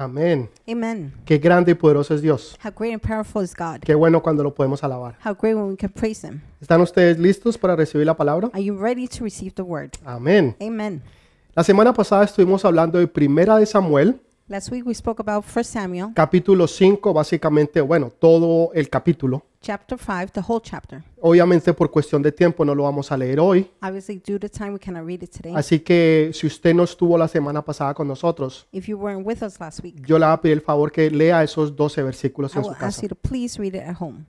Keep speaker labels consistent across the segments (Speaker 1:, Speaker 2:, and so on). Speaker 1: Amén.
Speaker 2: Amen.
Speaker 1: Qué grande y poderoso es Dios.
Speaker 2: How great and powerful is God.
Speaker 1: Qué bueno cuando lo podemos alabar.
Speaker 2: How great when we can praise Him.
Speaker 1: ¿Están ustedes listos para recibir la palabra?
Speaker 2: Are you ready to receive the word?
Speaker 1: Amén.
Speaker 2: Amen.
Speaker 1: La semana pasada estuvimos hablando de Primera de Samuel,
Speaker 2: Last week we spoke about 1 Samuel
Speaker 1: capítulo 5, básicamente, bueno, todo el capítulo.
Speaker 2: chapter 5, the whole chapter.
Speaker 1: Obviamente por cuestión de tiempo no lo vamos a leer hoy,
Speaker 2: Obviously, due to time, we cannot read it today.
Speaker 1: así que si usted no estuvo la semana pasada con nosotros,
Speaker 2: If you weren't with us last week,
Speaker 1: yo le voy a pedir el favor que lea esos 12 versículos
Speaker 2: I
Speaker 1: en su
Speaker 2: will ask
Speaker 1: casa.
Speaker 2: you to please read it at home.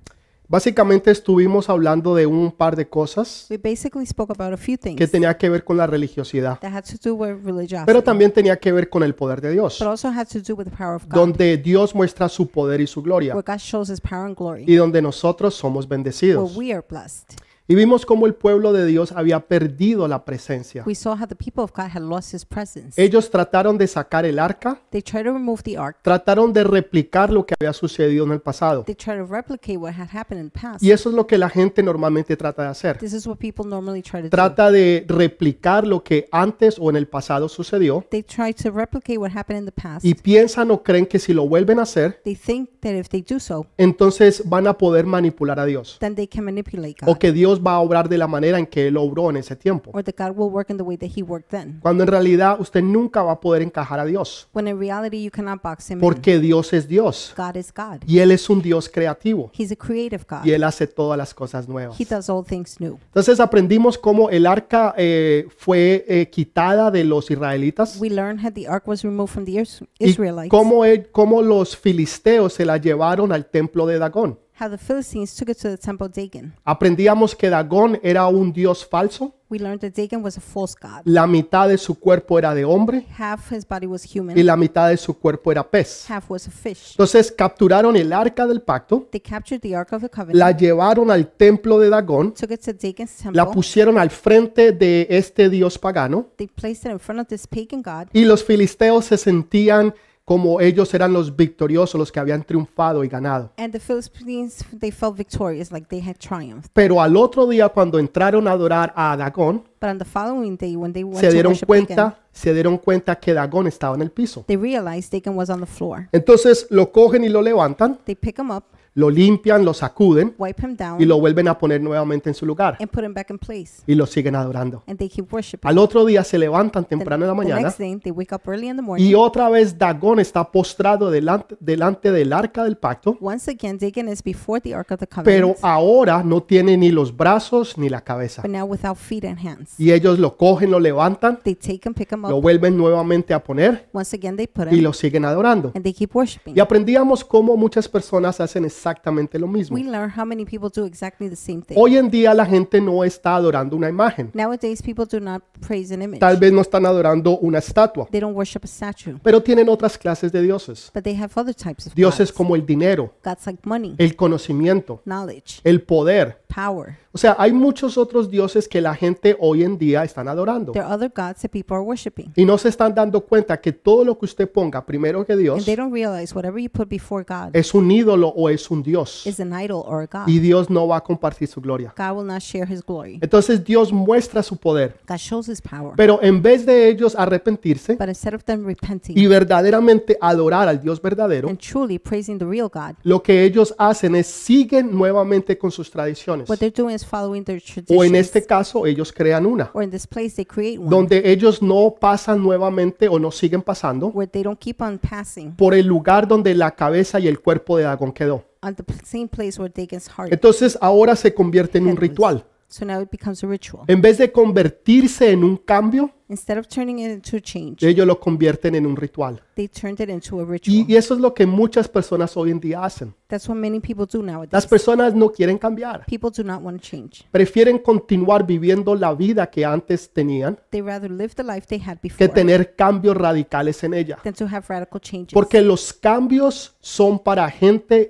Speaker 1: Básicamente estuvimos hablando de un par de cosas
Speaker 2: We basically spoke about a few things
Speaker 1: que tenía que ver con la religiosidad,
Speaker 2: that had to do with religiosity,
Speaker 1: pero también tenía que ver con el poder de Dios,
Speaker 2: but also had to do with the power of God,
Speaker 1: donde Dios muestra su poder y su gloria
Speaker 2: where God shows His power and glory,
Speaker 1: y donde nosotros somos
Speaker 2: where
Speaker 1: bendecidos.
Speaker 2: we are blessed.
Speaker 1: Y vimos cómo el pueblo de Dios había perdido la presencia.
Speaker 2: We saw how the people of God had lost His presence.
Speaker 1: Ellos trataron de sacar el arca,
Speaker 2: They tried to remove the ark.
Speaker 1: trataron de replicar lo que había sucedido en el pasado.
Speaker 2: They try to replicate what had happened in the past.
Speaker 1: Y eso es lo que la gente normalmente trata de hacer.
Speaker 2: This is what people normally try to do.
Speaker 1: Trata de replicar lo que antes o en el pasado sucedió
Speaker 2: They try to replicate what happened in the past.
Speaker 1: y piensan o creen que si lo vuelven a hacer,
Speaker 2: They think that if they do so,
Speaker 1: entonces van a poder manipular a Dios
Speaker 2: then they can manipulate
Speaker 1: o
Speaker 2: God,
Speaker 1: que Dios va a obrar de la manera en que Él obró en ese tiempo.
Speaker 2: or that God will work in the way that He worked then.
Speaker 1: Cuando en realidad usted nunca va a poder encajar a Dios
Speaker 2: When in reality, you cannot box Him in.
Speaker 1: porque Dios es Dios
Speaker 2: God is God.
Speaker 1: y Él es un Dios creativo
Speaker 2: He's a creative God.
Speaker 1: y Él hace todas las cosas nuevas.
Speaker 2: He does all things new.
Speaker 1: Entonces aprendimos cómo el arca eh, fue eh, quitada de los israelitas
Speaker 2: We learn how the ark was removed from the Is-
Speaker 1: y
Speaker 2: Israelites,
Speaker 1: cómo, el- cómo los filisteos se la llevaron al templo de Dagón.
Speaker 2: how the Philistines took it to the temple of Dagon.
Speaker 1: Aprendíamos que Dagón era un dios falso,
Speaker 2: We learned that Dagon was a false god.
Speaker 1: la mitad de su cuerpo era de hombre
Speaker 2: Half his body was
Speaker 1: y
Speaker 2: human,
Speaker 1: la mitad de su cuerpo era pez.
Speaker 2: half was a fish.
Speaker 1: Entonces capturaron el arca del pacto,
Speaker 2: They captured the ark of the covenant.
Speaker 1: la llevaron al templo de Dagón,
Speaker 2: took it to Dagon's
Speaker 1: la
Speaker 2: temple.
Speaker 1: pusieron al frente de este dios pagano
Speaker 2: They placed it in front of this pagan god,
Speaker 1: y los filisteos se sentían como ellos eran los victoriosos, los que habían triunfado y ganado.
Speaker 2: and the Philistines they felt victorious, like they had triumphed.
Speaker 1: Pero al otro día cuando entraron a adorar a Dagón,
Speaker 2: But on the following day, when they went
Speaker 1: se
Speaker 2: to
Speaker 1: dieron
Speaker 2: worship Dagon,
Speaker 1: cuenta, se dieron cuenta que Dagón estaba en el piso.
Speaker 2: they realized Dagon was on the floor.
Speaker 1: Entonces lo cogen y lo levantan,
Speaker 2: They pick him up,
Speaker 1: lo limpian, lo sacuden
Speaker 2: wipe him down,
Speaker 1: y lo vuelven a poner nuevamente en su lugar
Speaker 2: and put him back in place,
Speaker 1: y lo siguen adorando.
Speaker 2: and they keep worshiping.
Speaker 1: Al otro día se levantan
Speaker 2: The,
Speaker 1: temprano en la
Speaker 2: the
Speaker 1: mañana
Speaker 2: next day, they wake up early in the morning.
Speaker 1: y otra vez Dagón está postrado delante, delante del arca del pacto,
Speaker 2: Once again, Dagon is before the ark of the
Speaker 1: pero
Speaker 2: covenant,
Speaker 1: ahora no tiene ni los brazos ni la cabeza.
Speaker 2: but now without feet and hands.
Speaker 1: Y ellos lo cogen, lo levantan,
Speaker 2: They take him, pick him
Speaker 1: lo
Speaker 2: up.
Speaker 1: vuelven nuevamente a poner
Speaker 2: Once again, they put
Speaker 1: y
Speaker 2: him,
Speaker 1: lo siguen adorando.
Speaker 2: and they keep worshiping.
Speaker 1: Y aprendíamos cómo muchas personas hacen exactamente lo mismo.
Speaker 2: We learn how many people do exactly the same thing.
Speaker 1: Hoy en día la gente no está adorando una imagen.
Speaker 2: Nowadays, people do not praise an image.
Speaker 1: Tal vez no están adorando una estatua,
Speaker 2: They don't worship a statue,
Speaker 1: pero tienen otras clases de dioses.
Speaker 2: but they have other types of
Speaker 1: Dioses
Speaker 2: gods.
Speaker 1: como Eh, el dinero,
Speaker 2: Gods like money,
Speaker 1: el conocimiento,
Speaker 2: knowledge,
Speaker 1: el poder.
Speaker 2: power.
Speaker 1: O sea, hay muchos otros dioses que la gente hoy en día están adorando.
Speaker 2: There are other gods that people are worshiping,
Speaker 1: Y no se están dando cuenta que todo lo que usted ponga primero que
Speaker 2: and
Speaker 1: Dios
Speaker 2: they don't realize whatever you put before God
Speaker 1: es un ídolo o es un Dios.
Speaker 2: is an idol or a god.
Speaker 1: Y Dios no va a compartir su gloria.
Speaker 2: God will not share His glory.
Speaker 1: Entonces Dios muestra su poder.
Speaker 2: God shows His power,
Speaker 1: Pero en vez de ellos arrepentirse
Speaker 2: but instead of them repenting
Speaker 1: y verdaderamente adorar al Dios verdadero,
Speaker 2: and truly praising the real God,
Speaker 1: lo que ellos hacen es siguen nuevamente con sus tradiciones.
Speaker 2: what they're doing is following their
Speaker 1: O en
Speaker 2: traditions.
Speaker 1: este caso, ellos crean una,
Speaker 2: Or in this place, they create one
Speaker 1: donde ellos no pasan nuevamente o no siguen pasando
Speaker 2: where they don't keep on passing
Speaker 1: por el lugar donde la cabeza y el cuerpo de Dagón quedó.
Speaker 2: on the p- same place where Dagon's heart.
Speaker 1: Entonces ahora se convierte en un
Speaker 2: head was.
Speaker 1: ritual.
Speaker 2: So now it becomes a ritual.
Speaker 1: En vez de convertirse en un cambio,
Speaker 2: Instead of turning it into a change,
Speaker 1: ellos lo convierten en un ritual.
Speaker 2: they turned it into a
Speaker 1: Y,
Speaker 2: ritual.
Speaker 1: y eso es lo que muchas personas hoy en día hacen.
Speaker 2: That's what many people do nowadays.
Speaker 1: Las personas no quieren cambiar.
Speaker 2: People do not want to change.
Speaker 1: Prefieren continuar viviendo la vida que antes tenían
Speaker 2: They rather live the life they had
Speaker 1: que
Speaker 2: before
Speaker 1: tener cambios radicales en ella.
Speaker 2: than to have radical changes.
Speaker 1: Porque los cambios son para gente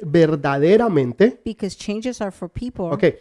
Speaker 1: verdaderamente,
Speaker 2: because changes are for people.
Speaker 1: ok,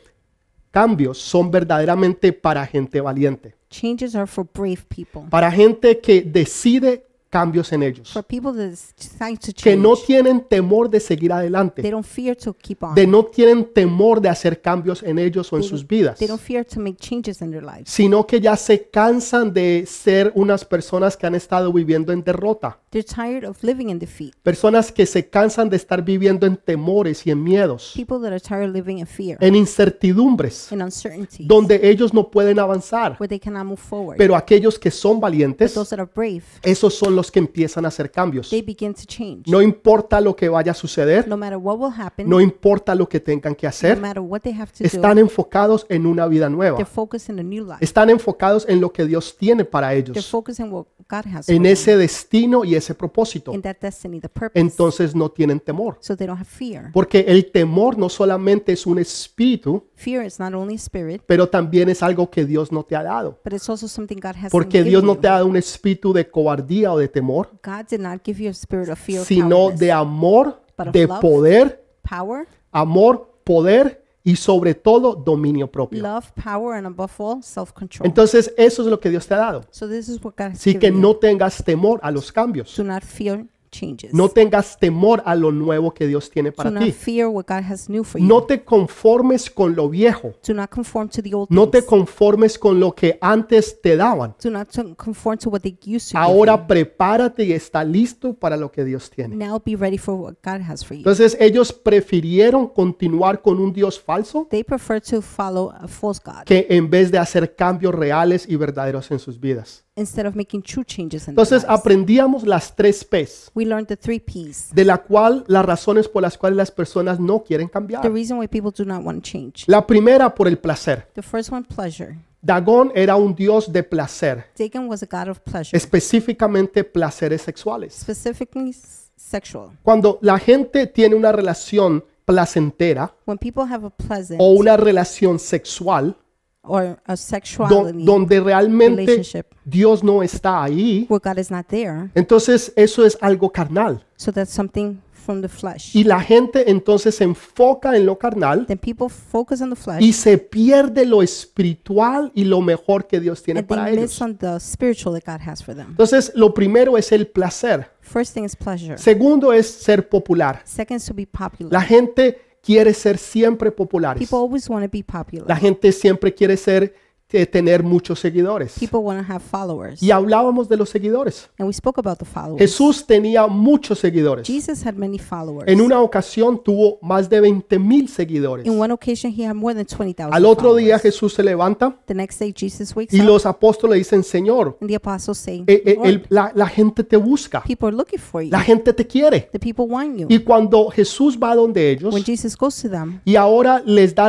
Speaker 1: cambios son verdaderamente para gente valiente,
Speaker 2: Changes are for brave people.
Speaker 1: para gente que decide cambios en ellos,
Speaker 2: For people that decide to
Speaker 1: que
Speaker 2: change.
Speaker 1: no tienen temor de seguir
Speaker 2: they
Speaker 1: adelante,
Speaker 2: don't fear to keep on.
Speaker 1: de no tienen temor de hacer cambios en ellos o en sus vidas,
Speaker 2: they don't fear to make changes in their lives.
Speaker 1: sino que ya se cansan de ser unas personas que han estado viviendo en derrota,
Speaker 2: They're tired of living in defeat.
Speaker 1: Personas que se cansan de estar viviendo en temores y en miedos,
Speaker 2: People that are tired of living in fear
Speaker 1: en incertidumbres,
Speaker 2: and uncertainty,
Speaker 1: donde ellos no pueden avanzar.
Speaker 2: where they cannot move forward.
Speaker 1: Pero aquellos que son
Speaker 2: But
Speaker 1: valientes,
Speaker 2: those that are brave,
Speaker 1: esos son los que empiezan a hacer cambios.
Speaker 2: they begin to change.
Speaker 1: No importa lo que vaya a suceder,
Speaker 2: No matter what will happen,
Speaker 1: no importa lo que tengan que
Speaker 2: no
Speaker 1: hacer,
Speaker 2: matter what they have to
Speaker 1: están
Speaker 2: do,
Speaker 1: enfocados en una vida
Speaker 2: they're
Speaker 1: nueva.
Speaker 2: focused in a new life.
Speaker 1: Están enfocados en lo que Dios tiene para
Speaker 2: They're
Speaker 1: ellos,
Speaker 2: focused on what God has
Speaker 1: en
Speaker 2: for them,
Speaker 1: ese destino y ese propósito.
Speaker 2: in that destiny, the purpose.
Speaker 1: Entonces no tienen temor.
Speaker 2: So they don't have fear.
Speaker 1: Porque el temor no solamente es un espíritu,
Speaker 2: Fear is not only spirit,
Speaker 1: pero también es algo que Dios no te ha dado.
Speaker 2: but it's also something God has
Speaker 1: Porque Dios no te
Speaker 2: you.
Speaker 1: ha dado un espíritu de cobardía o de temor,
Speaker 2: God did not give you a spirit of fear,
Speaker 1: sino
Speaker 2: cowardice,
Speaker 1: de amor,
Speaker 2: But of
Speaker 1: de
Speaker 2: love.
Speaker 1: poder,
Speaker 2: power,
Speaker 1: amor, poder y sobre todo dominio propio.
Speaker 2: love, power, and above all, self-control.
Speaker 1: Entonces eso es lo que Dios te ha dado.
Speaker 2: so this is what God has
Speaker 1: Así que
Speaker 2: given you.
Speaker 1: no tengas temor a los cambios.
Speaker 2: Do not fear changes.
Speaker 1: No tengas temor a lo nuevo que Dios tiene
Speaker 2: Do
Speaker 1: para
Speaker 2: not
Speaker 1: ti.
Speaker 2: fear what God has new for you.
Speaker 1: No te conformes con lo viejo.
Speaker 2: Do not conform to the old
Speaker 1: No te
Speaker 2: things.
Speaker 1: conformes con lo que antes te daban.
Speaker 2: Do not to- conform to what they used to give you.
Speaker 1: Ahora prepárate y está listo para lo que Dios tiene.
Speaker 2: Now be ready for what God has for you.
Speaker 1: Entonces ellos prefirieron continuar con un Dios falso
Speaker 2: They prefer to follow a false God
Speaker 1: que en vez de hacer cambios reales y verdaderos en sus vidas.
Speaker 2: instead of making true changes in their
Speaker 1: Entonces
Speaker 2: lives.
Speaker 1: aprendíamos las tres P's,
Speaker 2: We learned the three P's.
Speaker 1: de la cual las razones por las cuales las personas no quieren
Speaker 2: The
Speaker 1: cambiar.
Speaker 2: reason why people do not want to change.
Speaker 1: La primera por el placer.
Speaker 2: The first one, pleasure.
Speaker 1: Dagón era un Dios de placer,
Speaker 2: Dagon was a god of pleasure,
Speaker 1: específicamente placeres sexuales.
Speaker 2: specifically s- sexual.
Speaker 1: Cuando la gente tiene una relación placentera
Speaker 2: When people have a pleasant
Speaker 1: o una relación sexual,
Speaker 2: or a
Speaker 1: do-
Speaker 2: sexuality
Speaker 1: donde realmente
Speaker 2: relationship
Speaker 1: Dios no está ahí,
Speaker 2: where God is not there,
Speaker 1: entonces eso es algo carnal.
Speaker 2: so that's something from the flesh.
Speaker 1: Y la gente entonces se enfoca en lo carnal
Speaker 2: Then people focus on the flesh
Speaker 1: y se pierde lo espiritual y lo mejor que Dios tiene
Speaker 2: and they
Speaker 1: para
Speaker 2: miss
Speaker 1: ellos.
Speaker 2: on the spiritual that God has for them.
Speaker 1: Entonces, lo primero es el placer.
Speaker 2: First thing is pleasure.
Speaker 1: Segundo es ser popular.
Speaker 2: Second is to be popular.
Speaker 1: La gente quiere ser siempre populares.
Speaker 2: People always want to be
Speaker 1: La
Speaker 2: popular.
Speaker 1: gente siempre quiere ser eh, tener muchos seguidores.
Speaker 2: People want to have followers.
Speaker 1: Y hablábamos de los seguidores.
Speaker 2: And we spoke about the followers.
Speaker 1: Jesús tenía muchos seguidores.
Speaker 2: Jesus had many followers.
Speaker 1: En una ocasión tuvo más de 20 mil seguidores.
Speaker 2: In one occasion, he had more than 20,000
Speaker 1: Al otro día
Speaker 2: followers.
Speaker 1: Jesús se levanta
Speaker 2: The next day, Jesus wakes
Speaker 1: y
Speaker 2: up
Speaker 1: los apóstoles dicen, Señor,
Speaker 2: and the apostles say,
Speaker 1: eh, eh,
Speaker 2: "Lord,
Speaker 1: el- la, la gente te busca,
Speaker 2: people are looking for you.
Speaker 1: la gente te quiere.
Speaker 2: The people want you.
Speaker 1: Y cuando Jesús va donde ellos
Speaker 2: When Jesus goes to them
Speaker 1: y ahora les da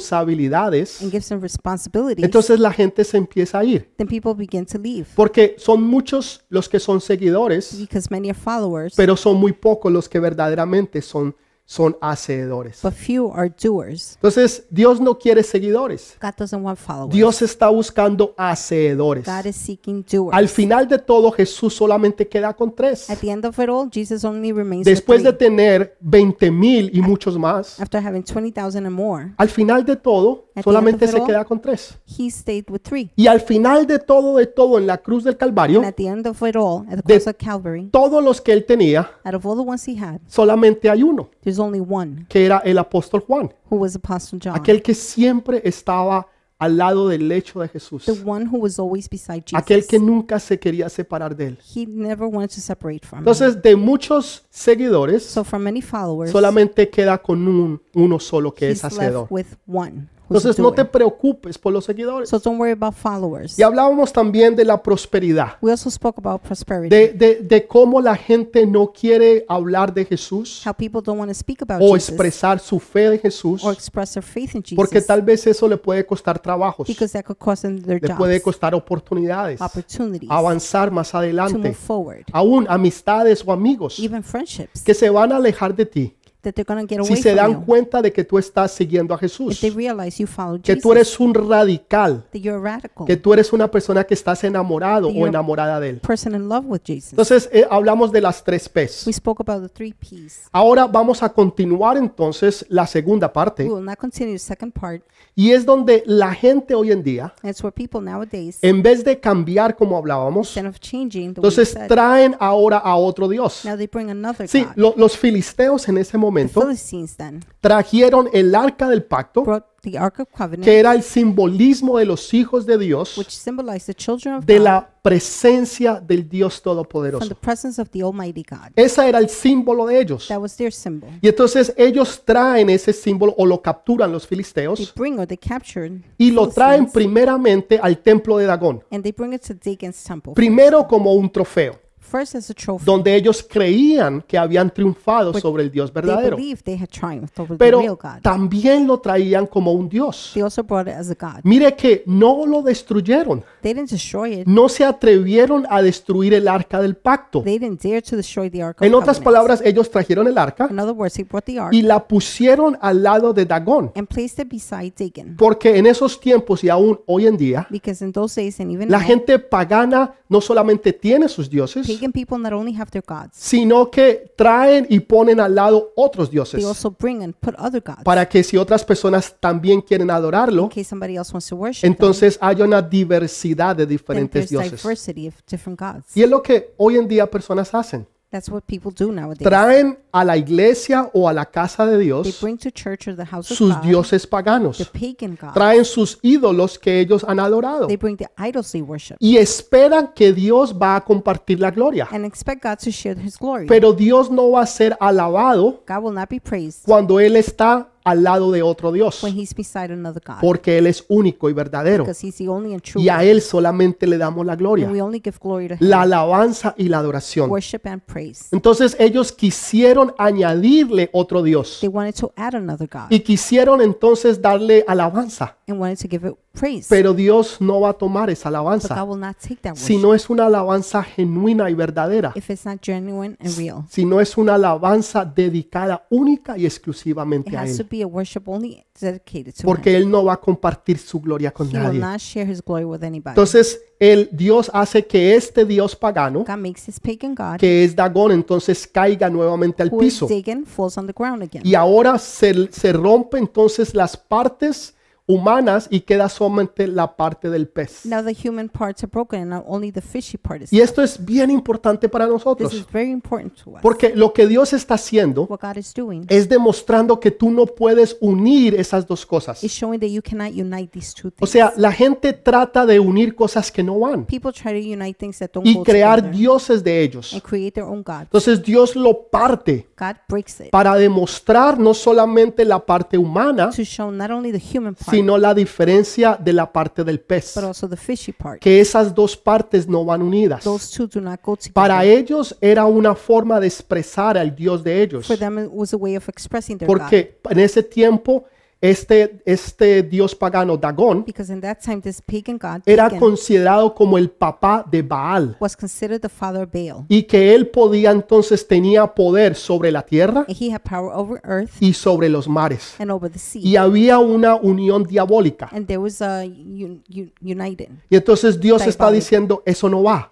Speaker 1: responsabilidades,
Speaker 2: and gives them responsibilities,
Speaker 1: entonces la gente se empieza a ir.
Speaker 2: then people begin to leave
Speaker 1: Porque son muchos los que son seguidores,
Speaker 2: because many are followers,
Speaker 1: pero son muy pocos los que verdaderamente son, son hacedores.
Speaker 2: but few are doers.
Speaker 1: Entonces, Dios no quiere seguidores.
Speaker 2: God doesn't want followers.
Speaker 1: Dios está buscando hacedores.
Speaker 2: God is seeking doers.
Speaker 1: Al final de todo, Jesús solamente queda con tres.
Speaker 2: At the end of it all, Jesus only remains with
Speaker 1: Después de
Speaker 2: three.
Speaker 1: tener 20 mil y muchos más,
Speaker 2: After having 20,000 and more,
Speaker 1: al final de todo,
Speaker 2: At the
Speaker 1: solamente
Speaker 2: end of it
Speaker 1: se
Speaker 3: all.
Speaker 1: queda con tres.
Speaker 2: he stayed with three.
Speaker 1: Y al final de todo, de todo, en la cruz del Calvario,
Speaker 2: And at the end of it all, at the
Speaker 1: De-
Speaker 2: cross of Calvary,
Speaker 1: todos los que él tenía,
Speaker 2: out of all the ones he had,
Speaker 1: solamente hay uno,
Speaker 2: there's only one
Speaker 1: que era el apóstol Juan,
Speaker 2: who was Apostle John,
Speaker 1: aquel que siempre estaba al lado del lecho de Jesús,
Speaker 2: the one who was always beside Jesus. Mm.
Speaker 1: aquel que nunca se quería separar de él.
Speaker 2: he never wanted to separate from him.
Speaker 1: Entonces, de muchos seguidores,
Speaker 2: So from many followers,
Speaker 1: solamente queda con un, uno solo que es
Speaker 2: he's
Speaker 1: hacedor.
Speaker 2: left with one who's
Speaker 1: Entonces no te
Speaker 2: doing.
Speaker 1: preocupes por los seguidores.
Speaker 2: So don't worry about followers.
Speaker 1: Y hablábamos también de la prosperidad,
Speaker 2: We also spoke about prosperity,
Speaker 1: de, de- de cómo la gente no quiere hablar de Jesús
Speaker 2: how people don't want to speak about
Speaker 1: o
Speaker 2: Jesus
Speaker 1: expresar su fe de Jesús,
Speaker 2: or express their faith in
Speaker 1: porque
Speaker 2: Jesus
Speaker 1: tal vez eso le puede costar trabajos,
Speaker 2: because that could cost them their
Speaker 1: le puede
Speaker 2: jobs,
Speaker 1: costar oportunidades,
Speaker 2: opportunities to
Speaker 1: avanzar más adelante,
Speaker 2: move forward,
Speaker 1: aún amistades o amigos
Speaker 2: even friendships
Speaker 1: que se van a alejar de ti
Speaker 2: that they're going to get
Speaker 1: si
Speaker 2: away
Speaker 1: se
Speaker 2: from
Speaker 1: dan
Speaker 2: you
Speaker 1: cuenta de que tú estás siguiendo a
Speaker 2: if
Speaker 1: Jesús,
Speaker 2: they realize you follow
Speaker 1: que tú
Speaker 2: Jesus,
Speaker 1: eres un radical,
Speaker 2: that you're a radical
Speaker 1: que tú eres una persona que estás enamorado
Speaker 2: Que
Speaker 1: o
Speaker 2: yo-
Speaker 1: enamorada de él.
Speaker 2: person in love with Jesus.
Speaker 1: Entonces eh, hablamos de las tres P's.
Speaker 2: We spoke about the three P's.
Speaker 1: Ahora vamos a continuar entonces la segunda
Speaker 2: We
Speaker 1: parte
Speaker 2: will not continue the second part.
Speaker 1: y es donde la gente hoy en día,
Speaker 2: That's where people nowadays,
Speaker 1: en vez de cambiar como hablábamos,
Speaker 2: instead of changing the way we
Speaker 1: entonces
Speaker 2: said,
Speaker 1: traen ahora a otro Dios.
Speaker 2: now they bring another
Speaker 1: Sí,
Speaker 2: God.
Speaker 1: lo- los filisteos en ese
Speaker 2: The
Speaker 1: momento,
Speaker 2: Philistines then
Speaker 1: trajeron el arca del pacto,
Speaker 2: brought the Ark of Covenant,
Speaker 1: que era el simbolismo de los hijos de Dios,
Speaker 2: which symbolized the children of
Speaker 1: de
Speaker 2: God
Speaker 1: la presencia del Dios
Speaker 2: from the
Speaker 1: Todopoderoso.
Speaker 2: presence of the Almighty God.
Speaker 1: Ese era el símbolo de ellos.
Speaker 2: That was their symbol.
Speaker 1: Y entonces ellos traen ese símbolo o lo capturan los
Speaker 2: They
Speaker 1: filisteos
Speaker 2: bring or they captured
Speaker 1: y lo traen
Speaker 2: Philistines,
Speaker 1: primeramente al templo de Dagón.
Speaker 2: and they bring it to Dagon's temple.
Speaker 1: Primero como un trofeo,
Speaker 2: First as a trophy.
Speaker 1: donde ellos creían que habían triunfado sobre el Dios
Speaker 2: Pues, They
Speaker 1: verdadero.
Speaker 2: believed they had triumphed over the real
Speaker 1: Pero
Speaker 2: God.
Speaker 1: también lo traían como un Dios.
Speaker 2: They also brought it as a God.
Speaker 1: Mire que no lo destruyeron.
Speaker 2: They didn't destroy it.
Speaker 1: No se atrevieron a destruir el arca del pacto.
Speaker 2: They didn't dare to destroy the Ark of
Speaker 1: En otras
Speaker 2: Covenant.
Speaker 1: palabras, ellos trajeron el arca
Speaker 2: In other words, they brought the Ark
Speaker 1: y la pusieron al lado de Dagón.
Speaker 2: and placed it beside Dagon.
Speaker 1: Porque en esos tiempos y aún hoy en día,
Speaker 2: Because in those days and even
Speaker 1: La
Speaker 2: now,
Speaker 1: gente pagana no solamente tiene sus dioses,
Speaker 2: pagan people not only have their gods,
Speaker 1: sino que traen y ponen al lado otros
Speaker 2: they
Speaker 1: dioses
Speaker 2: also bring and put other gods.
Speaker 1: para que si otras personas también quieren adorarlo,
Speaker 2: in case somebody else wants to worship them,
Speaker 1: entonces haya una diversidad de
Speaker 2: then
Speaker 1: diferentes
Speaker 2: there's
Speaker 1: dioses.
Speaker 2: diversity of different gods.
Speaker 1: Y es lo que hoy en día personas hacen.
Speaker 2: That's what people do nowadays.
Speaker 1: Traen a la iglesia o a la casa de
Speaker 2: They
Speaker 1: Dios
Speaker 2: bring to church or the house of
Speaker 1: sus
Speaker 2: God
Speaker 1: dioses
Speaker 2: the
Speaker 1: paganos.
Speaker 2: pagan gods.
Speaker 1: Traen sus ídolos que ellos han adorado.
Speaker 2: They bring the idols they worship
Speaker 1: Y esperan que Dios va a compartir la gloria.
Speaker 2: and expect God to share his glory.
Speaker 1: Pero Dios no va a ser alabado
Speaker 2: God will not be praised
Speaker 1: cuando Él está al lado de otro Dios,
Speaker 2: when he's beside another God
Speaker 1: porque Él es único y verdadero,
Speaker 2: because he's the only and true
Speaker 1: y a
Speaker 2: God.
Speaker 1: Él solamente le damos la gloria,
Speaker 2: And we only give glory to him.
Speaker 1: la alabanza y la adoración.
Speaker 2: worship and praise.
Speaker 1: Entonces ellos quisieron añadirle otro Dios
Speaker 2: They wanted to add another God
Speaker 1: y quisieron entonces darle alabanza,
Speaker 2: and wanted to give it praise.
Speaker 1: pero Dios no va a tomar esa
Speaker 2: But God
Speaker 1: alabanza
Speaker 2: will not take that
Speaker 1: si
Speaker 2: worship
Speaker 1: no es una alabanza genuina y verdadera,
Speaker 2: if it's not genuine and real.
Speaker 1: si no es una alabanza dedicada única y
Speaker 2: It
Speaker 1: exclusivamente a
Speaker 2: has to
Speaker 1: Él,
Speaker 2: be a worship only dedicated to him.
Speaker 1: porque Él no va a compartir su gloria con
Speaker 2: He will
Speaker 1: nadie.
Speaker 2: not share his glory with anybody.
Speaker 1: Entonces, el Dios hace que este Dios pagano,
Speaker 2: God makes his pagan God,
Speaker 1: que es Dagón, entonces caiga nuevamente al
Speaker 2: who is
Speaker 1: piso.
Speaker 2: Dagon, falls on the ground again.
Speaker 1: Y ahora se, se rompe entonces las partes humanas y queda solamente la parte del pez.
Speaker 2: Now the human parts are broken, and now only the fishy part is.
Speaker 1: Y esto es bien importante para
Speaker 2: This is
Speaker 1: nosotros,
Speaker 2: very important to us.
Speaker 1: porque lo que Dios está haciendo
Speaker 2: What God is doing
Speaker 1: es demostrando que tú no puedes unir esas dos cosas.
Speaker 2: is showing that you cannot unite these two
Speaker 1: O
Speaker 2: things.
Speaker 1: sea, la gente trata de unir cosas que no van
Speaker 2: People try to unite things that don't
Speaker 1: y
Speaker 2: go
Speaker 1: crear
Speaker 2: together
Speaker 1: dioses de ellos.
Speaker 2: and create their own God.
Speaker 1: Entonces Dios lo parte
Speaker 2: God breaks it
Speaker 1: para demostrar no solamente la parte humana,
Speaker 2: to show not only the human part,
Speaker 1: sino la diferencia de la parte del pez,
Speaker 2: but also the fishy part.
Speaker 1: que esas dos partes no van unidas.
Speaker 2: Those two do not go
Speaker 1: Para
Speaker 2: together.
Speaker 1: ellos era una forma de expresar al Dios de ellos,
Speaker 2: For them, it was a way of expressing their God.
Speaker 1: porque en ese tiempo este, este Dios pagano, Dagón,
Speaker 2: Because in that time, this pagan God
Speaker 1: era
Speaker 2: Dagon,
Speaker 1: considerado como el papá de Baal
Speaker 2: was considered the father of Baal.
Speaker 1: y que él podía entonces tenía poder sobre la tierra
Speaker 2: And he had power over earth
Speaker 1: y sobre los mares.
Speaker 2: and over the sea.
Speaker 1: Y había una unión diabólica.
Speaker 2: And there was a un, un, united.
Speaker 1: Y entonces Dios está
Speaker 2: Diabólico.
Speaker 1: diciendo, eso no va.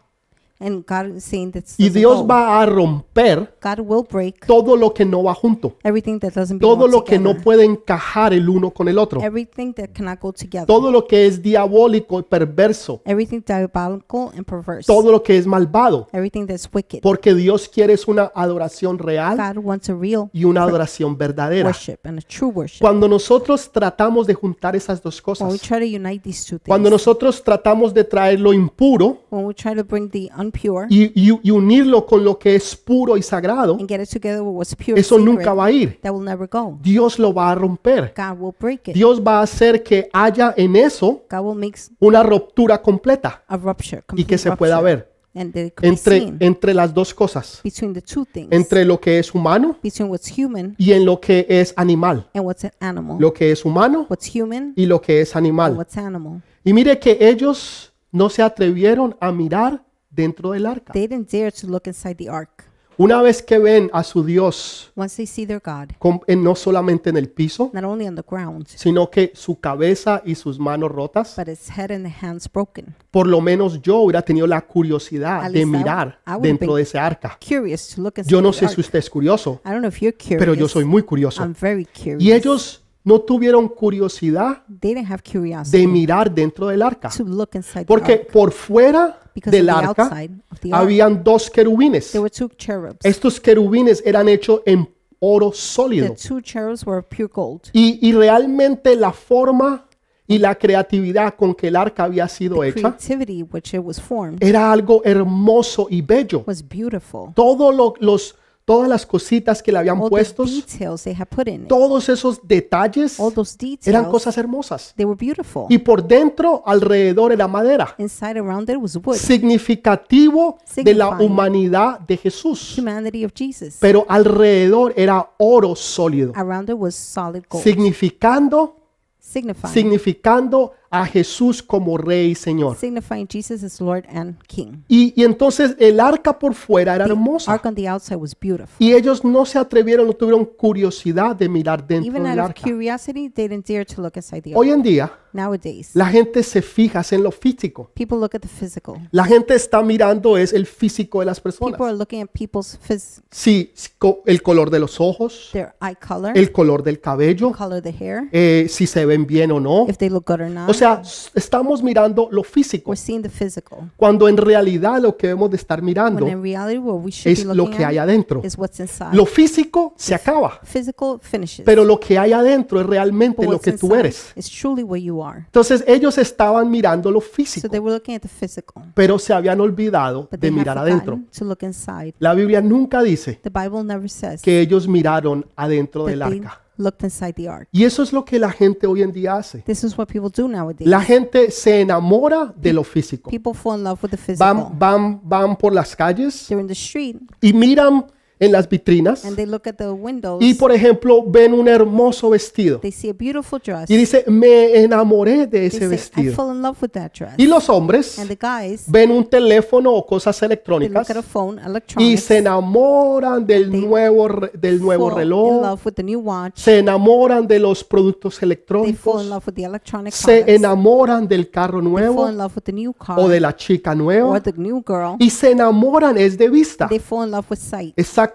Speaker 2: And God is saying that
Speaker 1: Y Dios va a romper
Speaker 2: God will break
Speaker 1: todo lo que no va junto,
Speaker 2: everything that doesn't belong
Speaker 1: todo lo que no
Speaker 2: together.
Speaker 1: puede encajar el uno con el otro,
Speaker 2: everything that cannot go together.
Speaker 1: todo lo que es diabólico y perverso,
Speaker 2: everything diabolical and perverse.
Speaker 1: todo lo que es malvado,
Speaker 2: everything that's wicked.
Speaker 1: porque Dios quiere es una adoración real
Speaker 2: God wants a real
Speaker 1: y una adoración verdadera.
Speaker 2: worship and a true worship.
Speaker 1: Cuando nosotros tratamos de juntar esas dos
Speaker 2: When we
Speaker 1: cosas,
Speaker 2: try to unite these two things,
Speaker 1: cuando nosotros tratamos de traer lo impuro
Speaker 2: when we try to bring the unpure
Speaker 1: y, y- y unirlo con lo que es puro y sagrado,
Speaker 2: and get it together with what's pure, and
Speaker 1: eso nunca
Speaker 2: sacred,
Speaker 1: va a ir.
Speaker 2: that will never go.
Speaker 1: Dios lo va a romper.
Speaker 2: God will break it.
Speaker 1: Dios va a hacer que haya en eso
Speaker 2: God will make s-
Speaker 1: una ruptura completa
Speaker 2: a rupture,
Speaker 1: y
Speaker 2: complete
Speaker 1: que se
Speaker 2: rupture,
Speaker 1: pueda ver
Speaker 2: and that it could be
Speaker 1: entre,
Speaker 2: seen
Speaker 1: entre las dos cosas,
Speaker 2: between the two things,
Speaker 1: entre lo que es humano
Speaker 2: between what's human
Speaker 1: y en lo que es animal,
Speaker 2: and what's an animal,
Speaker 1: lo que es humano
Speaker 2: what's human
Speaker 1: y lo que es
Speaker 2: and
Speaker 1: animal.
Speaker 2: what's animal.
Speaker 1: Y mire que ellos no se atrevieron a mirar dentro del arca.
Speaker 2: They didn't dare to look inside the ark.
Speaker 1: Una vez que ven a su Dios
Speaker 2: Once they see their God,
Speaker 1: con- en- no solamente en el piso,
Speaker 2: not only on the ground,
Speaker 1: sino que su cabeza y sus manos rotas,
Speaker 2: but his head and hands broken,
Speaker 1: por lo menos yo hubiera tenido la curiosidad
Speaker 2: At
Speaker 1: de
Speaker 2: least I-
Speaker 1: mirar
Speaker 2: I would
Speaker 1: dentro
Speaker 2: think-
Speaker 1: de ese arca.
Speaker 2: curious to look inside
Speaker 1: Yo no
Speaker 2: the
Speaker 1: sé
Speaker 2: ark.
Speaker 1: si usted es curioso,
Speaker 2: I don't know if you're curious.
Speaker 1: pero yo soy muy curioso.
Speaker 2: I'm very curious.
Speaker 1: Y ellos no tuvieron curiosidad
Speaker 2: they didn't have curiosity
Speaker 1: de mirar dentro del arca,
Speaker 2: to look inside
Speaker 1: porque
Speaker 2: the ark
Speaker 1: por fuera
Speaker 2: because
Speaker 1: del
Speaker 2: of the
Speaker 1: arca
Speaker 2: outside of the ark
Speaker 1: habían dos querubines.
Speaker 2: there were two cherubs.
Speaker 1: Estos querubines eran hechos en oro
Speaker 2: The
Speaker 1: sólido.
Speaker 2: two cherubs were of pure gold.
Speaker 1: Y, y realmente la forma y la creatividad con que el arca había sido hecha
Speaker 2: Creativity, which it was formed,
Speaker 1: era algo hermoso y bello.
Speaker 2: was beautiful.
Speaker 1: Todos los, todas las cositas que le habían
Speaker 2: All
Speaker 1: puesto,
Speaker 2: the details they had put in it,
Speaker 1: todos esos detalles
Speaker 2: all those
Speaker 1: eran
Speaker 2: details,
Speaker 1: cosas hermosas.
Speaker 2: they were beautiful.
Speaker 1: Y por dentro, alrededor era madera,
Speaker 2: Inside around it was wood,
Speaker 1: significativo de la
Speaker 2: Pues- Signifying.
Speaker 1: humanidad de Jesús.
Speaker 2: humanity of Jesus.
Speaker 1: Pero alrededor era oro sólido,
Speaker 2: Around it was solid gold,
Speaker 1: significando,
Speaker 2: signifying
Speaker 1: significando a Jesús como Rey y Señor.
Speaker 2: signifying Jesus as Lord and King.
Speaker 1: Y, y entonces el arca por fuera era
Speaker 2: The
Speaker 1: hermosa.
Speaker 2: ark on the outside was beautiful.
Speaker 1: Y ellos no se atrevieron, no tuvieron curiosidad de mirar dentro
Speaker 2: Even
Speaker 1: del
Speaker 2: out of
Speaker 1: arca.
Speaker 2: curiosity, they didn't dare to look inside the ark.
Speaker 1: Hoy en día,
Speaker 2: Nowadays,
Speaker 1: la gente se fija es en lo físico.
Speaker 2: people look at the physical.
Speaker 1: La gente está mirando es el físico de las personas.
Speaker 2: People are looking at people's phys-
Speaker 1: Sí, si co- el color de los ojos,
Speaker 2: their eye color,
Speaker 1: el color del cabello,
Speaker 2: color of the hair,
Speaker 1: eh, si se ven bien o no.
Speaker 2: if they look good or not.
Speaker 1: O sea, s- estamos mirando lo físico,
Speaker 2: we're seeing the physical.
Speaker 1: cuando en realidad lo que debemos de estar
Speaker 2: When
Speaker 1: mirando
Speaker 2: in reality, what we should
Speaker 1: es lo
Speaker 2: be looking
Speaker 1: que hay
Speaker 2: at
Speaker 1: adentro.
Speaker 2: is what's inside.
Speaker 1: Lo físico se acaba,
Speaker 2: physical finishes.
Speaker 1: pero lo que hay adentro es
Speaker 2: but
Speaker 1: realmente lo
Speaker 2: what's
Speaker 1: que tú
Speaker 2: Pues inside
Speaker 1: eres.
Speaker 2: is truly what you are.
Speaker 1: Entonces ellos estaban mirando lo
Speaker 2: So
Speaker 1: físico,
Speaker 2: they were looking at the physical,
Speaker 1: pero se habían olvidado
Speaker 2: but
Speaker 1: de
Speaker 2: they have
Speaker 1: mirar adentro.
Speaker 2: forgotten to look inside.
Speaker 1: La Biblia nunca dice
Speaker 2: The Bible never says
Speaker 1: que ellos miraron adentro
Speaker 2: that
Speaker 1: del
Speaker 2: they
Speaker 1: arca.
Speaker 2: looked inside the ark.
Speaker 1: Y eso es lo que la gente hoy en día hace.
Speaker 2: This is what people do nowadays.
Speaker 1: La gente se enamora de lo físico.
Speaker 2: people fall in love with the physical.
Speaker 1: Van, van, van por las calles
Speaker 2: They're in the street
Speaker 1: y miran en las vitrinas
Speaker 2: and they look at the windows.
Speaker 1: y, por ejemplo, ven un hermoso vestido
Speaker 2: they see a beautiful dress.
Speaker 1: y dice, me enamoré de ese
Speaker 2: they say, I
Speaker 1: vestido.
Speaker 2: fell in love with that dress.
Speaker 1: Y los hombres
Speaker 2: and the guys,
Speaker 1: ven un teléfono o cosas
Speaker 2: they look
Speaker 1: electrónicas
Speaker 2: at a phone,
Speaker 1: y
Speaker 2: electronics,
Speaker 1: se enamoran del
Speaker 2: They
Speaker 1: nuevo, re- del nuevo
Speaker 2: fall in
Speaker 1: reloj,
Speaker 2: love with the new watch.
Speaker 1: se enamoran de los productos
Speaker 2: They fall in
Speaker 1: electrónicos,
Speaker 2: love with the electronic
Speaker 1: se
Speaker 2: products.
Speaker 1: enamoran del carro
Speaker 2: They fall in
Speaker 1: nuevo
Speaker 2: love with the new car
Speaker 1: o de la chica
Speaker 2: or
Speaker 1: nueva
Speaker 2: the new girl.
Speaker 1: y se enamoran es de vista.
Speaker 2: They fall in love with sight.
Speaker 1: Exactamente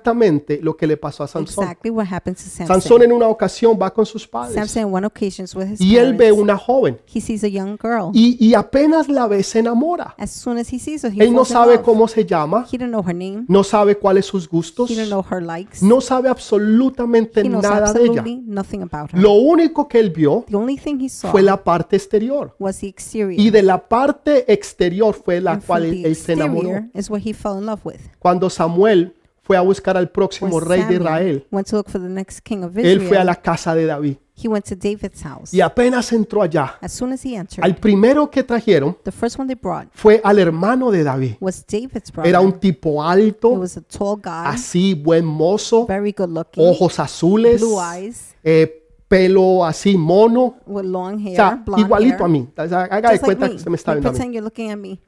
Speaker 1: lo que le pasó a Sansón.
Speaker 2: Exactly what happened to Samson.
Speaker 1: Sansón en una ocasión va con sus padres
Speaker 2: Samson on one occasion is with his
Speaker 1: y él ve
Speaker 2: parents.
Speaker 1: una joven
Speaker 2: He sees a young girl.
Speaker 1: y, y apenas la ve se enamora.
Speaker 2: As soon as he sees her, he
Speaker 1: Él no
Speaker 2: falls in
Speaker 1: sabe
Speaker 2: love.
Speaker 1: cómo se llama,
Speaker 2: He don't know her name.
Speaker 1: no sabe cuáles sus gustos,
Speaker 2: He don't know her likes.
Speaker 1: no sabe absolutamente
Speaker 2: He knows
Speaker 1: nada de ella.
Speaker 2: absolutely nothing about her.
Speaker 1: Lo único que él vio
Speaker 2: The only thing he saw
Speaker 1: fue la parte exterior
Speaker 2: was the exterior.
Speaker 1: y de la parte exterior fue la
Speaker 2: and from
Speaker 1: cual él,
Speaker 2: the
Speaker 1: él se enamoró.
Speaker 2: exterior is what he fell in love with.
Speaker 1: Cuando Samuel fue a buscar al próximo
Speaker 2: Where
Speaker 1: rey de
Speaker 2: Samuel
Speaker 1: Israel,
Speaker 2: went to look for the next king of
Speaker 1: él fue a
Speaker 2: Israel.
Speaker 1: la casa de David
Speaker 2: He went to David's house.
Speaker 1: y apenas entró allá.
Speaker 2: As soon as he entered,
Speaker 1: Al primero que trajeron
Speaker 2: the first one they brought
Speaker 1: fue al hermano de David.
Speaker 2: was David's brother.
Speaker 1: Era un tipo
Speaker 2: He
Speaker 1: alto,
Speaker 2: was a tall guy,
Speaker 1: así, buen mozo,
Speaker 2: very good looking,
Speaker 1: ojos azules,
Speaker 2: blue eyes,
Speaker 1: eh, pelo así mono,
Speaker 2: with long hair,
Speaker 1: o sea,
Speaker 2: blonde
Speaker 1: igualito
Speaker 2: hair.
Speaker 1: a mí. O sea, Haga de
Speaker 2: Just like
Speaker 1: cuenta
Speaker 2: me.
Speaker 1: que se me está
Speaker 2: You
Speaker 1: viendo a mí.
Speaker 2: pretend you're looking at me.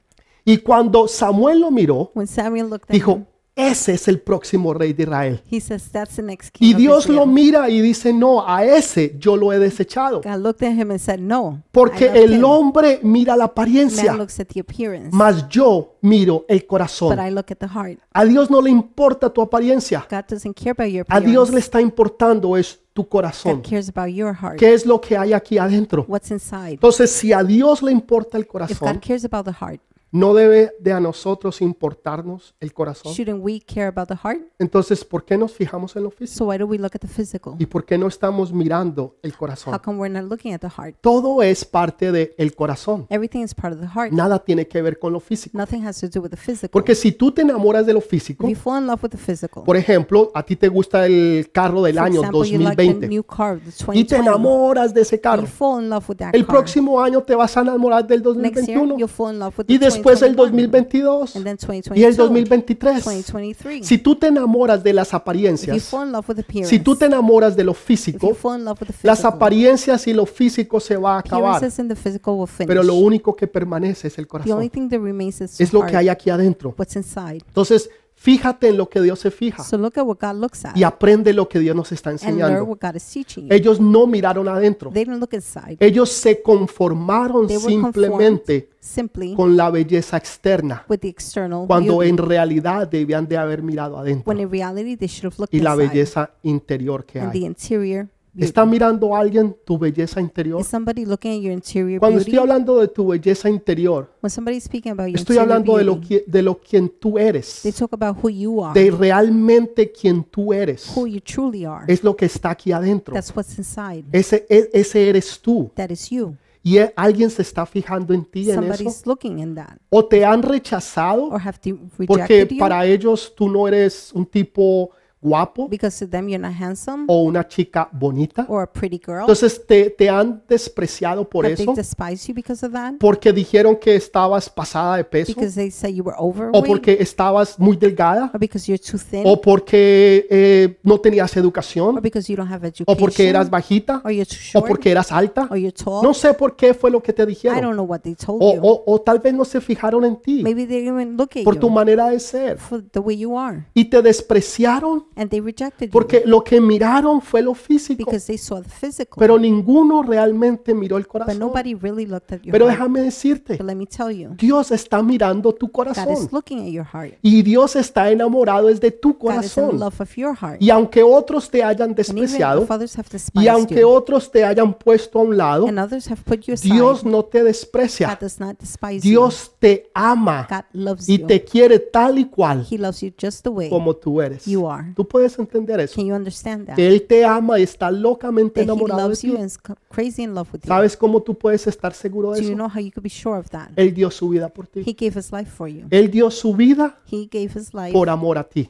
Speaker 1: Y cuando Samuel lo miró,
Speaker 2: When Samuel looked at him,
Speaker 1: dijo, ese es el próximo rey de Israel.
Speaker 2: he says, "That's the next king."
Speaker 1: Y
Speaker 2: of
Speaker 1: Dios lo
Speaker 2: Israel."
Speaker 1: mira y dice, no, a ese yo lo he desechado.
Speaker 2: God looked at him and said, "No."
Speaker 1: Porque
Speaker 2: I loved
Speaker 1: el
Speaker 2: him.
Speaker 1: hombre mira la
Speaker 2: Man
Speaker 1: apariencia,
Speaker 2: looks at the appearance,
Speaker 1: mas yo miro el
Speaker 2: but
Speaker 1: corazón.
Speaker 2: I look at the heart.
Speaker 1: A Dios no le importa tu apariencia.
Speaker 2: God doesn't care about your
Speaker 1: A
Speaker 2: appearance.
Speaker 1: Dios le está importando es tu corazón.
Speaker 2: God cares about your heart.
Speaker 1: ¿Qué es lo que hay aquí adentro?
Speaker 2: What's inside?
Speaker 1: Entonces, si a Dios le importa el
Speaker 2: If God
Speaker 1: corazón,
Speaker 2: cares about the heart,
Speaker 1: ¿no debe de a nosotros importarnos el corazón?
Speaker 2: shouldn't we care about the heart?
Speaker 1: Entonces, ¿por qué nos fijamos en lo físico?
Speaker 2: So why do we look at the physical?
Speaker 1: ¿Y por qué no estamos mirando el
Speaker 2: How
Speaker 1: corazón?
Speaker 2: come we're not looking at the heart?
Speaker 1: Todo es parte del corazón.
Speaker 2: Everything is part of the heart.
Speaker 1: Nada tiene que ver con lo físico.
Speaker 2: Nothing has to do with the physical.
Speaker 1: Porque si tú te enamoras de lo
Speaker 2: If
Speaker 1: físico,
Speaker 2: you fall in love with the physical,
Speaker 1: por ejemplo, a ti te gusta el carro del
Speaker 2: for
Speaker 1: año
Speaker 2: example, you like the
Speaker 1: 2020
Speaker 2: new car,
Speaker 1: y
Speaker 2: the
Speaker 1: te
Speaker 2: 2020,
Speaker 1: enamoras de ese
Speaker 2: you
Speaker 1: carro.
Speaker 2: fall in love with that
Speaker 1: El
Speaker 2: car.
Speaker 1: próximo año te vas a enamorar del
Speaker 2: Next year,
Speaker 1: 2021
Speaker 2: you'll fall in love with
Speaker 1: y
Speaker 2: the
Speaker 1: después el
Speaker 2: 2021,
Speaker 1: 2022
Speaker 2: and then 2022,
Speaker 1: y el 2023.
Speaker 2: 2023.
Speaker 1: Si tú te enamoras de las
Speaker 2: if you
Speaker 1: apariencias,
Speaker 2: fall in love with appearance,
Speaker 1: si tú te enamoras de lo
Speaker 2: if you
Speaker 1: físico,
Speaker 2: fall in love with the
Speaker 1: las
Speaker 2: physical,
Speaker 1: apariencias y lo físico se va a acabar,
Speaker 2: appearances in the physical will finish.
Speaker 1: pero lo único que permanece es el
Speaker 2: the only
Speaker 1: corazón,
Speaker 2: thing that remains is the
Speaker 1: es lo
Speaker 2: heart,
Speaker 1: que hay aquí adentro.
Speaker 2: what's inside.
Speaker 1: Entonces, fíjate en lo que Dios se fija
Speaker 2: So look at what God looks at
Speaker 1: y aprende lo que Dios nos está
Speaker 2: and learn
Speaker 1: enseñando.
Speaker 2: what God is teaching you.
Speaker 1: Ellos no miraron adentro,
Speaker 2: They didn't look inside.
Speaker 1: ellos se conformaron
Speaker 2: They were conformed
Speaker 1: simplemente
Speaker 2: simply
Speaker 1: con la belleza externa,
Speaker 2: with the external
Speaker 1: cuando
Speaker 2: beauty,
Speaker 1: en realidad debían de haber mirado adentro
Speaker 2: when in reality they should have looked
Speaker 1: y la
Speaker 2: inside
Speaker 1: belleza interior que
Speaker 2: and
Speaker 1: hay.
Speaker 2: the interior beauty.
Speaker 1: ¿Está mirando alguien tu belleza interior?
Speaker 2: Is somebody looking at your interior
Speaker 1: Cuando
Speaker 2: beauty?
Speaker 1: estoy hablando de tu belleza interior,
Speaker 2: when somebody's speaking about your
Speaker 1: estoy
Speaker 2: interior
Speaker 1: hablando de lo,
Speaker 2: beauty,
Speaker 1: qui- de lo quien tú
Speaker 2: they
Speaker 1: eres,
Speaker 2: talk about who you are,
Speaker 1: de realmente quien tú eres.
Speaker 2: who you truly are.
Speaker 1: Es lo que está aquí adentro.
Speaker 2: That's what's inside.
Speaker 1: Ese, e- ese eres tú.
Speaker 2: that is you.
Speaker 1: Y e- alguien se está fijando en ti en eso.
Speaker 2: Somebody's looking in that,
Speaker 1: O te han rechazado
Speaker 2: or have de-
Speaker 1: porque
Speaker 2: rejected you
Speaker 1: para ellos tú no eres un tipo guapo
Speaker 2: because to them you're not handsome
Speaker 1: o una chica bonita.
Speaker 2: or a pretty girl.
Speaker 1: Entonces te, te han despreciado por
Speaker 2: Have they
Speaker 1: eso,
Speaker 2: despised you because of that?
Speaker 1: porque dijeron que estabas pasada de peso,
Speaker 2: Because they say you were
Speaker 1: o
Speaker 2: overweight,
Speaker 1: porque estabas muy delgada,
Speaker 2: or because you're too thin,
Speaker 1: o porque eh, no tenías
Speaker 2: or
Speaker 1: educación,
Speaker 2: because you don't have education,
Speaker 1: o porque eras bajita,
Speaker 2: or you're too
Speaker 1: o
Speaker 2: short,
Speaker 1: porque eras alta.
Speaker 2: or you're tall.
Speaker 1: No sé por qué fue lo que te
Speaker 2: I
Speaker 1: dijeron.
Speaker 2: don't know what they told
Speaker 1: O,
Speaker 2: you.
Speaker 1: o- o tal vez no se fijaron en ti
Speaker 2: Maybe they didn't even look at
Speaker 1: por
Speaker 2: you
Speaker 1: tu manera de ser.
Speaker 2: for the way you are,
Speaker 1: Y te despreciaron
Speaker 2: and they rejected you
Speaker 1: porque lo que miraron fue lo físico,
Speaker 2: because they saw the physical,
Speaker 1: pero ninguno realmente miró el
Speaker 2: but
Speaker 1: corazón.
Speaker 2: nobody really looked at your
Speaker 1: Pero
Speaker 2: heart.
Speaker 1: déjame decirte,
Speaker 2: But let me tell you,
Speaker 1: Dios está mirando tu
Speaker 2: God
Speaker 1: corazón.
Speaker 2: is looking at your heart.
Speaker 1: Y Dios está enamorado es de tu
Speaker 2: God is in
Speaker 1: corazón.
Speaker 2: love of your heart.
Speaker 1: Y aunque otros te hayan
Speaker 2: And even
Speaker 1: despreciado,
Speaker 2: if others have
Speaker 1: y
Speaker 2: despised
Speaker 1: aunque
Speaker 2: you,
Speaker 1: otros te hayan puesto a un lado,
Speaker 2: and others have put you aside,
Speaker 1: Dios no te
Speaker 2: God
Speaker 1: desprecia.
Speaker 2: does not despise you.
Speaker 1: Dios te ama
Speaker 2: God loves
Speaker 1: y
Speaker 2: you.
Speaker 1: te quiere tal y cual
Speaker 2: He loves you just the way
Speaker 1: como tú eres.
Speaker 2: you are.
Speaker 1: Tú puedes entender eso.
Speaker 2: Can you understand that?
Speaker 1: Que Él te ama y está locamente
Speaker 2: That He
Speaker 1: enamorado de
Speaker 2: loves you
Speaker 1: ti.
Speaker 2: and is c- crazy in love with you.
Speaker 1: ¿Sabes cómo tú puedes estar seguro de
Speaker 2: Do you
Speaker 1: eso? Eh,
Speaker 2: know how you could be sure of that?
Speaker 1: Él dio su vida por ti.
Speaker 2: He gave His life for you.
Speaker 1: Él dio su vida
Speaker 2: He gave His life
Speaker 1: eh, por amor a ti.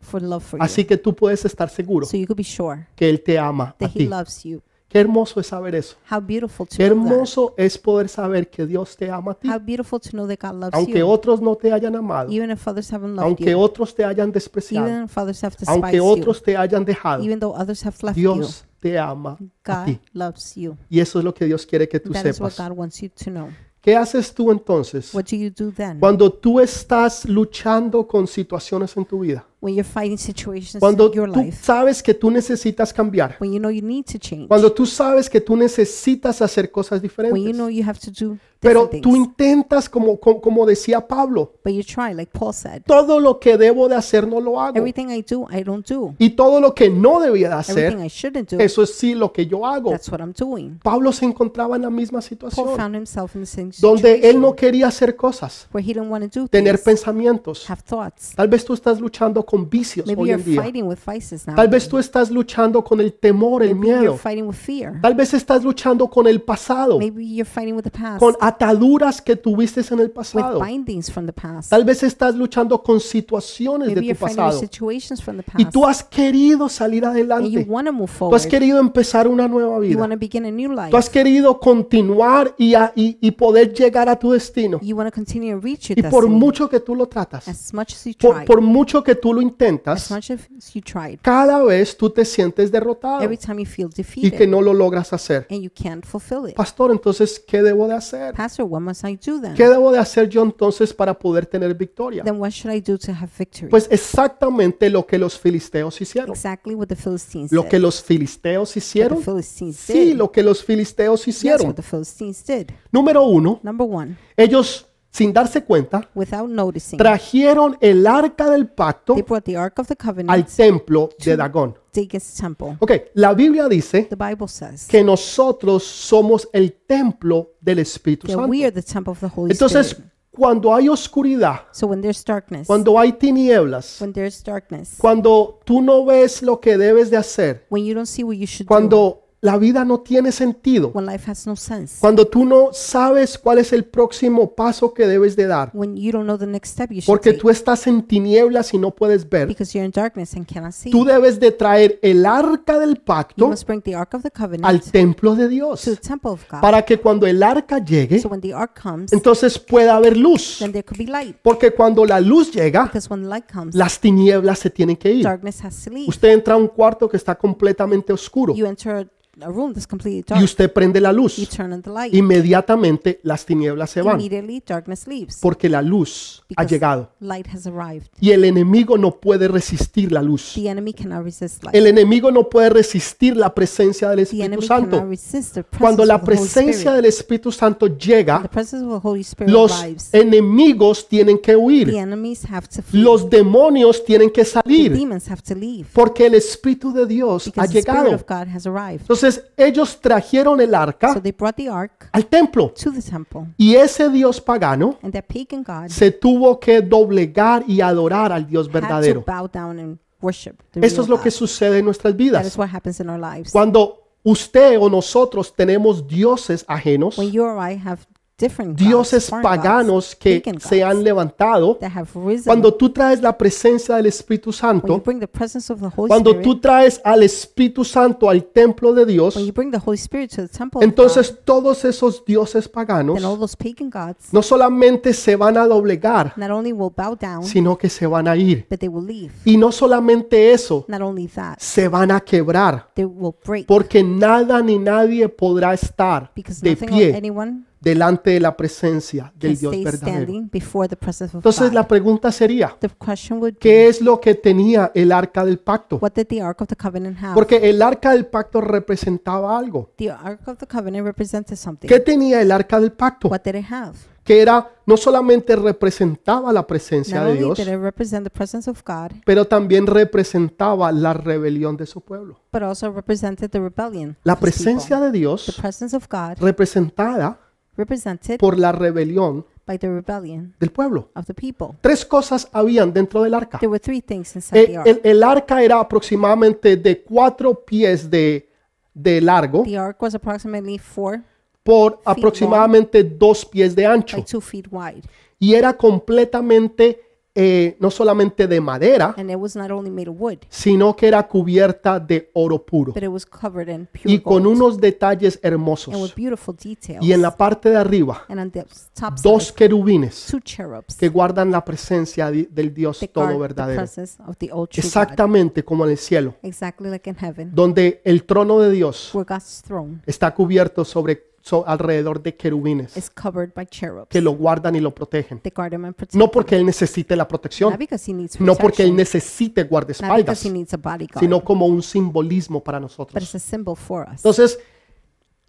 Speaker 2: for love for you.
Speaker 1: Así que tú puedes estar seguro
Speaker 2: So you could be sure
Speaker 1: que Él te ama a
Speaker 2: that He
Speaker 1: ti.
Speaker 2: loves you.
Speaker 1: Qué hermoso es saber eso.
Speaker 2: How beautiful to
Speaker 1: Qué
Speaker 2: know that.
Speaker 1: hermoso es poder saber que Dios te ama a ti,
Speaker 2: How beautiful to know that God loves
Speaker 1: aunque
Speaker 2: you.
Speaker 1: otros no te hayan amado,
Speaker 2: Even if others haven't loved
Speaker 1: aunque
Speaker 2: you.
Speaker 1: otros te hayan despreciado,
Speaker 2: Even if others have despised
Speaker 1: aunque
Speaker 2: you.
Speaker 1: otros te hayan dejado,
Speaker 2: Even though others have left you.
Speaker 1: Dios te ama a
Speaker 2: God
Speaker 1: ti.
Speaker 2: loves you.
Speaker 1: Y eso es lo que Dios quiere que tú
Speaker 2: That is what
Speaker 1: sepas.
Speaker 2: God wants you to know.
Speaker 1: ¿Qué haces tú entonces
Speaker 2: What do you do then?
Speaker 1: cuando tú estás luchando con situaciones en tu vida?
Speaker 2: When you're fighting situations
Speaker 1: Cuando
Speaker 2: in
Speaker 1: tú
Speaker 2: your life.
Speaker 1: sabes que tú necesitas cambiar,
Speaker 2: When you know you need to change.
Speaker 1: cuando tú sabes que tú necesitas hacer cosas
Speaker 2: When you
Speaker 1: diferentes,
Speaker 2: know you have to do
Speaker 1: pero
Speaker 2: different
Speaker 1: tú
Speaker 2: things.
Speaker 1: intentas, como, como, como decía Pablo,
Speaker 2: But you try, like Paul said.
Speaker 1: todo lo que debo de hacer no lo hago.
Speaker 2: Everything I do, I don't do.
Speaker 1: Y todo lo que no debía de hacer,
Speaker 2: Everything I shouldn't do,
Speaker 1: eso es sí lo que yo hago.
Speaker 2: that's what I'm doing.
Speaker 1: Pablo se encontraba en la misma
Speaker 2: Paul
Speaker 1: situación,
Speaker 2: found himself in the same
Speaker 1: donde él
Speaker 2: situation
Speaker 1: no quería hacer cosas,
Speaker 2: where he didn't want to do
Speaker 1: tener
Speaker 2: things,
Speaker 1: pensamientos.
Speaker 2: have thoughts.
Speaker 1: Tal vez tú estás luchando con vicios
Speaker 2: Maybe
Speaker 1: hoy
Speaker 2: you're
Speaker 1: en día.
Speaker 2: fighting with vices now.
Speaker 1: Tal vez tú estás luchando con el temor, el
Speaker 2: Maybe you're
Speaker 1: miedo.
Speaker 2: fighting with fear.
Speaker 1: Tal vez estás luchando con el pasado,
Speaker 2: Maybe you're fighting with the past,
Speaker 1: con ataduras que tuviste en el
Speaker 2: with
Speaker 1: pasado.
Speaker 2: bindings from the past.
Speaker 1: Tal vez estás luchando con situaciones
Speaker 2: Maybe
Speaker 1: de
Speaker 2: you're
Speaker 1: tu
Speaker 2: fighting with
Speaker 1: pasado.
Speaker 2: situations from the
Speaker 1: Y
Speaker 2: past.
Speaker 1: tú has querido salir
Speaker 2: And you
Speaker 1: adelante.
Speaker 2: want to move
Speaker 1: Tú has
Speaker 2: forward.
Speaker 1: querido empezar una nueva
Speaker 2: You
Speaker 1: vida.
Speaker 2: want to begin a new life.
Speaker 1: Tú has querido continuar y, a- y- y poder llegar a tu destino.
Speaker 2: You want to continue to reach your
Speaker 1: Y por
Speaker 2: destiny.
Speaker 1: mucho que tú lo tratas,
Speaker 2: As much as you
Speaker 1: por,
Speaker 2: try,
Speaker 1: por mucho que tú lo
Speaker 2: as
Speaker 1: intentas,
Speaker 2: much as you tried,
Speaker 1: cada vez tú te sientes derrotado
Speaker 2: every time you feel
Speaker 1: y que
Speaker 2: defeated
Speaker 1: no lo logras hacer.
Speaker 2: and you can't fulfill it.
Speaker 1: Pastor, entonces, ¿qué debo de hacer?
Speaker 2: Pastor, what must I do then?
Speaker 1: ¿Qué debo de hacer yo entonces para poder tener victoria?
Speaker 2: Then what should I do to have victory?
Speaker 1: Pues exactamente lo que los filisteos hicieron.
Speaker 2: Exactly what the Philistines
Speaker 1: Lo que
Speaker 2: did.
Speaker 1: los filisteos
Speaker 2: What the
Speaker 1: hicieron.
Speaker 2: Philistines
Speaker 1: Sí,
Speaker 2: did.
Speaker 1: lo que los filisteos
Speaker 2: That's
Speaker 1: hicieron.
Speaker 2: what the Philistines did.
Speaker 1: Número uno,
Speaker 2: Number one,
Speaker 1: ellos, sin darse cuenta,
Speaker 2: without noticing,
Speaker 1: trajeron el arca del pacto
Speaker 2: they brought the Ark of the
Speaker 1: al
Speaker 2: Covenant
Speaker 1: templo de Dagón.
Speaker 2: to Dagon's temple.
Speaker 1: Ok, la Biblia dice
Speaker 2: The Bible says
Speaker 1: que nosotros somos el templo del Espíritu
Speaker 2: that
Speaker 1: Santo.
Speaker 2: we are the temple of the Holy
Speaker 1: Entonces,
Speaker 2: Spirit.
Speaker 1: cuando hay oscuridad,
Speaker 2: So when there's darkness,
Speaker 1: cuando hay tinieblas,
Speaker 2: when there's darkness,
Speaker 1: cuando tú no ves lo que debes de hacer,
Speaker 2: when you don't see what you should do,
Speaker 1: cuando la vida no tiene sentido,
Speaker 2: when life has no sense,
Speaker 1: cuando tú no sabes cuál es el próximo paso que debes de dar,
Speaker 2: when you don't know the next step you should
Speaker 1: porque
Speaker 2: take,
Speaker 1: tú estás en tinieblas y no puedes ver,
Speaker 2: because you're in darkness and cannot see,
Speaker 1: tú
Speaker 2: you
Speaker 1: debes de traer el arca del pacto
Speaker 2: must bring the Ark of the
Speaker 1: al
Speaker 2: Covenant
Speaker 1: templo de
Speaker 2: to the
Speaker 1: Dios
Speaker 2: temple of God.
Speaker 1: para que cuando el arca llegue,
Speaker 2: So when the Ark comes,
Speaker 1: entonces pueda haber luz.
Speaker 2: then there could be light.
Speaker 1: Porque cuando la luz llega,
Speaker 2: Because when light comes,
Speaker 1: las tinieblas se tienen que ir.
Speaker 2: darkness has to leave.
Speaker 1: Usted entra a un cuarto que está completamente oscuro
Speaker 2: You enter a room that's completely
Speaker 1: y
Speaker 2: dark,
Speaker 1: usted prende la
Speaker 2: you
Speaker 1: luz,
Speaker 2: turn on the light.
Speaker 1: inmediatamente las tinieblas se van,
Speaker 2: Immediately, darkness leaves.
Speaker 1: porque la luz ha
Speaker 2: Because
Speaker 1: llegado.
Speaker 2: Light has arrived.
Speaker 1: Y el enemigo no puede resistir la luz.
Speaker 2: The enemy cannot resist light.
Speaker 1: El enemigo no puede resistir la presencia del
Speaker 2: The
Speaker 1: Espíritu
Speaker 2: enemy cannot
Speaker 1: Santo.
Speaker 2: resist the presence
Speaker 1: Cuando la
Speaker 2: of the Holy
Speaker 1: presencia
Speaker 2: Spirit.
Speaker 1: del Espíritu Santo
Speaker 2: The
Speaker 1: llega,
Speaker 2: presence of the Holy Spirit
Speaker 1: los
Speaker 2: arrives.
Speaker 1: enemigos tienen que
Speaker 2: The
Speaker 1: huir,
Speaker 2: enemies have to flee.
Speaker 1: los demonios tienen que
Speaker 2: The
Speaker 1: salir,
Speaker 2: demons have to leave.
Speaker 1: porque el Espíritu de Dios ha
Speaker 2: Because the Spirit
Speaker 1: llegado.
Speaker 2: of God has arrived.
Speaker 1: Entonces ellos trajeron el
Speaker 2: So
Speaker 1: arca
Speaker 2: they brought the ark
Speaker 1: al templo
Speaker 2: to the temple.
Speaker 1: y ese Dios pagano
Speaker 2: And that pagan God
Speaker 1: se tuvo que doblegar y adorar al Dios
Speaker 2: had to
Speaker 1: verdadero.
Speaker 2: bow down and worship the
Speaker 1: Esto es
Speaker 2: real
Speaker 1: lo que
Speaker 2: God.
Speaker 1: sucede en nuestras
Speaker 2: That
Speaker 1: vidas.
Speaker 2: is what happens in our lives.
Speaker 1: Cuando usted o nosotros tenemos dioses ajenos,
Speaker 2: When you or I have different
Speaker 1: dioses
Speaker 2: gods, foreign
Speaker 1: paganos
Speaker 2: gods,
Speaker 1: que
Speaker 2: pagan
Speaker 1: se
Speaker 2: gods
Speaker 1: han levantado,
Speaker 2: that have risen,
Speaker 1: cuando tú traes la presencia del Espíritu
Speaker 2: when you
Speaker 1: Santo,
Speaker 2: bring the presence of the Holy
Speaker 1: cuando
Speaker 2: Spirit,
Speaker 1: tú traes al Espíritu Santo al templo de Dios,
Speaker 2: when you bring the Holy Spirit to the temple, of God,
Speaker 1: entonces todos esos dioses paganos
Speaker 2: then all those pagan gods
Speaker 1: no solamente se van a doblegar,
Speaker 2: not only will bow down,
Speaker 1: sino que se van a ir.
Speaker 2: but they will leave.
Speaker 1: Y no solamente eso,
Speaker 2: Not only that,
Speaker 1: se van a quebrar,
Speaker 2: they will break
Speaker 1: porque nada ni nadie podrá estar
Speaker 2: because
Speaker 1: de
Speaker 2: nothing or
Speaker 1: pie
Speaker 2: anyone
Speaker 1: delante de la presencia
Speaker 2: can
Speaker 1: del Dios
Speaker 2: stay
Speaker 1: verdadero.
Speaker 2: standing before the presence of
Speaker 1: Entonces
Speaker 2: God.
Speaker 1: la pregunta sería,
Speaker 2: the question would be,
Speaker 1: ¿Qué es lo que tenía el arca del pacto?
Speaker 2: what did the Ark of the Covenant have?
Speaker 1: Porque el arca del pacto representaba algo.
Speaker 2: the Ark of the Covenant represented something.
Speaker 1: ¿Qué tenía el arca del pacto?
Speaker 2: What did it have?
Speaker 1: Que era, no solamente representaba la presencia
Speaker 2: Not
Speaker 1: de
Speaker 2: only
Speaker 1: Dios,
Speaker 2: did it represent the presence of God,
Speaker 1: pero también representaba la rebelión de su pueblo.
Speaker 2: but also represented the rebellion.
Speaker 1: La
Speaker 2: of his people.
Speaker 1: presencia de
Speaker 2: the
Speaker 1: Dios
Speaker 2: presence of God
Speaker 1: representada
Speaker 2: represented
Speaker 1: por la rebelión
Speaker 2: by the rebellion
Speaker 1: del pueblo.
Speaker 2: of the people.
Speaker 1: Tres cosas habían dentro del arca.
Speaker 2: There were three things inside
Speaker 1: Eh,
Speaker 2: the
Speaker 1: Ah. El,
Speaker 2: ark.
Speaker 1: el arca era aproximadamente de cuatro pies de, de largo
Speaker 2: the ark was approximately four
Speaker 1: por aproximadamente dos pies de ancho.
Speaker 2: by two feet wide,
Speaker 1: y era completamente eh, no solamente de madera,
Speaker 2: and it was not only made of wood,
Speaker 1: sino que era cubierta de oro puro
Speaker 2: but it was covered in pure
Speaker 1: y con
Speaker 2: gold
Speaker 1: unos detalles
Speaker 2: and with
Speaker 1: hermosos.
Speaker 2: beautiful details.
Speaker 1: Y en la parte de arriba,
Speaker 2: and on the top
Speaker 1: dos
Speaker 2: side,
Speaker 1: querubines
Speaker 2: two cherubs
Speaker 1: que guardan la presencia di- del Dios
Speaker 2: that
Speaker 1: todo
Speaker 2: guard the
Speaker 1: verdadero,
Speaker 2: presence of the old true God,
Speaker 1: exactamente como en el cielo,
Speaker 2: exactly like in heaven,
Speaker 1: donde el trono de Dios
Speaker 2: where God's throne
Speaker 1: está cubierto sobre so- alrededor de querubines
Speaker 2: is covered by cherubs.
Speaker 1: que lo guardan y lo protegen.
Speaker 2: They guard him and protect
Speaker 1: No
Speaker 2: him.
Speaker 1: porque él necesite la protección,
Speaker 2: Not because he needs
Speaker 1: no porque él
Speaker 2: protection,
Speaker 1: necesite
Speaker 2: not because
Speaker 1: guardaespaldas,
Speaker 2: he needs a bodyguard,
Speaker 1: sino como un simbolismo para
Speaker 2: but
Speaker 1: nosotros.
Speaker 2: it's a symbol for us.
Speaker 1: Entonces,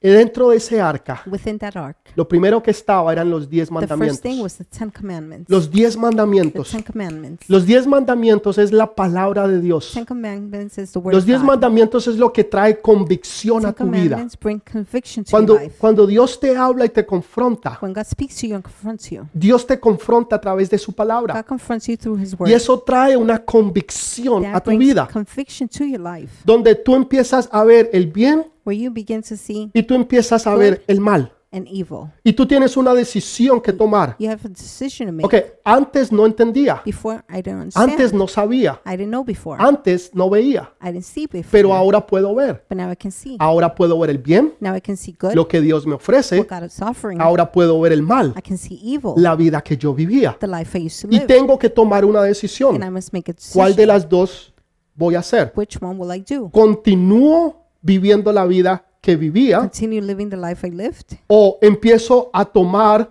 Speaker 1: dentro de ese arca,
Speaker 2: Within that ark,
Speaker 1: lo primero que estaba eran los diez
Speaker 2: the first thing
Speaker 1: mandamientos.
Speaker 2: was the Ten Commandments.
Speaker 1: Los diez
Speaker 2: The
Speaker 1: mandamientos.
Speaker 2: Ten Commandments.
Speaker 1: Los diez mandamientos es la palabra de Dios.
Speaker 2: Ten Commandments is the word
Speaker 1: Los diez
Speaker 2: of God.
Speaker 1: mandamientos es lo que trae convicción a
Speaker 2: Ten
Speaker 1: tu vida.
Speaker 2: Commandments bring conviction to
Speaker 1: Cuando,
Speaker 2: your life.
Speaker 1: cuando Dios te habla y te confronta,
Speaker 2: When God speaks to you and confronts you,
Speaker 1: Dios te confronta a través de su palabra.
Speaker 2: God confronts you through His word.
Speaker 1: Y eso trae una convicción a
Speaker 2: that
Speaker 1: tu
Speaker 2: brings
Speaker 1: vida,
Speaker 2: conviction to your life,
Speaker 1: donde tú empiezas a ver el bien
Speaker 2: where you begin to see
Speaker 1: y tú empiezas a ver el mal.
Speaker 2: an evil.
Speaker 1: Y tú tienes una decisión que tomar.
Speaker 2: You have a decision to make.
Speaker 1: Ok, antes no entendía,
Speaker 2: Before I didn't understand.
Speaker 1: antes no sabía,
Speaker 2: I didn't know before.
Speaker 1: antes no veía,
Speaker 2: I didn't see before.
Speaker 1: pero ahora puedo ver.
Speaker 2: but now I can see.
Speaker 1: Ahora puedo ver el bien,
Speaker 2: now I can see good.
Speaker 1: lo que Dios me ofrece.
Speaker 2: what God is offering.
Speaker 1: Ahora puedo ver el mal,
Speaker 2: I can see evil.
Speaker 1: la vida que yo vivía.
Speaker 2: the life I used to
Speaker 1: Y
Speaker 2: live.
Speaker 1: tengo que tomar una
Speaker 2: and I
Speaker 1: decisión.
Speaker 2: must make a
Speaker 1: ¿Cuál
Speaker 2: decision.
Speaker 1: de las dos voy a hacer?
Speaker 2: Which one will I do?
Speaker 1: ¿Continúo viviendo la vida que vivía
Speaker 2: Continue living the life I lived
Speaker 1: o empiezo a tomar
Speaker 2: or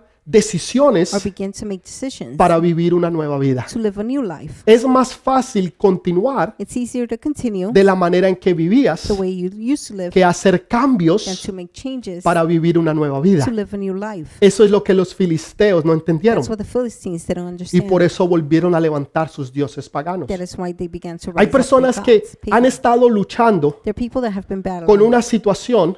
Speaker 1: decisiones
Speaker 2: begin to make decisions
Speaker 1: para vivir una nueva vida?
Speaker 2: to live a new life?
Speaker 1: Es más fácil continuar
Speaker 2: It's easier to continue
Speaker 1: de la manera en que vivías
Speaker 2: the way you used to live
Speaker 1: que hacer
Speaker 2: than
Speaker 1: cambios
Speaker 2: to make changes
Speaker 1: para vivir una nueva vida.
Speaker 2: to live a new life.
Speaker 1: Eso es lo que los filisteos no entendieron
Speaker 2: That's what the Philistines didn't
Speaker 1: y
Speaker 2: understand.
Speaker 1: por eso volvieron a levantar sus dioses paganos.
Speaker 2: That is why they began to rise
Speaker 1: Hay
Speaker 2: up their
Speaker 1: personas
Speaker 2: gods,
Speaker 1: que han
Speaker 2: pagan.
Speaker 1: estado luchando
Speaker 2: There are people that have been
Speaker 1: con
Speaker 2: battling
Speaker 1: una situación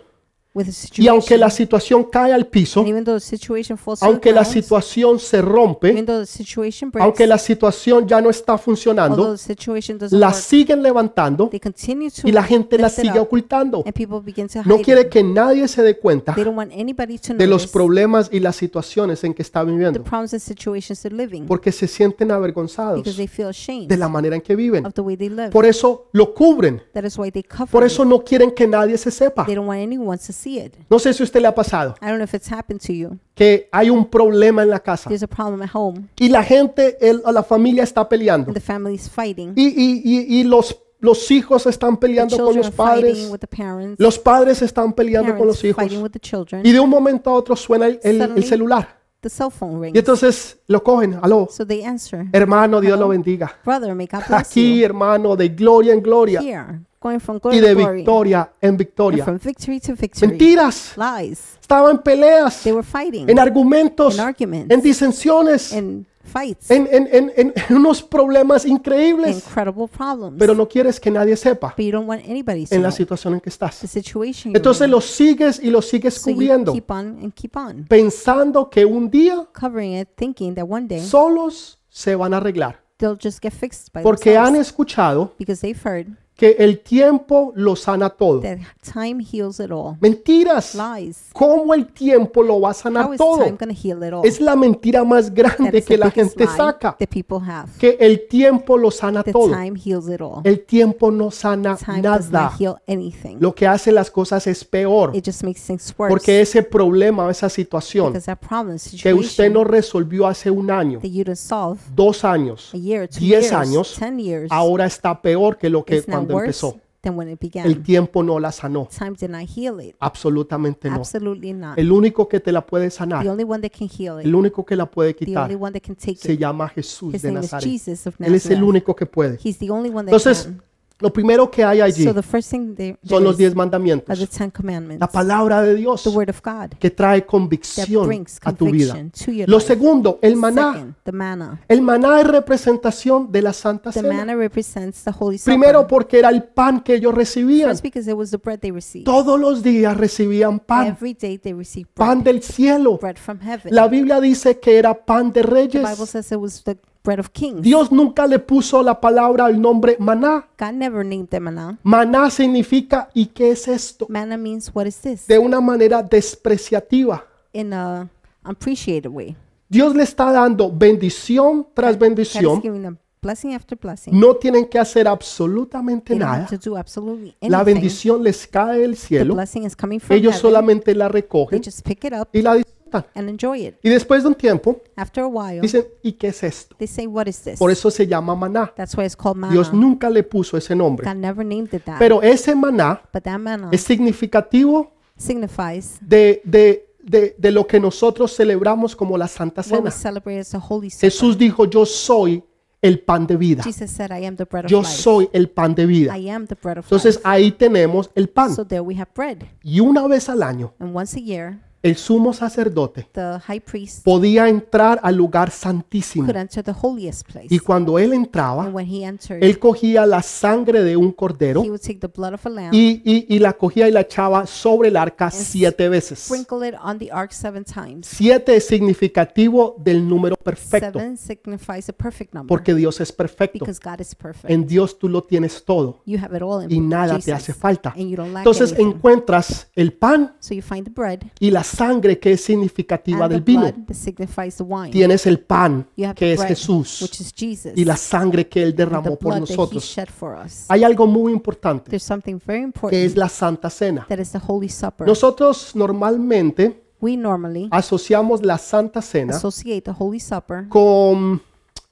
Speaker 2: with a
Speaker 1: y aunque
Speaker 2: situation.
Speaker 1: la situación cae al piso,
Speaker 2: and even though the situation falls to the
Speaker 1: aunque la
Speaker 2: ground,
Speaker 1: situación se
Speaker 2: even
Speaker 1: rompe,
Speaker 2: though the situation breaks,
Speaker 1: aunque la situación ya no está
Speaker 2: although
Speaker 1: funcionando,
Speaker 2: the situation doesn't
Speaker 1: la
Speaker 2: work,
Speaker 1: siguen levantando
Speaker 2: they continue to
Speaker 1: y la gente la
Speaker 2: lift it
Speaker 1: sigue
Speaker 2: up,
Speaker 1: ocultando.
Speaker 2: and people begin to
Speaker 1: No
Speaker 2: hide
Speaker 1: quiere
Speaker 2: it.
Speaker 1: que nadie se dé cuenta
Speaker 2: They don't want anybody to
Speaker 1: de los
Speaker 2: notice
Speaker 1: problemas y las situaciones en que está
Speaker 2: the
Speaker 1: viviendo,
Speaker 2: problems and situations they're living
Speaker 1: porque se sienten avergonzados
Speaker 2: because they feel ashamed
Speaker 1: de la manera en que viven.
Speaker 2: of the way they live.
Speaker 1: Por eso lo cubren.
Speaker 2: That is why they cover
Speaker 1: Por
Speaker 2: it.
Speaker 1: eso no quieren que nadie se sepa.
Speaker 2: They don't want anyone to see it.
Speaker 1: No sé si a usted le ha pasado
Speaker 2: I don't know if it's happened to you.
Speaker 1: que hay un problema en la casa
Speaker 2: There's a problem at home
Speaker 1: y la gente, el- la familia está peleando
Speaker 2: and the family's fighting
Speaker 1: y, y- y- y los, los hijos están
Speaker 2: The
Speaker 1: peleando con
Speaker 2: children
Speaker 1: los
Speaker 2: are fighting
Speaker 1: padres,
Speaker 2: with the parents.
Speaker 1: los padres están peleando con
Speaker 2: parents
Speaker 1: los hijos.
Speaker 2: fighting with the children.
Speaker 1: Y de un momento a otro suena el, el- el
Speaker 2: Suddenly-
Speaker 1: celular.
Speaker 2: the cell phone rings.
Speaker 1: Y entonces lo cogen, aló,
Speaker 2: so they answer.
Speaker 1: hermano, Dios lo
Speaker 2: Hello.
Speaker 1: bendiga.
Speaker 2: Brother, may God bless
Speaker 1: Aquí,
Speaker 2: you.
Speaker 1: hermano, de gloria en gloria
Speaker 2: Here, going from glory
Speaker 1: y de
Speaker 2: to glory.
Speaker 1: victoria en
Speaker 2: and
Speaker 1: victoria.
Speaker 2: from victory to victory.
Speaker 1: Mentiras.
Speaker 2: Lies.
Speaker 1: Estaban en peleas,
Speaker 2: They were fighting
Speaker 1: en argumentos,
Speaker 2: in arguments,
Speaker 1: en disensiones, en,
Speaker 2: in fights,
Speaker 1: en- en- en- en unos problemas increíbles.
Speaker 2: incredible problems.
Speaker 1: Pero no quieres que nadie sepa
Speaker 2: but you don't want anybody to
Speaker 1: en la
Speaker 2: know
Speaker 1: situación en que
Speaker 2: the
Speaker 1: estás.
Speaker 2: situation. you're
Speaker 1: Entonces
Speaker 2: in.
Speaker 1: lo sigues y lo sigues
Speaker 2: so you
Speaker 1: cubriendo,
Speaker 2: keep on and keep on
Speaker 1: pensando que un día
Speaker 2: covering it, thinking that one day
Speaker 1: solos se van a arreglar.
Speaker 2: they'll just get fixed by
Speaker 1: Porque han
Speaker 2: themselves.
Speaker 1: escuchado
Speaker 2: because they've heard
Speaker 1: que el tiempo lo sana todo.
Speaker 2: that time heals it all.
Speaker 1: Mentiras.
Speaker 2: Lies.
Speaker 1: ¿Cómo el tiempo lo va a
Speaker 2: How
Speaker 1: sanar
Speaker 2: is
Speaker 1: todo?
Speaker 2: time going to heal it all?
Speaker 1: Es la mentira más
Speaker 2: That
Speaker 1: grande
Speaker 2: is
Speaker 1: que
Speaker 2: the
Speaker 1: la
Speaker 2: biggest
Speaker 1: gente
Speaker 2: lie
Speaker 1: saca.
Speaker 2: that people have.
Speaker 1: Que el tiempo lo sana
Speaker 2: That
Speaker 1: todo.
Speaker 2: time heals it all.
Speaker 1: El tiempo no sana
Speaker 2: Time does
Speaker 1: nada.
Speaker 2: not heal anything.
Speaker 1: Lo que hace las cosas es peor.
Speaker 2: It just makes things worse.
Speaker 1: Porque ese problema, esa situación
Speaker 2: because that problem is
Speaker 1: que usted
Speaker 2: situation
Speaker 1: no resolvió hace un año,
Speaker 2: that you didn't solve
Speaker 1: dos años,
Speaker 2: a year, two
Speaker 1: 10
Speaker 2: years,
Speaker 1: años,
Speaker 2: ten years,
Speaker 1: ahora está peor que lo que
Speaker 2: is now
Speaker 1: cuando
Speaker 2: worse
Speaker 1: empezó.
Speaker 2: than when it began.
Speaker 1: El tiempo no la sanó.
Speaker 2: time did not heal it.
Speaker 1: Absolutamente no.
Speaker 2: Absolutely not.
Speaker 1: El único que te la puede
Speaker 2: the
Speaker 1: sanar,
Speaker 2: only one that can heal it,
Speaker 1: el único que la puede
Speaker 2: the only
Speaker 1: quitar,
Speaker 2: one that can take
Speaker 1: se
Speaker 2: it,
Speaker 1: llama Jesús
Speaker 2: his
Speaker 1: de
Speaker 2: name is
Speaker 1: Nazaret.
Speaker 2: Jesus of
Speaker 1: Él es el
Speaker 2: Nazareth.
Speaker 1: único que puede.
Speaker 2: He's the only one that
Speaker 1: Entonces,
Speaker 2: can.
Speaker 1: lo primero que hay allí
Speaker 2: So the first thing they
Speaker 1: son los
Speaker 2: there is
Speaker 1: diez
Speaker 2: are the
Speaker 1: mandamientos.
Speaker 2: Ten Commandments,
Speaker 1: La palabra de Dios
Speaker 2: the Word of God
Speaker 1: que trae
Speaker 2: that
Speaker 1: convicción
Speaker 2: brings
Speaker 1: a tu vida.
Speaker 2: conviction to your
Speaker 1: Lo
Speaker 2: life.
Speaker 1: segundo, el maná.
Speaker 2: Second, the manna.
Speaker 1: El maná es representación de la Santa
Speaker 2: The
Speaker 1: Cena.
Speaker 2: manna represents the Holy Supper.
Speaker 1: Primero porque era el pan que ellos recibían.
Speaker 2: First, because it was the bread they received.
Speaker 1: Todos los días recibían pan,
Speaker 2: Every day they received bread,
Speaker 1: pan del cielo.
Speaker 2: bread from heaven.
Speaker 1: La Biblia dice que era pan de
Speaker 2: the Bible
Speaker 1: reyes.
Speaker 2: says it was the bread of kings.
Speaker 1: Dios nunca le puso la palabra el nombre maná.
Speaker 2: God never named them manna.
Speaker 1: Maná significa ¿y qué es esto?
Speaker 2: Manna means what is this?
Speaker 1: De una manera despreciativa.
Speaker 2: In a appreciated way.
Speaker 1: Dios le está dando bendición tras
Speaker 2: God is
Speaker 1: bendición.
Speaker 2: giving them blessing after blessing.
Speaker 1: No tienen que hacer absolutamente
Speaker 2: they don't have
Speaker 1: nada.
Speaker 2: to do absolutely
Speaker 1: La
Speaker 2: anything.
Speaker 1: bendición les cae del
Speaker 2: The
Speaker 1: cielo.
Speaker 2: blessing is coming from
Speaker 1: Ellos
Speaker 2: heaven.
Speaker 1: solamente la
Speaker 2: They
Speaker 1: recogen
Speaker 2: just pick it up
Speaker 1: y la disfrutan.
Speaker 2: and enjoy it.
Speaker 1: Y después de un tiempo
Speaker 2: After a while,
Speaker 1: dicen, ¿y qué es esto?
Speaker 2: they say, what is this?
Speaker 1: Por eso se llama maná.
Speaker 2: That's why it's called manna.
Speaker 1: Dios nunca le puso ese nombre.
Speaker 2: God never named it that.
Speaker 1: Pero ese maná
Speaker 2: but that manna
Speaker 1: es significativo
Speaker 2: signifies
Speaker 1: de, de, de, de lo que nosotros celebramos como la Santa
Speaker 2: what we
Speaker 1: Cena.
Speaker 2: celebrate as the Holy Supper.
Speaker 1: Jesús dijo, yo soy el pan de vida.
Speaker 2: Jesus said, I am the bread of
Speaker 1: Yo
Speaker 2: life.
Speaker 1: soy el pan de
Speaker 2: I
Speaker 1: vida.
Speaker 2: am the bread of
Speaker 1: Entonces ahí tenemos el pan.
Speaker 2: life. So there we have bread.
Speaker 1: Y una vez al año,
Speaker 2: And once a year,
Speaker 1: el sumo sacerdote
Speaker 2: the high priest
Speaker 1: podía entrar al lugar santísimo.
Speaker 2: could enter the holiest place.
Speaker 1: Y cuando él entraba,
Speaker 2: and when he entered,
Speaker 1: él cogía la sangre de un cordero
Speaker 2: he would take the blood of a lamb,
Speaker 1: y, y- y la cogía y la echaba sobre el arca siete veces.
Speaker 2: sprinkle it on the ark seven times.
Speaker 1: Siete es significativo del número perfecto,
Speaker 2: Seven signifies a perfect number
Speaker 1: porque Dios es perfecto.
Speaker 2: because God is perfect.
Speaker 1: En Dios tú lo tienes todo
Speaker 2: you have it all in
Speaker 1: y nada te
Speaker 2: Jesus,
Speaker 1: hace falta.
Speaker 2: And you don't lack
Speaker 1: Entonces
Speaker 2: anything.
Speaker 1: encuentras el pan
Speaker 2: so you find the bread
Speaker 1: y la sangre que es significativa
Speaker 2: and the
Speaker 1: del vino.
Speaker 2: blood that signifies the wine.
Speaker 1: Tienes el pan
Speaker 2: You have
Speaker 1: que
Speaker 2: the
Speaker 1: es
Speaker 2: bread,
Speaker 1: Jesús
Speaker 2: which is Jesus,
Speaker 1: y la sangre que Él
Speaker 2: and the
Speaker 1: derramó por
Speaker 2: blood that He
Speaker 1: nosotros.
Speaker 2: shed for us.
Speaker 1: Hay algo muy importante
Speaker 2: There's something very
Speaker 1: que es
Speaker 2: important
Speaker 1: la Santa Cena.
Speaker 2: that is the Holy Supper.
Speaker 1: Nosotros normalmente
Speaker 2: We normally
Speaker 1: asociamos la Santa Cena
Speaker 2: associate the Holy Supper
Speaker 1: con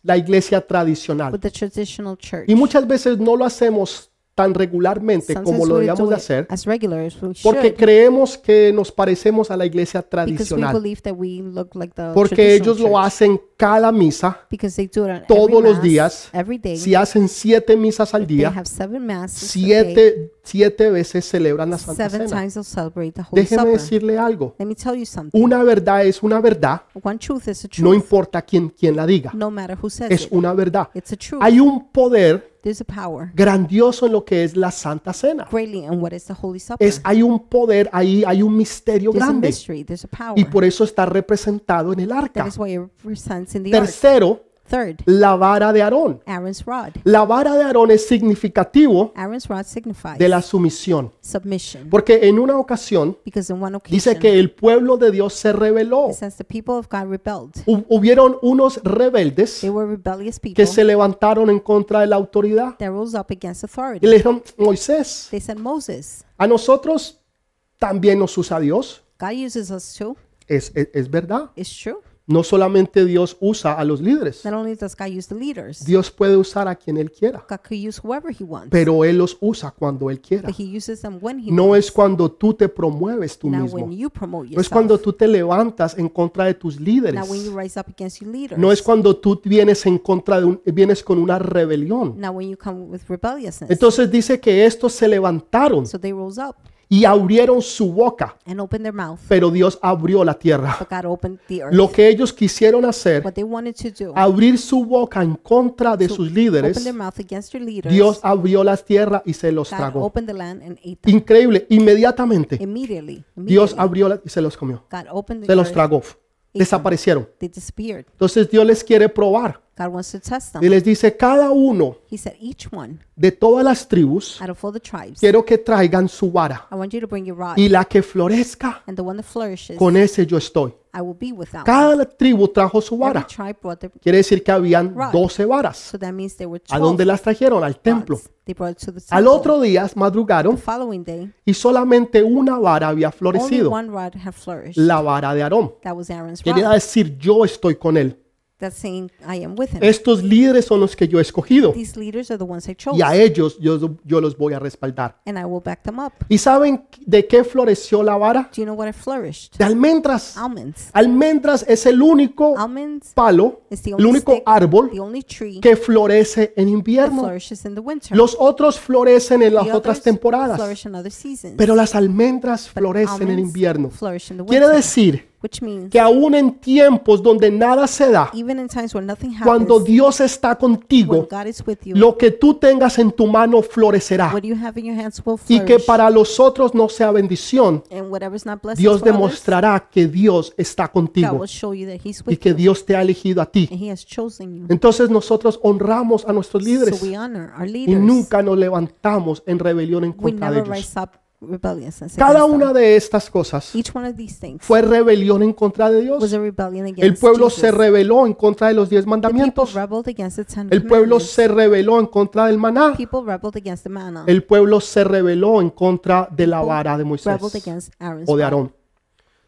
Speaker 1: la iglesia tradicional
Speaker 2: with the traditional church.
Speaker 1: y muchas veces no lo hacemos tan regularmente como
Speaker 2: Sometimes
Speaker 1: lo
Speaker 2: we do
Speaker 1: deberíamos de
Speaker 2: it
Speaker 1: hacer
Speaker 2: as regular as we
Speaker 1: porque
Speaker 2: should
Speaker 1: creemos que nos parecemos a la iglesia
Speaker 2: because we
Speaker 1: tradicional
Speaker 2: believe that we look like the
Speaker 1: porque
Speaker 2: traditional
Speaker 1: ellos lo
Speaker 2: church.
Speaker 1: hacen cada misa
Speaker 2: Because they do it on
Speaker 1: todos
Speaker 2: every
Speaker 1: los
Speaker 2: mass,
Speaker 1: días,
Speaker 2: every day.
Speaker 1: si hacen siete misas al
Speaker 2: they
Speaker 1: día
Speaker 2: have seven masses. a day.
Speaker 1: siete, siete veces celebran la Santa
Speaker 2: seven
Speaker 1: Cena.
Speaker 2: times they'll celebrate the Holy
Speaker 1: Déjeme
Speaker 2: Supper.
Speaker 1: decirle algo.
Speaker 2: Let me tell you something.
Speaker 1: Una verdad es una verdad,
Speaker 2: One truth is a
Speaker 1: no
Speaker 2: truth,
Speaker 1: importa quién, quién la diga.
Speaker 2: no matter who says
Speaker 1: Es
Speaker 2: it.
Speaker 1: una verdad.
Speaker 2: It's a truth.
Speaker 1: Hay un poder
Speaker 2: There's a power
Speaker 1: grandioso en lo que es la Santa Cena.
Speaker 2: greatly in what is the Holy Supper.
Speaker 1: Es, hay un poder ahí, hay un misterio
Speaker 2: There's a
Speaker 1: grande.
Speaker 2: mystery. There's a power.
Speaker 1: Y por eso está representado en el
Speaker 2: That
Speaker 1: arca.
Speaker 2: is why it represents in the ark.
Speaker 1: Tercero,
Speaker 2: Third,
Speaker 1: la vara de Aarón.
Speaker 2: Aaron's rod.
Speaker 1: La vara de Aarón es significativo
Speaker 2: Aaron's rod signifies
Speaker 1: de la sumisión.
Speaker 2: submission.
Speaker 1: Porque en una ocasión
Speaker 2: Because in one
Speaker 1: dice
Speaker 2: occasion,
Speaker 1: que el pueblo de Dios se rebeló.
Speaker 2: it says the people of God rebelled.
Speaker 1: Hu- hubieron unos rebeldes
Speaker 2: They were rebellious people
Speaker 1: que se levantaron en contra de la autoridad
Speaker 2: that rose up against authority.
Speaker 1: y le dijeron, Moisés,
Speaker 2: They said, Moses,
Speaker 1: a nosotros también nos usa Dios.
Speaker 2: God uses us too.
Speaker 1: Es, es, es verdad.
Speaker 2: It's true.
Speaker 1: No solamente Dios usa a los líderes,
Speaker 2: Not only does God use the leaders,
Speaker 1: Dios puede usar a quien Él quiera,
Speaker 2: God could use whoever He wants,
Speaker 1: pero Él los usa cuando Él quiera.
Speaker 2: but He uses them when He
Speaker 1: No
Speaker 2: wants.
Speaker 1: es cuando tú te promueves tú
Speaker 2: Not
Speaker 1: mismo,
Speaker 2: when you promote
Speaker 1: no es
Speaker 2: yourself.
Speaker 1: cuando tú te levantas en contra de tus líderes,
Speaker 2: Not when you rise up against your leaders.
Speaker 1: no es cuando tú vienes en contra de un- vienes con una rebelión.
Speaker 2: Not when you come with rebelliousness.
Speaker 1: Entonces dice que estos se levantaron
Speaker 2: so they rose up
Speaker 1: y abrieron su boca,
Speaker 2: and opened their mouth,
Speaker 1: pero Dios abrió la tierra.
Speaker 2: but God opened the earth.
Speaker 1: Lo que ellos quisieron hacer,
Speaker 2: what they wanted to do,
Speaker 1: abrir su boca en contra de sus
Speaker 2: open
Speaker 1: líderes,
Speaker 2: their mouth against their leaders.
Speaker 1: Dios abrió la tierra y se los
Speaker 2: God
Speaker 1: tragó.
Speaker 2: opened the land and ate them
Speaker 1: Increíble, inmediatamente
Speaker 2: immediately.
Speaker 1: Dios
Speaker 2: immediately.
Speaker 1: abrió la- y se los comió,
Speaker 2: God opened the
Speaker 1: se los
Speaker 2: earth.
Speaker 1: tragó, desaparecieron.
Speaker 2: They disappeared.
Speaker 1: Entonces Dios les quiere probar
Speaker 2: God wants to test
Speaker 1: y
Speaker 2: them.
Speaker 1: les dice, cada uno
Speaker 2: He said, each one
Speaker 1: de todas las tribus,
Speaker 2: out of all the tribes,
Speaker 1: quiero que traigan su vara
Speaker 2: I want you to bring your rod,
Speaker 1: y la que florezca,
Speaker 2: and the one that flourishes,
Speaker 1: con ese yo estoy.
Speaker 2: I will be without.
Speaker 1: Cada tribu trajo su
Speaker 2: Every
Speaker 1: vara.
Speaker 2: tribe brought their,
Speaker 1: Quiere decir que habían 12 varas.
Speaker 2: so that means there were
Speaker 1: ¿A
Speaker 2: 12
Speaker 1: dónde las trajeron? Al templo.
Speaker 2: rods. They brought it to the
Speaker 1: Al
Speaker 2: temple.
Speaker 1: otro día madrugaron
Speaker 2: The following day,
Speaker 1: y solamente una vara había
Speaker 2: only
Speaker 1: florecido,
Speaker 2: one rod had flourished.
Speaker 1: la vara de Aarón.
Speaker 2: that was Aaron's
Speaker 1: Quería
Speaker 2: rod.
Speaker 1: decir, yo estoy con él.
Speaker 2: That's saying, I am with him.
Speaker 1: Estos líderes son los que yo he escogido
Speaker 2: These leaders are the ones I chose,
Speaker 1: y a ellos yo, yo los voy a respaldar.
Speaker 2: and I will back them up.
Speaker 1: ¿Y saben de qué floreció la vara?
Speaker 2: Do you know what I flourished?
Speaker 1: De almendras.
Speaker 2: Almonds.
Speaker 1: Almendras es el único
Speaker 2: Almonds
Speaker 1: palo,
Speaker 2: is the
Speaker 1: el
Speaker 2: only
Speaker 1: único
Speaker 2: stick,
Speaker 1: árbol
Speaker 2: the only tree
Speaker 1: que florece en
Speaker 2: that
Speaker 1: invierno.
Speaker 2: flourishes in the winter.
Speaker 1: Los otros florecen en las
Speaker 2: The
Speaker 1: otras
Speaker 2: others
Speaker 1: temporadas,
Speaker 2: flourish in other seasons.
Speaker 1: pero las almendras florecen en
Speaker 2: Almonds
Speaker 1: invierno.
Speaker 2: flourish in the
Speaker 1: Quiere
Speaker 2: winter,
Speaker 1: decir
Speaker 2: which means
Speaker 1: que aún en tiempos donde nada se da,
Speaker 2: even in times when nothing happens,
Speaker 1: cuando Dios está
Speaker 2: when
Speaker 1: contigo,
Speaker 2: God is with you,
Speaker 1: lo que tú tengas en tu mano florecerá.
Speaker 2: what you have in your hands will
Speaker 1: Y
Speaker 2: flourish.
Speaker 1: que para los otros no sea bendición,
Speaker 2: and whatever's not blessed
Speaker 1: Dios
Speaker 2: for others,
Speaker 1: demostrará que Dios está
Speaker 2: God
Speaker 1: contigo
Speaker 2: will show you that He's
Speaker 1: y
Speaker 2: with
Speaker 1: que
Speaker 2: you,
Speaker 1: Dios te ha elegido a ti.
Speaker 2: and He has chosen you.
Speaker 1: Entonces nosotros honramos a nuestros líderes
Speaker 2: So we honor our
Speaker 1: y
Speaker 2: leaders.
Speaker 1: nunca nos levantamos en rebelión en
Speaker 2: we
Speaker 1: contra de
Speaker 2: never
Speaker 1: ellos.
Speaker 2: rise up rebellious. and
Speaker 1: Cada
Speaker 2: against them.
Speaker 1: una de estas cosas
Speaker 2: Each one of these things
Speaker 1: fue rebelión en contra de Dios.
Speaker 2: was a rebellion against
Speaker 1: El pueblo se
Speaker 2: Jesus.
Speaker 1: rebeló en contra de los diez
Speaker 2: The people
Speaker 1: mandamientos.
Speaker 2: rebelled against the Ten
Speaker 1: El pueblo
Speaker 2: Commandments.
Speaker 1: se rebeló en contra del maná.
Speaker 2: People rebelled against the manna.
Speaker 1: El pueblo se rebeló en contra de la vara de Moisés
Speaker 2: rebelled against Aaron's
Speaker 1: o de
Speaker 2: rod.
Speaker 1: Aarón.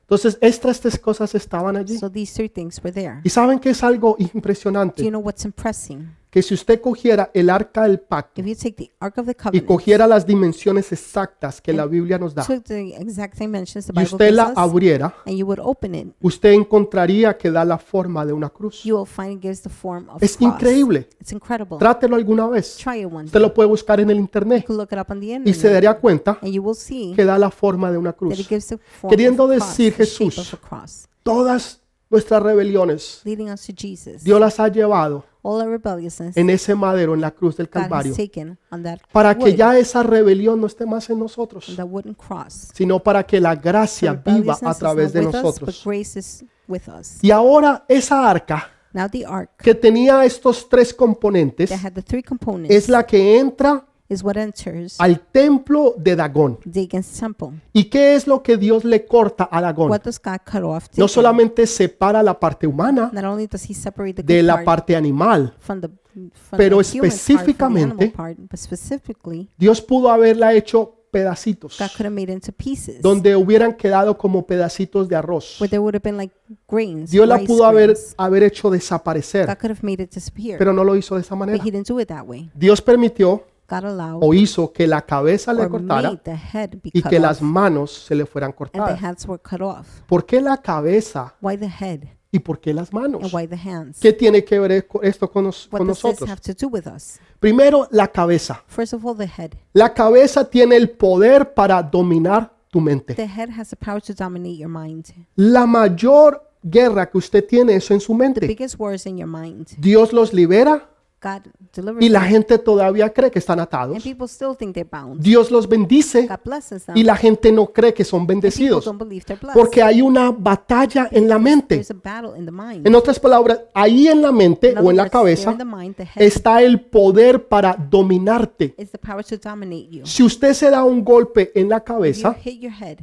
Speaker 1: Entonces, estas tres cosas estaban allí.
Speaker 2: So these three things were there.
Speaker 1: Y saben que es algo
Speaker 2: Do you
Speaker 1: impresionante,
Speaker 2: know what's impressing?
Speaker 1: que si usted cogiera el arca del pacto
Speaker 2: If you take the Ark of the
Speaker 1: y
Speaker 2: Covenant,
Speaker 1: cogiera las dimensiones exactas que la Biblia nos da,
Speaker 2: took the exact dimensions the
Speaker 1: y
Speaker 2: Bible
Speaker 1: usted
Speaker 2: gives
Speaker 1: la
Speaker 2: us,
Speaker 1: abriera,
Speaker 2: and you would open it,
Speaker 1: usted encontraría que da la forma de una cruz.
Speaker 2: you will find it gives the form of
Speaker 1: Es
Speaker 2: cross.
Speaker 1: increíble.
Speaker 2: It's incredible.
Speaker 1: Trátelo alguna vez.
Speaker 2: Try it one
Speaker 1: Usted
Speaker 2: day.
Speaker 1: lo puede buscar en el
Speaker 2: You
Speaker 1: internet
Speaker 2: can look it up on the
Speaker 1: y se
Speaker 2: internet,
Speaker 1: daría cuenta
Speaker 2: and you will see
Speaker 1: que da la forma de una
Speaker 2: that it
Speaker 1: cruz.
Speaker 2: gives the form
Speaker 1: Queriendo
Speaker 2: of a cross,
Speaker 1: decir
Speaker 2: the shape
Speaker 1: Jesús,
Speaker 2: of a cross,
Speaker 1: Todas nuestras rebeliones,
Speaker 2: leading us to Jesus.
Speaker 1: Dios las ha llevado
Speaker 2: All our rebelliousness
Speaker 1: en ese madero, en la cruz del
Speaker 2: God
Speaker 1: Calvario,
Speaker 2: has taken on that
Speaker 1: para que
Speaker 2: wood,
Speaker 1: ya esa rebelión no esté más en nosotros,
Speaker 2: that wooden cross.
Speaker 1: sino para que la gracia viva
Speaker 2: Rebelliousness
Speaker 1: a
Speaker 2: is
Speaker 1: través
Speaker 2: not
Speaker 1: de
Speaker 2: with us, but
Speaker 1: nosotros.
Speaker 2: grace is with us.
Speaker 1: Y ahora esa arca
Speaker 2: Now the ark
Speaker 1: que tenía estos tres componentes
Speaker 2: that had the three components
Speaker 1: es la que entra
Speaker 2: is what enters
Speaker 1: al templo de Dagón.
Speaker 2: Dagon's temple.
Speaker 1: ¿Y qué es lo que Dios le corta a Dagón?
Speaker 2: What does God cut off?
Speaker 1: No
Speaker 2: Dagon?
Speaker 1: solamente separa la parte humana
Speaker 2: Not only does he separate the
Speaker 1: de
Speaker 2: good
Speaker 1: la
Speaker 2: part
Speaker 1: parte animal.
Speaker 2: from the from
Speaker 1: pero
Speaker 2: the human part, from the animal
Speaker 1: específicamente-
Speaker 2: part, but specifically
Speaker 1: Dios pudo haberla hecho pedacitos,
Speaker 2: God could have made it into pieces
Speaker 1: donde hubieran quedado como pedacitos de arroz.
Speaker 2: where there would have been like grains.
Speaker 1: Dios la
Speaker 2: rice
Speaker 1: pudo haber,
Speaker 2: grains.
Speaker 1: haber hecho
Speaker 2: God
Speaker 1: desaparecer,
Speaker 2: could have made it disappear,
Speaker 1: pero no lo hizo de esa
Speaker 2: but
Speaker 1: manera.
Speaker 2: he didn't do it that way.
Speaker 1: Dios permitió
Speaker 2: God allowed
Speaker 1: o hizo que la cabeza le
Speaker 2: or
Speaker 1: cortara
Speaker 2: made the head be
Speaker 1: y
Speaker 2: cut
Speaker 1: que
Speaker 2: off,
Speaker 1: las manos se le fueran
Speaker 2: and the
Speaker 1: cortadas.
Speaker 2: hands were cut off.
Speaker 1: ¿Por qué la cabeza
Speaker 2: Why the head
Speaker 1: y por qué las
Speaker 2: and
Speaker 1: manos?
Speaker 2: why the hands?
Speaker 1: ¿Qué tiene que ver eco- esto con, nos-
Speaker 2: What
Speaker 1: con
Speaker 2: does this
Speaker 1: nosotros?
Speaker 2: have to do with us?
Speaker 1: Primero, la cabeza.
Speaker 2: First of all, the head.
Speaker 1: La cabeza tiene el poder para dominar tu mente.
Speaker 2: The head has the power to dominate your mind.
Speaker 1: La mayor guerra que usted tiene es en su
Speaker 2: The
Speaker 1: mente.
Speaker 2: biggest war is in your mind.
Speaker 1: Dios los libera
Speaker 2: God delivers
Speaker 1: y la
Speaker 2: them,
Speaker 1: gente todavía cree que están
Speaker 2: and
Speaker 1: atados.
Speaker 2: people still think they're bound.
Speaker 1: Dios los bendice
Speaker 2: God blesses them.
Speaker 1: y la gente no cree que son
Speaker 2: People
Speaker 1: bendecidos
Speaker 2: don't believe they're blessed.
Speaker 1: porque hay una batalla en la mente.
Speaker 2: There's a battle in the mind.
Speaker 1: En otras palabras, ahí en la mente
Speaker 2: In
Speaker 1: o
Speaker 2: other
Speaker 1: en la
Speaker 2: words, they're
Speaker 1: cabeza
Speaker 2: in the mind, the head
Speaker 1: está el poder para dominarte.
Speaker 2: is the power to dominate you.
Speaker 1: Si usted se da un golpe en la
Speaker 2: If you
Speaker 1: cabeza,
Speaker 2: hit your head,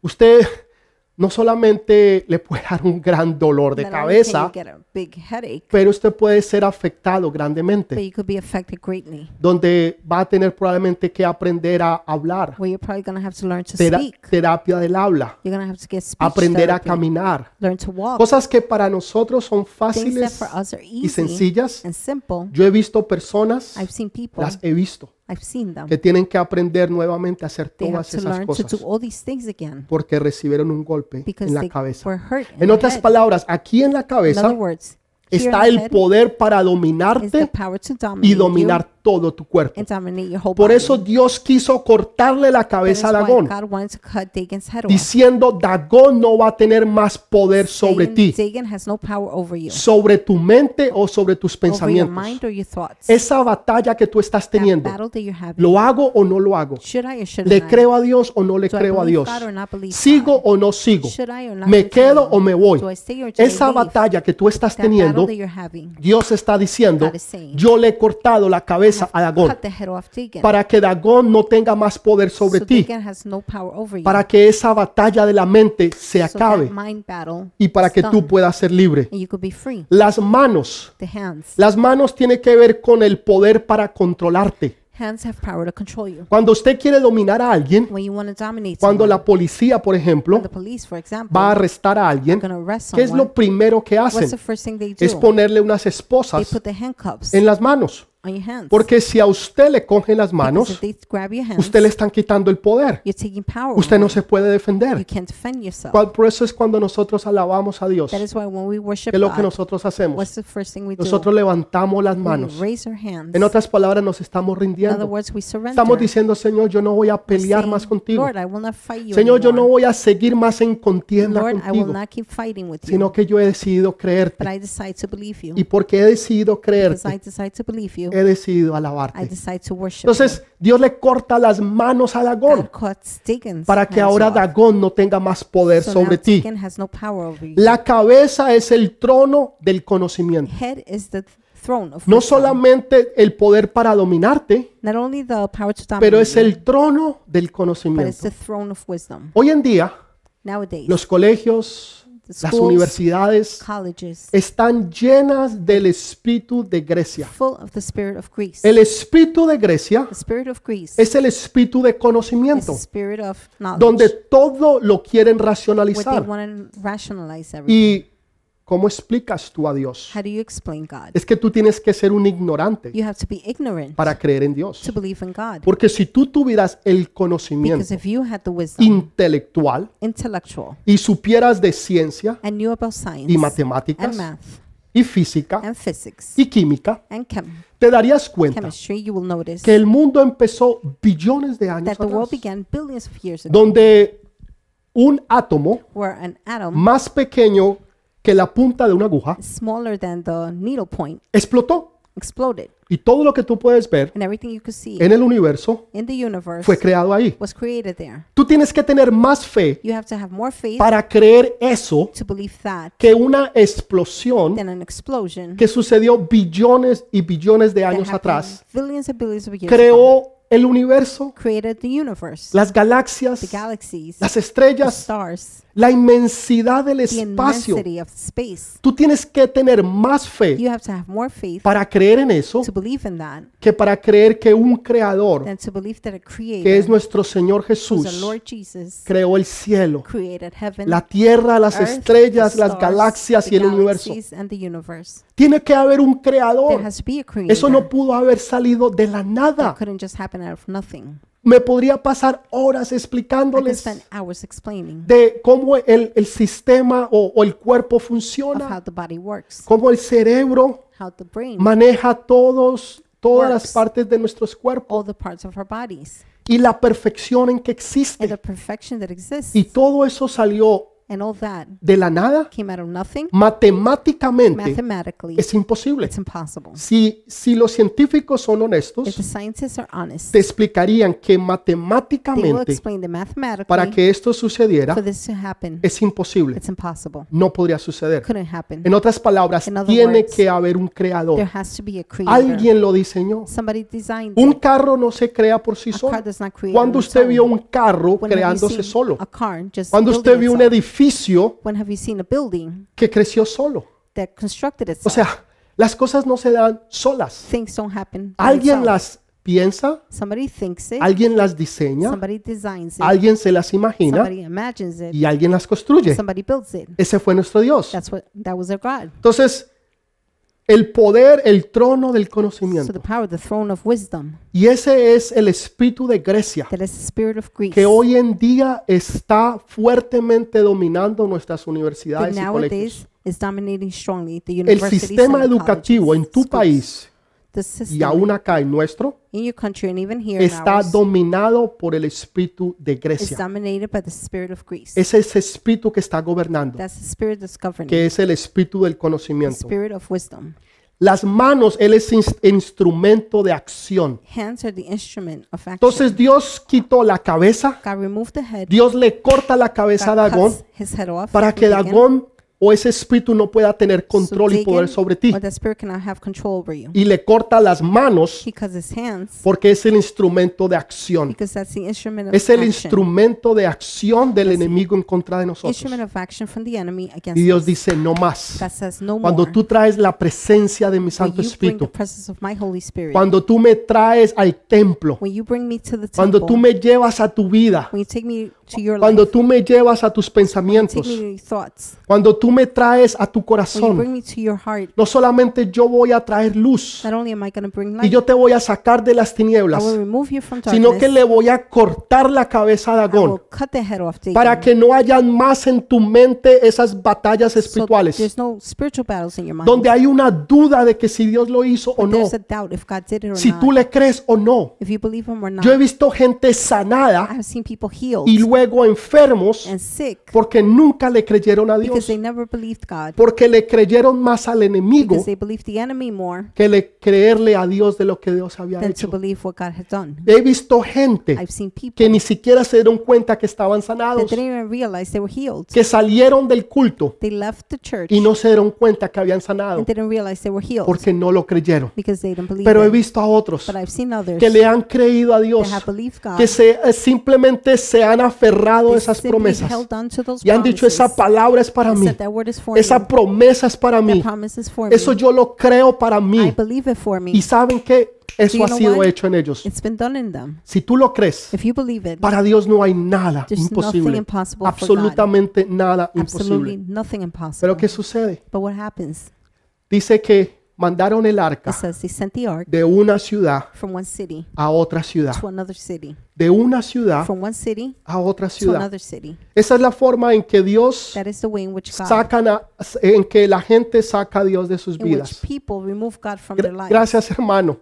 Speaker 1: usted no solamente le puede dar un gran dolor de
Speaker 2: Not only can
Speaker 1: cabeza,
Speaker 2: you get a big headache,
Speaker 1: pero usted puede ser afectado
Speaker 2: but
Speaker 1: grandemente,
Speaker 2: you could be affected greatly.
Speaker 1: donde va a tener probablemente que aprender a hablar,
Speaker 2: Well, you're probably going to have to learn to
Speaker 1: tera-
Speaker 2: speak.
Speaker 1: terapia del habla,
Speaker 2: You're going to have to get speech
Speaker 1: aprender a
Speaker 2: therapy.
Speaker 1: caminar,
Speaker 2: Learn to walk.
Speaker 1: cosas que para nosotros son
Speaker 2: Things that
Speaker 1: fáciles
Speaker 2: for us are
Speaker 1: y
Speaker 2: easy
Speaker 1: sencillas.
Speaker 2: and simple.
Speaker 1: Yo he visto personas,
Speaker 2: I've seen people.
Speaker 1: las he visto,
Speaker 2: I've seen them.
Speaker 1: que tienen que aprender nuevamente a hacer
Speaker 2: They have
Speaker 1: todas
Speaker 2: to
Speaker 1: esas
Speaker 2: learn to do
Speaker 1: cosas
Speaker 2: all these things again
Speaker 1: porque recibieron un golpe
Speaker 2: because
Speaker 1: en la
Speaker 2: they
Speaker 1: cabeza.
Speaker 2: were hurt. in
Speaker 1: En
Speaker 2: their
Speaker 1: otras
Speaker 2: head.
Speaker 1: palabras, aquí en la
Speaker 2: In other
Speaker 1: cabeza
Speaker 2: words, here in
Speaker 1: está
Speaker 2: the
Speaker 1: el
Speaker 2: head
Speaker 1: poder para
Speaker 2: is the
Speaker 1: dominarte
Speaker 2: power to
Speaker 1: y
Speaker 2: dominate you
Speaker 1: dominar todo tu cuerpo.
Speaker 2: and dominate your whole
Speaker 1: Por
Speaker 2: body.
Speaker 1: eso Dios quiso cortarle la
Speaker 2: That is
Speaker 1: cabeza a
Speaker 2: why
Speaker 1: Dagón,
Speaker 2: God wanted to cut Dagon's head off.
Speaker 1: diciendo, Dagón no va a tener más poder sobre
Speaker 2: Satan-
Speaker 1: ti,
Speaker 2: Satan has no power over you,
Speaker 1: sobre tu mente o sobre tus
Speaker 2: over your
Speaker 1: pensamientos.
Speaker 2: mind or your thoughts.
Speaker 1: Esa batalla que tú estás
Speaker 2: that
Speaker 1: teniendo,
Speaker 2: battle that you're having.
Speaker 1: ¿lo hago o no lo hago?
Speaker 2: Should I or should
Speaker 1: ¿Le
Speaker 2: I?
Speaker 1: creo a Dios o no le
Speaker 2: Do I
Speaker 1: creo a
Speaker 2: believe
Speaker 1: Dios?
Speaker 2: God or not believe
Speaker 1: ¿Sigo o no sigo?
Speaker 2: God? Should I or not?
Speaker 1: ¿Me
Speaker 2: continue?
Speaker 1: quedo o me voy?
Speaker 2: Do I stay or do I
Speaker 1: Esa
Speaker 2: leave?
Speaker 1: batalla que tú estás
Speaker 2: That battle
Speaker 1: teniendo,
Speaker 2: that you're having.
Speaker 1: Dios está diciendo,
Speaker 2: God is saying,
Speaker 1: yo le he cortado la cabeza a Dagón
Speaker 2: Cut the head off Dagon.
Speaker 1: para que Dagón no tenga más poder sobre
Speaker 2: so
Speaker 1: ti,
Speaker 2: Dagon has no power over you.
Speaker 1: para que esa batalla de la mente se
Speaker 2: so that
Speaker 1: acabe
Speaker 2: mind battle
Speaker 1: y para
Speaker 2: is
Speaker 1: que
Speaker 2: done,
Speaker 1: tú puedas ser libre.
Speaker 2: and you could be free.
Speaker 1: Las manos,
Speaker 2: The hands.
Speaker 1: las manos tiene que ver con el poder para controlarte.
Speaker 2: Hands have power to control you.
Speaker 1: Cuando usted quiere dominar a alguien,
Speaker 2: When you want to dominate
Speaker 1: cuando
Speaker 2: someone,
Speaker 1: la policía, por ejemplo,
Speaker 2: the police, for example,
Speaker 1: va a arrestar a alguien,
Speaker 2: going to arrest
Speaker 1: ¿qué
Speaker 2: someone.
Speaker 1: es lo primero que
Speaker 2: What's the
Speaker 1: hacen?
Speaker 2: first thing they do?
Speaker 1: Es ponerle unas
Speaker 2: they
Speaker 1: esposas
Speaker 2: put the handcuffs
Speaker 1: en las manos.
Speaker 2: on your hands.
Speaker 1: Porque si a usted le cogen las
Speaker 2: Because if
Speaker 1: manos,
Speaker 2: they grab your hands,
Speaker 1: usted le están quitando el poder.
Speaker 2: you're taking power.
Speaker 1: Usted
Speaker 2: over
Speaker 1: no se puede
Speaker 2: them. You
Speaker 1: defender.
Speaker 2: can't defend yourself.
Speaker 1: Cual- Por eso es cuando nosotros alabamos a Dios.
Speaker 2: That
Speaker 1: ¿Qué
Speaker 2: is why when we worship
Speaker 1: es lo que
Speaker 2: God,
Speaker 1: nosotros hacemos?
Speaker 2: what's the first thing we do?
Speaker 1: Nosotros levantamos las
Speaker 2: we
Speaker 1: manos.
Speaker 2: raise our hands.
Speaker 1: En otras palabras, nos estamos
Speaker 2: In other
Speaker 1: rindiendo.
Speaker 2: words, we surrender.
Speaker 1: Estamos diciendo, Señor, yo no voy a
Speaker 2: We're
Speaker 1: pelear
Speaker 2: saying,
Speaker 1: más contigo.
Speaker 2: Lord, I will not fight you
Speaker 1: Señor, yo no
Speaker 2: anymore.
Speaker 1: voy a seguir más en contienda
Speaker 2: Lord, I will
Speaker 1: contigo,
Speaker 2: not keep fighting with you.
Speaker 1: sino que yo he decidido
Speaker 2: But
Speaker 1: creerte.
Speaker 2: I decide to believe you.
Speaker 1: Y porque he decidido
Speaker 2: Because I
Speaker 1: creerte,
Speaker 2: decide to believe you,
Speaker 1: he decidido
Speaker 2: I
Speaker 1: alabarte.
Speaker 2: decide to worship
Speaker 1: Entonces, Dios le corta las manos a
Speaker 2: you.
Speaker 1: Dagón
Speaker 2: God cuts Dagon's
Speaker 1: para que
Speaker 2: hands
Speaker 1: ahora
Speaker 2: off.
Speaker 1: Dagón no tenga más poder
Speaker 2: So
Speaker 1: sobre
Speaker 2: now
Speaker 1: ti.
Speaker 2: Dagon has no power over you.
Speaker 1: La cabeza es el trono del conocimiento.
Speaker 2: Head is the throne of
Speaker 1: No
Speaker 2: wisdom.
Speaker 1: solamente el poder para dominarte,
Speaker 2: Not only the power to dominate,
Speaker 1: pero es
Speaker 2: you,
Speaker 1: el trono del
Speaker 2: but it's
Speaker 1: conocimiento.
Speaker 2: the throne of wisdom.
Speaker 1: Hoy en día,
Speaker 2: Nowadays,
Speaker 1: los colegios, las universidades
Speaker 2: colleges
Speaker 1: están llenas del espíritu de Grecia.
Speaker 2: full of the spirit of Greece.
Speaker 1: El espíritu de Grecia
Speaker 2: the spirit of Greece
Speaker 1: es el espíritu de
Speaker 2: is the
Speaker 1: conocimiento,
Speaker 2: spirit of knowledge.
Speaker 1: donde todo lo quieren
Speaker 2: where they
Speaker 1: racionalizar.
Speaker 2: want to rationalize everything.
Speaker 1: ¿Y cómo explicas tú a Dios?
Speaker 2: How do you explain God?
Speaker 1: Es que tú tienes que ser un ignorante
Speaker 2: You have to be ignorant
Speaker 1: para creer en Dios.
Speaker 2: to believe in God.
Speaker 1: Porque si tú tuvieras el
Speaker 2: Because
Speaker 1: conocimiento
Speaker 2: if you had the wisdom,
Speaker 1: intelectual
Speaker 2: intellectual,
Speaker 1: y supieras de ciencia
Speaker 2: and knew about science
Speaker 1: y
Speaker 2: and
Speaker 1: matemáticas
Speaker 2: math
Speaker 1: y física
Speaker 2: and physics
Speaker 1: y química,
Speaker 2: and chem-
Speaker 1: te darías cuenta
Speaker 2: chemistry, you will notice
Speaker 1: que el mundo empezó billones de años
Speaker 2: that the world
Speaker 1: atrás,
Speaker 2: began billions of years ago,
Speaker 1: donde un átomo
Speaker 2: where an atom
Speaker 1: más pequeño que la punta de una aguja
Speaker 2: smaller than the needle point
Speaker 1: explotó
Speaker 2: exploded,
Speaker 1: y todo lo que tú puedes ver
Speaker 2: and everything you could see
Speaker 1: en el universo
Speaker 2: in the universe
Speaker 1: fue creado ahí.
Speaker 2: was created there.
Speaker 1: Tú tienes que tener más fe
Speaker 2: You have to have more faith
Speaker 1: para creer eso
Speaker 2: to believe that
Speaker 1: que una explosión
Speaker 2: than an explosion
Speaker 1: que sucedió billones y billones de
Speaker 2: that
Speaker 1: años
Speaker 2: happened
Speaker 1: atrás,
Speaker 2: billions and billions of years ago,
Speaker 1: creó el universo,
Speaker 2: created the universe,
Speaker 1: las galaxias,
Speaker 2: the galaxies,
Speaker 1: las
Speaker 2: the
Speaker 1: estrellas,
Speaker 2: stars,
Speaker 1: la inmensidad del
Speaker 2: the
Speaker 1: espacio.
Speaker 2: immensity of space.
Speaker 1: Tú tienes que tener más fe
Speaker 2: You have to have more faith
Speaker 1: para creer en eso
Speaker 2: to believe in that
Speaker 1: que para creer que un creador,
Speaker 2: than to believe that a
Speaker 1: que es
Speaker 2: creator,
Speaker 1: nuestro Señor
Speaker 2: who's the
Speaker 1: Jesús,
Speaker 2: Lord Jesus,
Speaker 1: creó el cielo,
Speaker 2: created heaven,
Speaker 1: la tierra, las
Speaker 2: earth, the
Speaker 1: estrellas, las
Speaker 2: stars,
Speaker 1: galaxias
Speaker 2: the
Speaker 1: y el universo.
Speaker 2: galaxies and the universe.
Speaker 1: Tiene que haber un
Speaker 2: There
Speaker 1: creador.
Speaker 2: has to be a creator.
Speaker 1: Eso no pudo haber salido de la nada.
Speaker 2: that couldn't just happen out of nothing.
Speaker 1: Me podría pasar horas
Speaker 2: I could
Speaker 1: explicándoles
Speaker 2: spend hours explaining
Speaker 1: de cómo el, el sistema o, o el cuerpo
Speaker 2: of how
Speaker 1: funciona,
Speaker 2: the body works,
Speaker 1: cómo el cerebro
Speaker 2: how the brain,
Speaker 1: maneja todos, todas las
Speaker 2: Works.
Speaker 1: partes de nuestros cuerpos
Speaker 2: all the parts of our bodies,
Speaker 1: y la perfección en que
Speaker 2: and
Speaker 1: existe.
Speaker 2: the perfection that exists,
Speaker 1: Y todo eso salió
Speaker 2: and all that
Speaker 1: de la nada.
Speaker 2: came out of nothing.
Speaker 1: Matemáticamente
Speaker 2: Mathematically,
Speaker 1: es imposible.
Speaker 2: it's impossible.
Speaker 1: Si, si los científicos son
Speaker 2: If the
Speaker 1: honestos,
Speaker 2: scientists are honest,
Speaker 1: te explicarían que
Speaker 2: they will
Speaker 1: matemáticamente
Speaker 2: explain the
Speaker 1: para
Speaker 2: mathematically
Speaker 1: que esto sucediera
Speaker 2: for this to happen.
Speaker 1: es imposible.
Speaker 2: It's impossible.
Speaker 1: No podría suceder.
Speaker 2: Couldn't happen.
Speaker 1: En otras palabras,
Speaker 2: In other
Speaker 1: tiene
Speaker 2: words,
Speaker 1: que haber un
Speaker 2: There
Speaker 1: creador.
Speaker 2: has to be a creator.
Speaker 1: Alguien lo diseñó.
Speaker 2: Somebody designed
Speaker 1: Un
Speaker 2: it.
Speaker 1: carro no se crea por sí
Speaker 2: A car
Speaker 1: solo.
Speaker 2: does not create on
Speaker 1: Cuando
Speaker 2: its
Speaker 1: usted
Speaker 2: own.
Speaker 1: vio un carro
Speaker 2: When have you
Speaker 1: creándose
Speaker 2: seen
Speaker 1: solo?
Speaker 2: a car just
Speaker 1: Cuando
Speaker 2: building
Speaker 1: usted vio un
Speaker 2: itself?
Speaker 1: edificio
Speaker 2: When have you seen a building
Speaker 1: que creció solo.
Speaker 2: that constructed
Speaker 1: O
Speaker 2: itself?
Speaker 1: sea, las cosas no se dan solas.
Speaker 2: Things don't happen. by
Speaker 1: Alguien
Speaker 2: itself.
Speaker 1: las piensa,
Speaker 2: Somebody thinks it.
Speaker 1: alguien las diseña,
Speaker 2: Somebody designs it.
Speaker 1: alguien se las imagina
Speaker 2: Somebody imagines it.
Speaker 1: y alguien las construye.
Speaker 2: Somebody builds it.
Speaker 1: Ese fue nuestro Dios.
Speaker 2: That's what that was their God.
Speaker 1: Entonces, el poder, el trono del
Speaker 2: So the
Speaker 1: conocimiento.
Speaker 2: power, the throne of wisdom,
Speaker 1: Y ese es el espíritu de Grecia,
Speaker 2: that is the spirit of Greece.
Speaker 1: que hoy en día está fuertemente dominando nuestras
Speaker 2: that
Speaker 1: universidades y colegios.
Speaker 2: nowadays is dominating strongly the
Speaker 1: El
Speaker 2: universities
Speaker 1: sistema
Speaker 2: and the
Speaker 1: educativo
Speaker 2: colleges,
Speaker 1: en tu
Speaker 2: schools.
Speaker 1: país
Speaker 2: The
Speaker 1: y
Speaker 2: system
Speaker 1: aún acá en nuestro
Speaker 2: in your country and even here in
Speaker 1: está
Speaker 2: ours
Speaker 1: dominado por el espíritu de
Speaker 2: is
Speaker 1: Grecia.
Speaker 2: dominated by the spirit of Greece.
Speaker 1: Es ese espíritu que está gobernando,
Speaker 2: That's the spirit that's governing.
Speaker 1: que es el espíritu del
Speaker 2: the
Speaker 1: conocimiento.
Speaker 2: spirit of wisdom.
Speaker 1: Las manos, él es ins- instrumento de acción.
Speaker 2: Hands are the instrument of action.
Speaker 1: Entonces Dios quitó la cabeza
Speaker 2: God removed the head.
Speaker 1: Dios le corta la cabeza a
Speaker 2: God
Speaker 1: Dagón
Speaker 2: cuts his head off.
Speaker 1: para que
Speaker 2: Dagon
Speaker 1: Dagón o ese espíritu no pueda tener
Speaker 2: so
Speaker 1: control y
Speaker 2: Dagon
Speaker 1: poder sobre ti.
Speaker 2: Or the spirit cannot have control over you.
Speaker 1: Y le corta las manos
Speaker 2: He cuts his hands
Speaker 1: porque es el instrumento de acción.
Speaker 2: because that's the instrument of
Speaker 1: Es el
Speaker 2: action.
Speaker 1: instrumento de acción del enemigo en contra de nosotros.
Speaker 2: instrument of action from the enemy
Speaker 1: Y
Speaker 2: against
Speaker 1: Dios
Speaker 2: us.
Speaker 1: dice, no más.
Speaker 2: that says no more.
Speaker 1: Cuando tú traes la presencia de mi
Speaker 2: when
Speaker 1: Santo
Speaker 2: you bring the
Speaker 1: Espíritu,
Speaker 2: presence of my Holy Spirit,
Speaker 1: cuando tú me traes al templo,
Speaker 2: when you bring me to the
Speaker 1: cuando
Speaker 2: temple,
Speaker 1: tú me llevas a tu vida,
Speaker 2: when you take me to your life,
Speaker 1: cuando tú me llevas a tus
Speaker 2: take me
Speaker 1: pensamientos,
Speaker 2: to your thoughts,
Speaker 1: cuando tú me traes a tu
Speaker 2: when you
Speaker 1: corazón,
Speaker 2: bring me to your heart,
Speaker 1: No solamente yo voy a traer luz
Speaker 2: not only am I going to bring
Speaker 1: y
Speaker 2: light,
Speaker 1: yo te voy a sacar de las
Speaker 2: I
Speaker 1: tinieblas,
Speaker 2: will remove you from darkness,
Speaker 1: sino que le voy a cortar la cabeza a
Speaker 2: I will
Speaker 1: Dagón
Speaker 2: cut the head off Dagon,
Speaker 1: para que no hayan más en tu mente esas batallas
Speaker 2: so
Speaker 1: espirituales
Speaker 2: there's no spiritual battles in your mind.
Speaker 1: donde hay una duda de que si Dios lo hizo o no,
Speaker 2: There's a doubt if God did it or
Speaker 1: si
Speaker 2: not.
Speaker 1: tú le crees o no.
Speaker 2: if you believe him or not.
Speaker 1: Yo he visto gente sanada
Speaker 2: I've seen people healed
Speaker 1: y luego enfermos
Speaker 2: and sick
Speaker 1: porque nunca le creyeron a
Speaker 2: because
Speaker 1: Dios,
Speaker 2: they never believed God,
Speaker 1: porque le creyeron más al enemigo
Speaker 2: because they believed the enemy more
Speaker 1: que le creerle a Dios de lo que Dios había
Speaker 2: than to
Speaker 1: hecho.
Speaker 2: believe what God had done.
Speaker 1: He visto gente
Speaker 2: I've seen people
Speaker 1: que ni siquiera se dieron cuenta que estaban
Speaker 2: that
Speaker 1: sanados,
Speaker 2: didn't even realize they were healed.
Speaker 1: que salieron del culto
Speaker 2: They left the church
Speaker 1: y no se dieron cuenta que habían sanado
Speaker 2: and didn't realize they were healed
Speaker 1: porque no lo creyeron.
Speaker 2: because they didn't believe
Speaker 1: Pero he
Speaker 2: it.
Speaker 1: visto a otros
Speaker 2: But I've seen others
Speaker 1: que le han creído a
Speaker 2: that
Speaker 1: Dios,
Speaker 2: have believed God.
Speaker 1: que se, eh, simplemente se han aferrado a
Speaker 2: They
Speaker 1: esas
Speaker 2: simply
Speaker 1: promesas
Speaker 2: held on to those
Speaker 1: y han dicho, esa
Speaker 2: promises
Speaker 1: palabra es para
Speaker 2: and
Speaker 1: mí,
Speaker 2: said, that word is for
Speaker 1: esa
Speaker 2: me.
Speaker 1: promesa es para
Speaker 2: That
Speaker 1: mí,
Speaker 2: promise is for
Speaker 1: eso
Speaker 2: me.
Speaker 1: yo lo creo para
Speaker 2: I
Speaker 1: mí.
Speaker 2: believe it for me.
Speaker 1: Y saben que eso
Speaker 2: you
Speaker 1: ha
Speaker 2: know
Speaker 1: sido
Speaker 2: what?
Speaker 1: hecho en ellos.
Speaker 2: It's been done in them.
Speaker 1: Si tú lo crees,
Speaker 2: If you believe it,
Speaker 1: para Dios no hay nada
Speaker 2: There's nothing
Speaker 1: imposible,
Speaker 2: impossible for God.
Speaker 1: absolutamente nada imposible.
Speaker 2: absolutely nothing impossible.
Speaker 1: Pero ¿qué sucede?
Speaker 2: But what happens?
Speaker 1: Dice que mandaron el
Speaker 2: It
Speaker 1: arca
Speaker 2: says they sent the ark
Speaker 1: de una ciudad
Speaker 2: from one city
Speaker 1: a otra ciudad,
Speaker 2: to another city,
Speaker 1: de una ciudad
Speaker 2: from one city
Speaker 1: a otra
Speaker 2: to
Speaker 1: ciudad.
Speaker 2: another city.
Speaker 1: Esa es la forma en que Dios
Speaker 2: That is the way in which God,
Speaker 1: sacan a- en que la gente saca a Dios de sus
Speaker 2: in which
Speaker 1: vidas.
Speaker 2: people remove God from their
Speaker 1: Gra-
Speaker 2: lives.
Speaker 1: Gracias, hermano.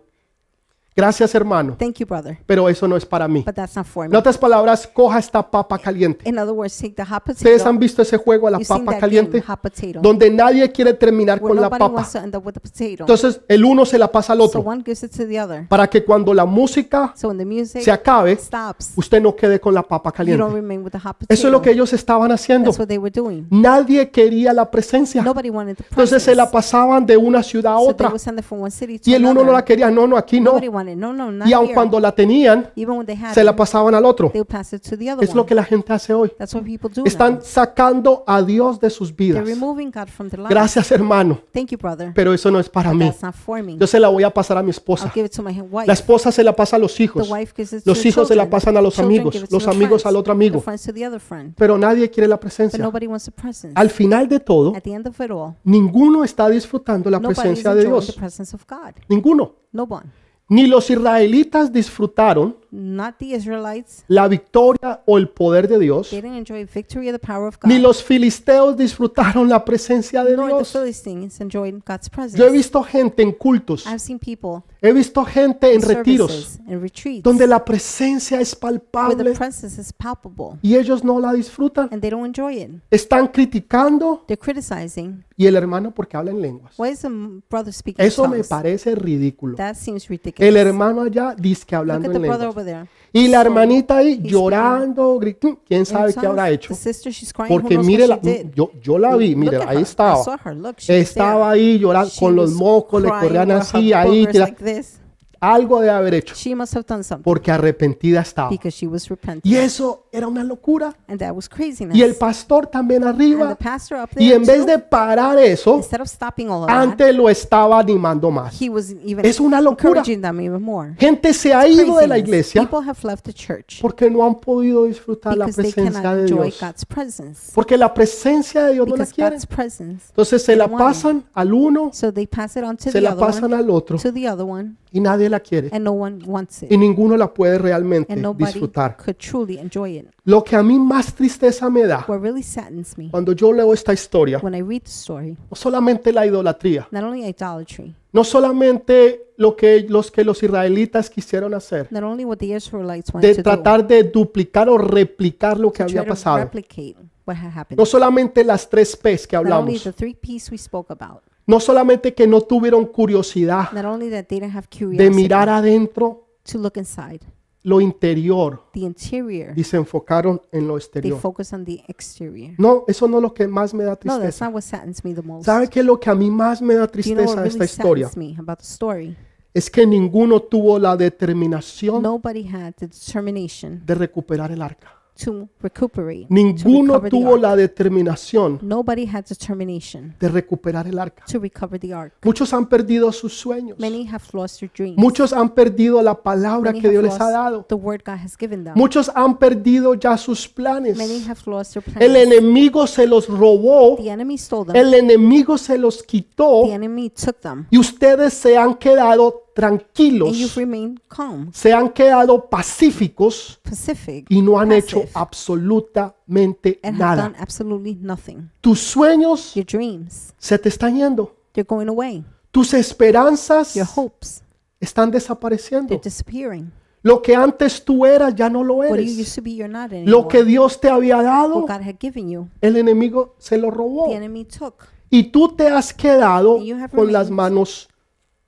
Speaker 1: Gracias, hermano.
Speaker 2: Thank you, brother.
Speaker 1: Pero eso no es para mí.
Speaker 2: But that's not for
Speaker 1: En
Speaker 2: me.
Speaker 1: otras palabras, coja esta papa caliente.
Speaker 2: In other words, take the hot
Speaker 1: ¿Ustedes han
Speaker 2: potato.
Speaker 1: visto ese juego a la
Speaker 2: You've seen
Speaker 1: papa
Speaker 2: that game,
Speaker 1: caliente?
Speaker 2: hot potato,
Speaker 1: Donde nadie quiere terminar
Speaker 2: where
Speaker 1: con la
Speaker 2: nobody
Speaker 1: papa.
Speaker 2: wants to end up with a potato.
Speaker 1: Entonces, el uno se la pasa al
Speaker 2: So
Speaker 1: otro.
Speaker 2: one gives it to the other.
Speaker 1: Para que cuando la música
Speaker 2: So when the music
Speaker 1: se acabe,
Speaker 2: stops,
Speaker 1: usted no quede con la papa
Speaker 2: you don't
Speaker 1: caliente.
Speaker 2: remain with the hot
Speaker 1: Eso es lo que
Speaker 2: potato.
Speaker 1: ellos estaban haciendo.
Speaker 2: That's what they were doing.
Speaker 1: Nadie quería la presencia.
Speaker 2: Nobody wanted the
Speaker 1: Entonces se
Speaker 2: presence.
Speaker 1: la pasaban de una ciudad a
Speaker 2: So they
Speaker 1: otra.
Speaker 2: would send it from one city to
Speaker 1: Y el uno no
Speaker 2: another.
Speaker 1: la quería. No, no, aquí no.
Speaker 2: Nobody wanted. No, no, not
Speaker 1: Y aun
Speaker 2: here.
Speaker 1: cuando la tenían,
Speaker 2: Even when they had
Speaker 1: se la
Speaker 2: it,
Speaker 1: pasaban al otro.
Speaker 2: they would pass it to the other
Speaker 1: Es lo
Speaker 2: one.
Speaker 1: que la gente hace hoy.
Speaker 2: That's what people do now.
Speaker 1: Están sacando a Dios de sus
Speaker 2: They're
Speaker 1: vidas.
Speaker 2: removing God from their lives.
Speaker 1: Gracias, hermano.
Speaker 2: Thank you, brother.
Speaker 1: Pero eso no es para mí.
Speaker 2: That's not for me.
Speaker 1: Yo se la voy a pasar a mi
Speaker 2: I'll
Speaker 1: esposa.
Speaker 2: give it to my
Speaker 1: La
Speaker 2: wife.
Speaker 1: esposa se la pasa a los
Speaker 2: The
Speaker 1: hijos.
Speaker 2: wife gives it to
Speaker 1: Los
Speaker 2: the
Speaker 1: hijos se la
Speaker 2: children.
Speaker 1: pasan a los
Speaker 2: Children
Speaker 1: amigos,
Speaker 2: give it to
Speaker 1: los
Speaker 2: their
Speaker 1: amigos
Speaker 2: friends.
Speaker 1: al otro amigo.
Speaker 2: The friends to the other friend.
Speaker 1: Pero nadie quiere la
Speaker 2: But
Speaker 1: presencia.
Speaker 2: nobody wants the presence.
Speaker 1: Al final de todo,
Speaker 2: At the end of it all,
Speaker 1: ninguno está disfrutando la
Speaker 2: nobody is
Speaker 1: presencia de
Speaker 2: enjoying the
Speaker 1: Dios.
Speaker 2: presence of God.
Speaker 1: Ninguno.
Speaker 2: No one.
Speaker 1: Ni los israelitas disfrutaron
Speaker 2: Not the Israelites.
Speaker 1: la victoria o el poder de Dios,
Speaker 2: They didn't enjoy victory or the power of God.
Speaker 1: ni los filisteos disfrutaron la presencia de
Speaker 2: nor the
Speaker 1: Dios.
Speaker 2: Philistines enjoyed God's presence.
Speaker 1: Yo he visto gente en cultos,
Speaker 2: I've seen people
Speaker 1: he visto gente en
Speaker 2: in
Speaker 1: retiros,
Speaker 2: services and retreats
Speaker 1: donde la presencia es
Speaker 2: where the
Speaker 1: palpable
Speaker 2: presence is palpable
Speaker 1: y ellos no la disfrutan.
Speaker 2: and they don't enjoy it.
Speaker 1: Están criticando
Speaker 2: They're criticizing.
Speaker 1: y el hermano porque habla en lenguas.
Speaker 2: Why is the m- brother speaking
Speaker 1: Eso me
Speaker 2: tongues?
Speaker 1: parece ridículo.
Speaker 2: That seems ridiculous.
Speaker 1: El hermano allá dice que
Speaker 2: Look
Speaker 1: hablando
Speaker 2: at the
Speaker 1: en
Speaker 2: brother
Speaker 1: lenguas.
Speaker 2: over there.
Speaker 1: Y la
Speaker 2: So,
Speaker 1: hermanita ahí
Speaker 2: he's
Speaker 1: llorando, gritando, quién
Speaker 2: in
Speaker 1: sabe qué
Speaker 2: tongues.
Speaker 1: habrá hecho.
Speaker 2: The sister, she's crying. Who
Speaker 1: Porque
Speaker 2: knows
Speaker 1: mire, la,
Speaker 2: what she did?
Speaker 1: yo, yo la vi, mire,
Speaker 2: Look at
Speaker 1: ahí
Speaker 2: her. I
Speaker 1: estaba.
Speaker 2: saw her. Look, she was there.
Speaker 1: Estaba ahí llorando,
Speaker 2: She
Speaker 1: con los
Speaker 2: was
Speaker 1: mocos, le
Speaker 2: crying
Speaker 1: corrían
Speaker 2: with her
Speaker 1: así, ahí,
Speaker 2: boogers
Speaker 1: tira-
Speaker 2: like this.
Speaker 1: Algo de haber hecho,
Speaker 2: She must have done something
Speaker 1: porque arrepentida estaba.
Speaker 2: because she was repentant.
Speaker 1: Y eso era una locura.
Speaker 2: And that was
Speaker 1: Y el
Speaker 2: craziness.
Speaker 1: pastor también
Speaker 2: And the
Speaker 1: arriba.
Speaker 2: pastor up
Speaker 1: Y
Speaker 2: there,
Speaker 1: en vez
Speaker 2: too,
Speaker 1: de parar eso,
Speaker 2: instead of stopping all of that,
Speaker 1: antes lo estaba animando más.
Speaker 2: he was even
Speaker 1: Es una locura.
Speaker 2: encouraging them even more.
Speaker 1: Gente se ha ido de la
Speaker 2: Craziness.
Speaker 1: iglesia
Speaker 2: People have left the church
Speaker 1: porque no han podido disfrutar la
Speaker 2: because they
Speaker 1: presencia
Speaker 2: cannot
Speaker 1: de
Speaker 2: enjoy
Speaker 1: Dios.
Speaker 2: God's presence.
Speaker 1: Porque la presencia de Dios no la
Speaker 2: Because
Speaker 1: quieren.
Speaker 2: God's presence.
Speaker 1: Entonces se la
Speaker 2: they want it.
Speaker 1: pasan al uno,
Speaker 2: So they pass it on to
Speaker 1: se
Speaker 2: the
Speaker 1: la
Speaker 2: other
Speaker 1: pasan
Speaker 2: one,
Speaker 1: al otro
Speaker 2: to the other one,
Speaker 1: y nadie la quiere.
Speaker 2: and no one wants
Speaker 1: Y
Speaker 2: it.
Speaker 1: ninguno la puede realmente
Speaker 2: And nobody
Speaker 1: disfrutar.
Speaker 2: could truly enjoy it.
Speaker 1: Lo que a mí más tristeza me da
Speaker 2: What really saddens me
Speaker 1: cuando yo leo esta historia,
Speaker 2: when I read the story,
Speaker 1: no solamente la idolatría,
Speaker 2: not only idolatry,
Speaker 1: no solamente lo que los que los israelitas quisieron hacer,
Speaker 2: not only what the Israelites wanted
Speaker 1: de
Speaker 2: to do,
Speaker 1: tratar de duplicar o replicar lo que
Speaker 2: try
Speaker 1: había
Speaker 2: to
Speaker 1: pasado.
Speaker 2: replicate what had happened.
Speaker 1: No solamente las tres P's que
Speaker 2: Not only the
Speaker 1: hablamos,
Speaker 2: three P's we spoke about,
Speaker 1: no solamente que no tuvieron curiosidad
Speaker 2: not only that they didn't have
Speaker 1: de
Speaker 2: curiosity
Speaker 1: mirar adentro
Speaker 2: to look inside
Speaker 1: lo interior
Speaker 2: the interior,
Speaker 1: y se enfocaron en lo
Speaker 2: they
Speaker 1: exterior.
Speaker 2: focus on the exterior.
Speaker 1: No, eso no es lo que más me da
Speaker 2: No, that's
Speaker 1: tristeza.
Speaker 2: not what saddens me the most.
Speaker 1: ¿Sabe qué es lo que a mí más me da
Speaker 2: Do you know
Speaker 1: tristeza
Speaker 2: what
Speaker 1: de esta
Speaker 2: really
Speaker 1: historia?
Speaker 2: saddens me about the story?
Speaker 1: Es que ninguno tuvo la determinación
Speaker 2: Nobody had the determination
Speaker 1: de recuperar el arca.
Speaker 2: to recuperate. to
Speaker 1: Ninguno
Speaker 2: recover the
Speaker 1: tuvo
Speaker 2: ark.
Speaker 1: la determinación
Speaker 2: Nobody had determination
Speaker 1: de recuperar el arca.
Speaker 2: to recover the ark.
Speaker 1: Muchos han perdido sus sueños.
Speaker 2: Many have lost their dreams.
Speaker 1: Muchos han perdido la palabra
Speaker 2: Many
Speaker 1: que
Speaker 2: have
Speaker 1: Dios les ha
Speaker 2: lost
Speaker 1: dado.
Speaker 2: The word God has given them.
Speaker 1: Muchos han perdido ya sus
Speaker 2: Many
Speaker 1: planes.
Speaker 2: have lost their plans.
Speaker 1: El enemigo se los robó.
Speaker 2: the enemy stole them.
Speaker 1: El enemigo se los quitó.
Speaker 2: the enemy took them.
Speaker 1: y ustedes se han quedado
Speaker 2: And you've
Speaker 1: tranquilos,
Speaker 2: remained calm,
Speaker 1: se han quedado pacíficos
Speaker 2: pacific,
Speaker 1: y no han hecho
Speaker 2: passive,
Speaker 1: absolutamente
Speaker 2: and have
Speaker 1: nada.
Speaker 2: done absolutely nothing.
Speaker 1: Tus sueños
Speaker 2: Your dreams,
Speaker 1: se te están yendo,
Speaker 2: they're going away.
Speaker 1: tus esperanzas
Speaker 2: Your hopes,
Speaker 1: están
Speaker 2: they're
Speaker 1: desapareciendo.
Speaker 2: disappearing.
Speaker 1: Lo que antes tú eras ya no lo
Speaker 2: What you
Speaker 1: eres.
Speaker 2: used to be, you're not anymore.
Speaker 1: Lo que Dios te había dado,
Speaker 2: what God had given you,
Speaker 1: el enemigo se lo
Speaker 2: the
Speaker 1: robó
Speaker 2: enemy took
Speaker 1: y tú te has quedado
Speaker 2: And you have
Speaker 1: con las
Speaker 2: remained Pues-
Speaker 1: manos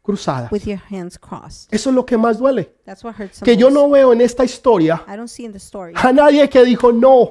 Speaker 1: cruzadas.
Speaker 2: with your hands crossed.
Speaker 1: Eso es lo que más duele.
Speaker 2: That's what hurts. the
Speaker 1: Que yo
Speaker 2: most.
Speaker 1: no veo en esta historia
Speaker 2: I don't see in the story
Speaker 1: a nadie que dijo no.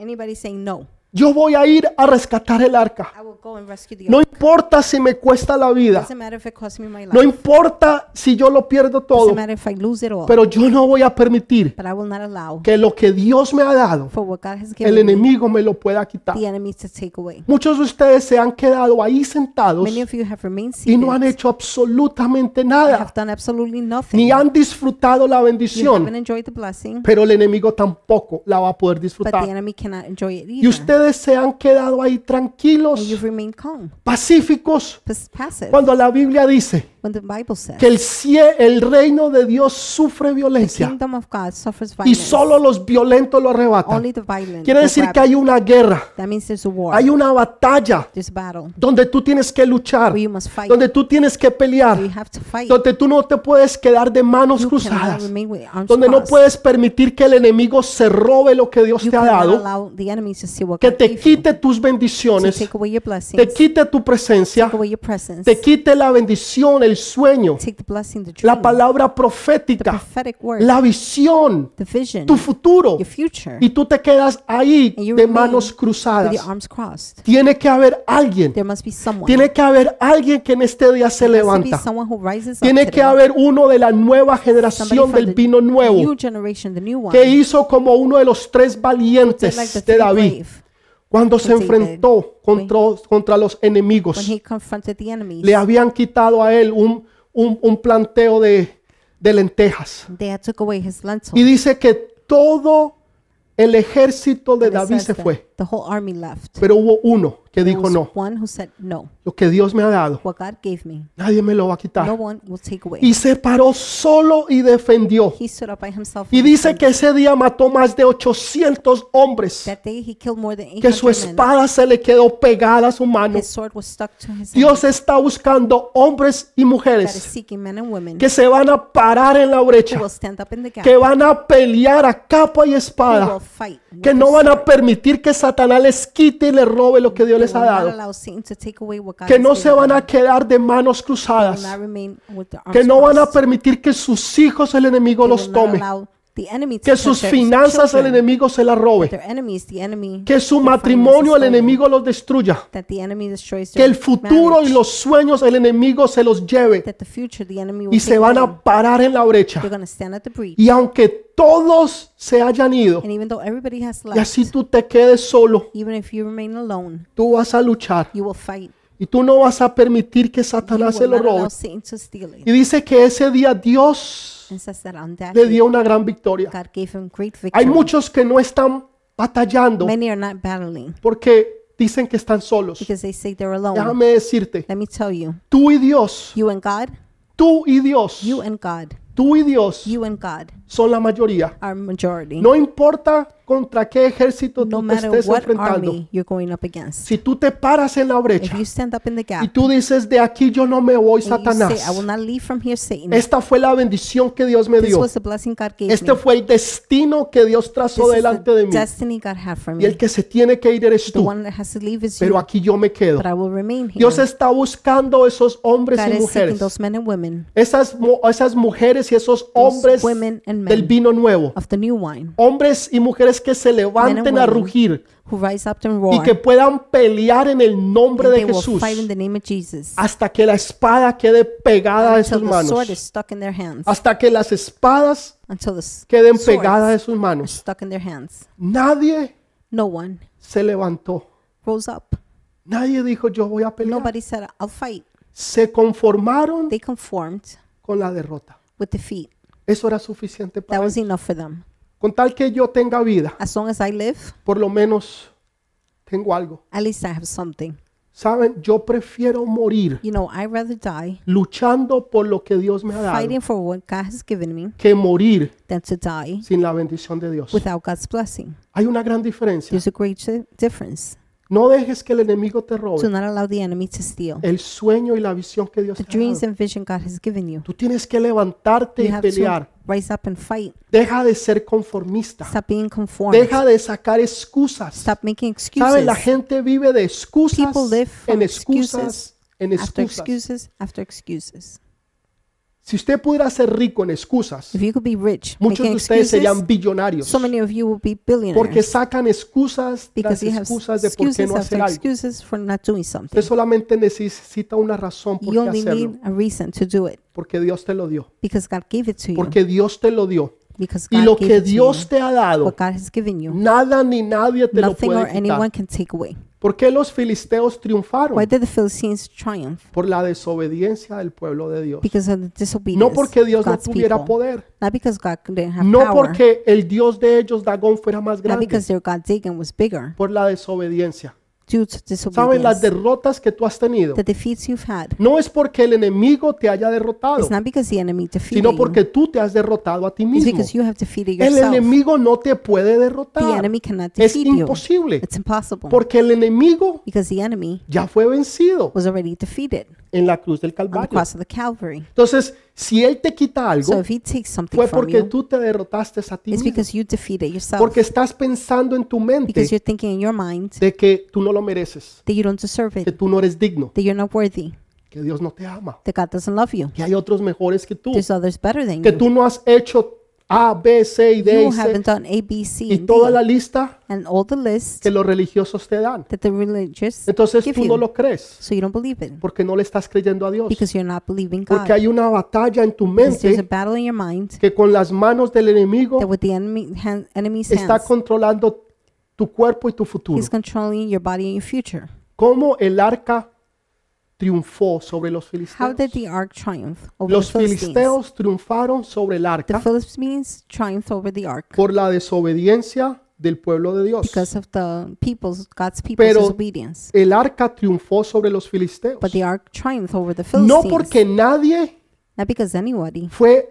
Speaker 2: anybody saying no.
Speaker 1: Yo voy a ir a rescatar el arca.
Speaker 2: I will go and rescue the.
Speaker 1: No
Speaker 2: ark.
Speaker 1: importa si me cuesta la vida.
Speaker 2: Doesn't matter if it costs me my life.
Speaker 1: No importa si yo lo pierdo todo.
Speaker 2: Doesn't matter if I lose it all.
Speaker 1: Pero yo no voy a permitir
Speaker 2: but I will not allow
Speaker 1: que lo que Dios me ha dado,
Speaker 2: for what God has
Speaker 1: el
Speaker 2: given me,
Speaker 1: enemigo me lo pueda quitar.
Speaker 2: the enemy to take away.
Speaker 1: Muchos de ustedes se han quedado ahí sentados
Speaker 2: Many of you have remained seated.
Speaker 1: y no han hecho absolutamente
Speaker 2: You
Speaker 1: nada.
Speaker 2: have done absolutely nothing.
Speaker 1: Ni han disfrutado la
Speaker 2: you haven't
Speaker 1: bendición.
Speaker 2: enjoyed the blessing,
Speaker 1: Pero el enemigo tampoco la va a poder
Speaker 2: but the
Speaker 1: disfrutar.
Speaker 2: enemy cannot enjoy it
Speaker 1: Y
Speaker 2: either.
Speaker 1: ustedes se han quedado ahí
Speaker 2: and
Speaker 1: tranquilos,
Speaker 2: you've remained calm,
Speaker 1: pacíficos,
Speaker 2: pas- passive,
Speaker 1: cuando la Biblia dice
Speaker 2: when the Bible says
Speaker 1: que el, cie- el reino de Dios sufre
Speaker 2: the
Speaker 1: violencia
Speaker 2: kingdom of God suffers
Speaker 1: y
Speaker 2: violence.
Speaker 1: solo los violentos lo arrebatan.
Speaker 2: Only the violent.
Speaker 1: Quiere
Speaker 2: will
Speaker 1: decir
Speaker 2: grab
Speaker 1: E que hay una guerra,
Speaker 2: That means there's a war.
Speaker 1: hay una batalla
Speaker 2: there's a battle
Speaker 1: donde tú tienes que luchar,
Speaker 2: where you must fight.
Speaker 1: donde tú tienes que
Speaker 2: where you
Speaker 1: pelear,
Speaker 2: have to fight.
Speaker 1: donde tú no te puedes quedar de manos
Speaker 2: you cannot
Speaker 1: cruzadas,
Speaker 2: remain with arms
Speaker 1: donde no
Speaker 2: crossed.
Speaker 1: puedes permitir que el enemigo se robe lo que Dios
Speaker 2: you
Speaker 1: te ha
Speaker 2: cannot
Speaker 1: dado,
Speaker 2: allow the enemy to see what
Speaker 1: que
Speaker 2: God
Speaker 1: te
Speaker 2: gave you,
Speaker 1: quite tus
Speaker 2: to
Speaker 1: bendiciones,
Speaker 2: take away your blessings,
Speaker 1: te quite tu presencia,
Speaker 2: take away your presence,
Speaker 1: te quite la bendición, el sueño,
Speaker 2: take the blessing, the dream,
Speaker 1: la palabra
Speaker 2: the
Speaker 1: profética,
Speaker 2: prophetic word,
Speaker 1: la visión,
Speaker 2: the vision,
Speaker 1: tu futuro
Speaker 2: Mm. your future,
Speaker 1: y tú te quedas ahí
Speaker 2: And you
Speaker 1: de
Speaker 2: remain
Speaker 1: manos
Speaker 2: with your
Speaker 1: cruzadas.
Speaker 2: arms crossed.
Speaker 1: Tiene que haber alguien,
Speaker 2: There must be someone.
Speaker 1: tiene que haber alguien que en este día se
Speaker 2: There has to be
Speaker 1: levanta.
Speaker 2: someone who rises up
Speaker 1: Tiene
Speaker 2: today,
Speaker 1: que haber uno de la nueva
Speaker 2: somebody
Speaker 1: generación
Speaker 2: from
Speaker 1: del
Speaker 2: the
Speaker 1: vino nuevo
Speaker 2: new generation, the new one,
Speaker 1: que hizo como uno de los tres
Speaker 2: just like the
Speaker 1: valientes de
Speaker 2: three
Speaker 1: David
Speaker 2: brave,
Speaker 1: cuando se
Speaker 2: David.
Speaker 1: enfrentó contra, contra los
Speaker 2: when
Speaker 1: enemigos.
Speaker 2: he confronted the enemies.
Speaker 1: Le habían quitado a él un, un, un planteo de, de lentejas.
Speaker 2: They had took away his lentil.
Speaker 1: Y dice que todo el ejército de
Speaker 2: And it
Speaker 1: David
Speaker 2: says
Speaker 1: se
Speaker 2: that
Speaker 1: fue,
Speaker 2: The whole army left.
Speaker 1: pero hubo uno que
Speaker 2: There
Speaker 1: dijo
Speaker 2: was
Speaker 1: no.
Speaker 2: one who said no.
Speaker 1: Lo que Dios me ha dado,
Speaker 2: What God gave me,
Speaker 1: nadie me lo va a
Speaker 2: no
Speaker 1: quitar.
Speaker 2: one will take away.
Speaker 1: Y se paró solo y defendió.
Speaker 2: He stood up by himself.
Speaker 1: Y
Speaker 2: and
Speaker 1: dice
Speaker 2: defended.
Speaker 1: que ese día mató más de 800 hombres,
Speaker 2: that day he killed more than 800
Speaker 1: que su
Speaker 2: men.
Speaker 1: espada se le quedó pegada a su mano.
Speaker 2: His sword was stuck to his hand.
Speaker 1: Dios está buscando hombres y
Speaker 2: That is
Speaker 1: mujeres
Speaker 2: seeking men and women
Speaker 1: que se van a parar en la brecha,
Speaker 2: who will stand up in the gap.
Speaker 1: que van a pelear a capa y
Speaker 2: who will
Speaker 1: espada,
Speaker 2: fight. with
Speaker 1: que no
Speaker 2: the
Speaker 1: van
Speaker 2: sword.
Speaker 1: a permitir que Satanás les quite y les robe lo que Dios
Speaker 2: They
Speaker 1: les ha
Speaker 2: will not
Speaker 1: dado,
Speaker 2: allow Satan to take away what God
Speaker 1: que
Speaker 2: has
Speaker 1: no
Speaker 2: given
Speaker 1: se van
Speaker 2: them.
Speaker 1: a quedar de manos
Speaker 2: They will
Speaker 1: cruzadas,
Speaker 2: not remain with the arms
Speaker 1: que no van a
Speaker 2: crossed.
Speaker 1: permitir que sus hijos el enemigo
Speaker 2: They will
Speaker 1: los
Speaker 2: not
Speaker 1: tome,
Speaker 2: allow the enemy to
Speaker 1: Que
Speaker 2: touch
Speaker 1: sus
Speaker 2: their
Speaker 1: finanzas al
Speaker 2: children,
Speaker 1: enemigo se las robe.
Speaker 2: their enemies, the enemy,
Speaker 1: Que su
Speaker 2: their finances
Speaker 1: matrimonio al
Speaker 2: stolen,
Speaker 1: enemigo los destruya.
Speaker 2: that the enemy destroys
Speaker 1: Que
Speaker 2: their
Speaker 1: el futuro y
Speaker 2: marriage,
Speaker 1: los sueños el enemigo se los lleve.
Speaker 2: that the future the enemy will
Speaker 1: Y se
Speaker 2: take
Speaker 1: van
Speaker 2: away.
Speaker 1: a parar en la brecha.
Speaker 2: They're going to stand at the breach,
Speaker 1: Y aunque todos se hayan ido,
Speaker 2: and even though everybody has
Speaker 1: y
Speaker 2: left,
Speaker 1: así tú te quedes solo,
Speaker 2: even if you remain alone,
Speaker 1: tú vas a luchar.
Speaker 2: you will fight.
Speaker 1: Y tú no vas a permitir que
Speaker 2: You
Speaker 1: Satanás se
Speaker 2: will
Speaker 1: lo
Speaker 2: not allow
Speaker 1: robe.
Speaker 2: Satan to steal it.
Speaker 1: Y dice que ese día Dios
Speaker 2: And says that on that
Speaker 1: le
Speaker 2: day,
Speaker 1: dio una gran victoria.
Speaker 2: God gave him great
Speaker 1: Hay
Speaker 2: victory.
Speaker 1: muchos que no están batallando
Speaker 2: Many are not battling
Speaker 1: porque dicen que están solos.
Speaker 2: because they say they're alone.
Speaker 1: Déjame decirte,
Speaker 2: Let me tell you,
Speaker 1: tú y Dios,
Speaker 2: you and God,
Speaker 1: tú y Dios,
Speaker 2: you and God,
Speaker 1: tú y Dios
Speaker 2: you and God
Speaker 1: son la mayoría.
Speaker 2: are majority.
Speaker 1: No importa contra qué ejército
Speaker 2: no
Speaker 1: tú te
Speaker 2: matter
Speaker 1: estés
Speaker 2: what
Speaker 1: enfrentando.
Speaker 2: army you're going up against.
Speaker 1: Si tú te paras en la
Speaker 2: If
Speaker 1: brecha
Speaker 2: you stand up in the
Speaker 1: y
Speaker 2: gap
Speaker 1: tú dices, de aquí yo no me voy,
Speaker 2: and you say, I
Speaker 1: Satanás.
Speaker 2: will not leave from here, Satan.
Speaker 1: Esta fue la bendición que Dios me
Speaker 2: this
Speaker 1: dio.
Speaker 2: was the blessing God gave
Speaker 1: Este
Speaker 2: me.
Speaker 1: fue el destino que Dios trazó
Speaker 2: This is
Speaker 1: delante
Speaker 2: the
Speaker 1: de mí.
Speaker 2: destiny God had for
Speaker 1: Y el
Speaker 2: me.
Speaker 1: que se tiene que ir eres
Speaker 2: The
Speaker 1: tú.
Speaker 2: one that has to leave is
Speaker 1: Pero
Speaker 2: you,
Speaker 1: aquí yo me quedo.
Speaker 2: but I will remain here.
Speaker 1: Dios está buscando esos hombres
Speaker 2: God
Speaker 1: y
Speaker 2: is seeking
Speaker 1: mujeres.
Speaker 2: those men and women
Speaker 1: Esas, mu- esas mujeres y esos hombres
Speaker 2: women and
Speaker 1: del
Speaker 2: men.
Speaker 1: vino nuevo.
Speaker 2: of the new wine
Speaker 1: Hombres y mujeres que se levanten a
Speaker 2: women.
Speaker 1: rugir
Speaker 2: who rise up and roar.
Speaker 1: y que puedan pelear en el nombre
Speaker 2: and
Speaker 1: de
Speaker 2: they will
Speaker 1: Jesús
Speaker 2: fight in the name of Jesus
Speaker 1: hasta que la espada quede pegada de
Speaker 2: until
Speaker 1: sus
Speaker 2: the sword is
Speaker 1: manos.
Speaker 2: stuck in their hands.
Speaker 1: Hasta que las espadas
Speaker 2: Until the s-
Speaker 1: queden
Speaker 2: swords
Speaker 1: pegadas de sus
Speaker 2: are
Speaker 1: manos.
Speaker 2: stuck in their hands.
Speaker 1: Nadie
Speaker 2: No one
Speaker 1: se levantó.
Speaker 2: rose up.
Speaker 1: Nadie dijo yo voy a pelear.
Speaker 2: Nobody said, I'll fight.
Speaker 1: Se conformaron
Speaker 2: They conformed
Speaker 1: con la derrota.
Speaker 2: with defeat.
Speaker 1: Eso era suficiente
Speaker 2: That
Speaker 1: para
Speaker 2: was enough for them.
Speaker 1: con tal que yo tenga vida,
Speaker 2: As long as I live,
Speaker 1: por lo menos tengo algo.
Speaker 2: at least I have something.
Speaker 1: Saben, yo prefiero morir
Speaker 2: You know, I'd rather die
Speaker 1: luchando por lo que Dios me ha dado
Speaker 2: fighting for what God has given me
Speaker 1: que morir
Speaker 2: than to die
Speaker 1: sin la bendición de Dios.
Speaker 2: without God's blessing.
Speaker 1: Hay una gran diferencia.
Speaker 2: There's a great di- difference.
Speaker 1: No dejes que el enemigo te
Speaker 2: To
Speaker 1: robe
Speaker 2: not allow the enemy to steal
Speaker 1: el sueño y la visión que Dios
Speaker 2: the
Speaker 1: te ha
Speaker 2: dreams
Speaker 1: dado.
Speaker 2: and vision God has given you.
Speaker 1: Tú tienes que levantarte
Speaker 2: You
Speaker 1: y
Speaker 2: have to
Speaker 1: pelear.
Speaker 2: rise up and fight.
Speaker 1: Deja de ser conformista.
Speaker 2: Stop being conformed.
Speaker 1: Deja de sacar excusas.
Speaker 2: Stop making
Speaker 1: ¿Saben?
Speaker 2: excuses.
Speaker 1: La gente vive de excusas
Speaker 2: People live from
Speaker 1: en excusas
Speaker 2: excuses
Speaker 1: en
Speaker 2: after
Speaker 1: excusas.
Speaker 2: excuses after excuses.
Speaker 1: Si usted pudiera ser rico en excusas,
Speaker 2: If you could be rich,
Speaker 1: muchos
Speaker 2: making
Speaker 1: de ustedes
Speaker 2: excuses,
Speaker 1: serían billonarios
Speaker 2: so many of you will be
Speaker 1: porque
Speaker 2: billionaires
Speaker 1: sacan excusas tras
Speaker 2: because you have
Speaker 1: excusas de por qué
Speaker 2: excuses
Speaker 1: no
Speaker 2: after
Speaker 1: hacer algo.
Speaker 2: excuses for not doing
Speaker 1: Usted
Speaker 2: something.
Speaker 1: solamente necesita una razón por
Speaker 2: You
Speaker 1: qué
Speaker 2: only
Speaker 1: hacerlo,
Speaker 2: need a reason to do it
Speaker 1: porque Dios te lo dio,
Speaker 2: because God gave it to you.
Speaker 1: porque Dios te lo dio.
Speaker 2: Because
Speaker 1: Y
Speaker 2: God
Speaker 1: lo
Speaker 2: gave
Speaker 1: que
Speaker 2: it to you.
Speaker 1: Dios te ha dado,
Speaker 2: what God has given you,
Speaker 1: nada ni nadie te lo
Speaker 2: nothing or
Speaker 1: puede
Speaker 2: anyone
Speaker 1: quitar.
Speaker 2: can take away.
Speaker 1: ¿Por qué los filisteos
Speaker 2: Why
Speaker 1: triunfaron?
Speaker 2: did the Philistines triumph?
Speaker 1: Por la desobediencia del pueblo de Dios.
Speaker 2: Because of the disobedience.
Speaker 1: No porque Dios
Speaker 2: of
Speaker 1: no
Speaker 2: God's
Speaker 1: tuviera
Speaker 2: people.
Speaker 1: poder,
Speaker 2: Not because God didn't have
Speaker 1: no
Speaker 2: power.
Speaker 1: porque el Dios de ellos, Dagón, fuera más
Speaker 2: not
Speaker 1: grande,
Speaker 2: because their God Dagon was bigger.
Speaker 1: por la desobediencia.
Speaker 2: Due to
Speaker 1: ¿Saben las
Speaker 2: disobedience.
Speaker 1: derrotas que tú has tenido?
Speaker 2: the defeats you've had.
Speaker 1: No es porque el enemigo te haya derrotado,
Speaker 2: It's not because the enemy defeated
Speaker 1: sino
Speaker 2: you.
Speaker 1: porque tú te has derrotado a ti
Speaker 2: It's
Speaker 1: mismo.
Speaker 2: because you have defeated
Speaker 1: El
Speaker 2: yourself.
Speaker 1: enemigo no te puede
Speaker 2: the
Speaker 1: derrotar.
Speaker 2: enemy cannot
Speaker 1: Es
Speaker 2: defeat you.
Speaker 1: imposible,
Speaker 2: It's impossible.
Speaker 1: porque el enemigo
Speaker 2: because the enemy
Speaker 1: ya fue vencido
Speaker 2: was already defeated
Speaker 1: en la cruz del
Speaker 2: on the
Speaker 1: Calvario.
Speaker 2: cross of the Calvary.
Speaker 1: Entonces, si él te quita
Speaker 2: So
Speaker 1: algo,
Speaker 2: if he takes something
Speaker 1: fue
Speaker 2: from
Speaker 1: porque
Speaker 2: you,
Speaker 1: tú te derrotaste a ti
Speaker 2: it's
Speaker 1: mismo,
Speaker 2: because you defeated yourself.
Speaker 1: porque estás pensando en tu mente
Speaker 2: because you're thinking in your mind
Speaker 1: de que tú no lo mereces,
Speaker 2: that you don't deserve
Speaker 1: que
Speaker 2: it,
Speaker 1: tú no eres digno,
Speaker 2: that you're not worthy,
Speaker 1: que Dios no te ama,
Speaker 2: that God doesn't love you.
Speaker 1: que hay otros mejores que tú,
Speaker 2: There's others better than
Speaker 1: que
Speaker 2: you.
Speaker 1: tú no has hecho A, B, C y D
Speaker 2: You
Speaker 1: y C,
Speaker 2: haven't done A, B, C,
Speaker 1: y
Speaker 2: and
Speaker 1: toda
Speaker 2: D,
Speaker 1: la lista
Speaker 2: and all the list
Speaker 1: que los religiosos te dan.
Speaker 2: that the religious
Speaker 1: Entonces
Speaker 2: give
Speaker 1: tú no
Speaker 2: you.
Speaker 1: lo crees
Speaker 2: So you don't believe it
Speaker 1: porque no le estás creyendo a Dios.
Speaker 2: because you're not believing God.
Speaker 1: Porque hay una batalla en tu
Speaker 2: Because there's a
Speaker 1: mente
Speaker 2: battle in your mind
Speaker 1: que con las manos del enemigo
Speaker 2: that with the enemy hand, enemy's
Speaker 1: está
Speaker 2: hands,
Speaker 1: controlando tu cuerpo y tu futuro.
Speaker 2: he's controlling your body and your future.
Speaker 1: ¿Cómo el arca triunfó sobre los
Speaker 2: How
Speaker 1: filisteos?
Speaker 2: did the ark triumph over
Speaker 1: Los
Speaker 2: the Philistines?
Speaker 1: filisteos ¿ah? triunfaron sobre el
Speaker 2: The
Speaker 1: arca
Speaker 2: Philistines triumphed over the ark
Speaker 1: por la desobediencia del pueblo de Dios.
Speaker 2: because of the people's, God's people's
Speaker 1: Pero-
Speaker 2: disobedience.
Speaker 1: El arca triunfó sobre los filisteos.
Speaker 2: But the ark triumphed over the
Speaker 1: No
Speaker 2: Philistines.
Speaker 1: porque nadie
Speaker 2: Not because anybody
Speaker 1: fue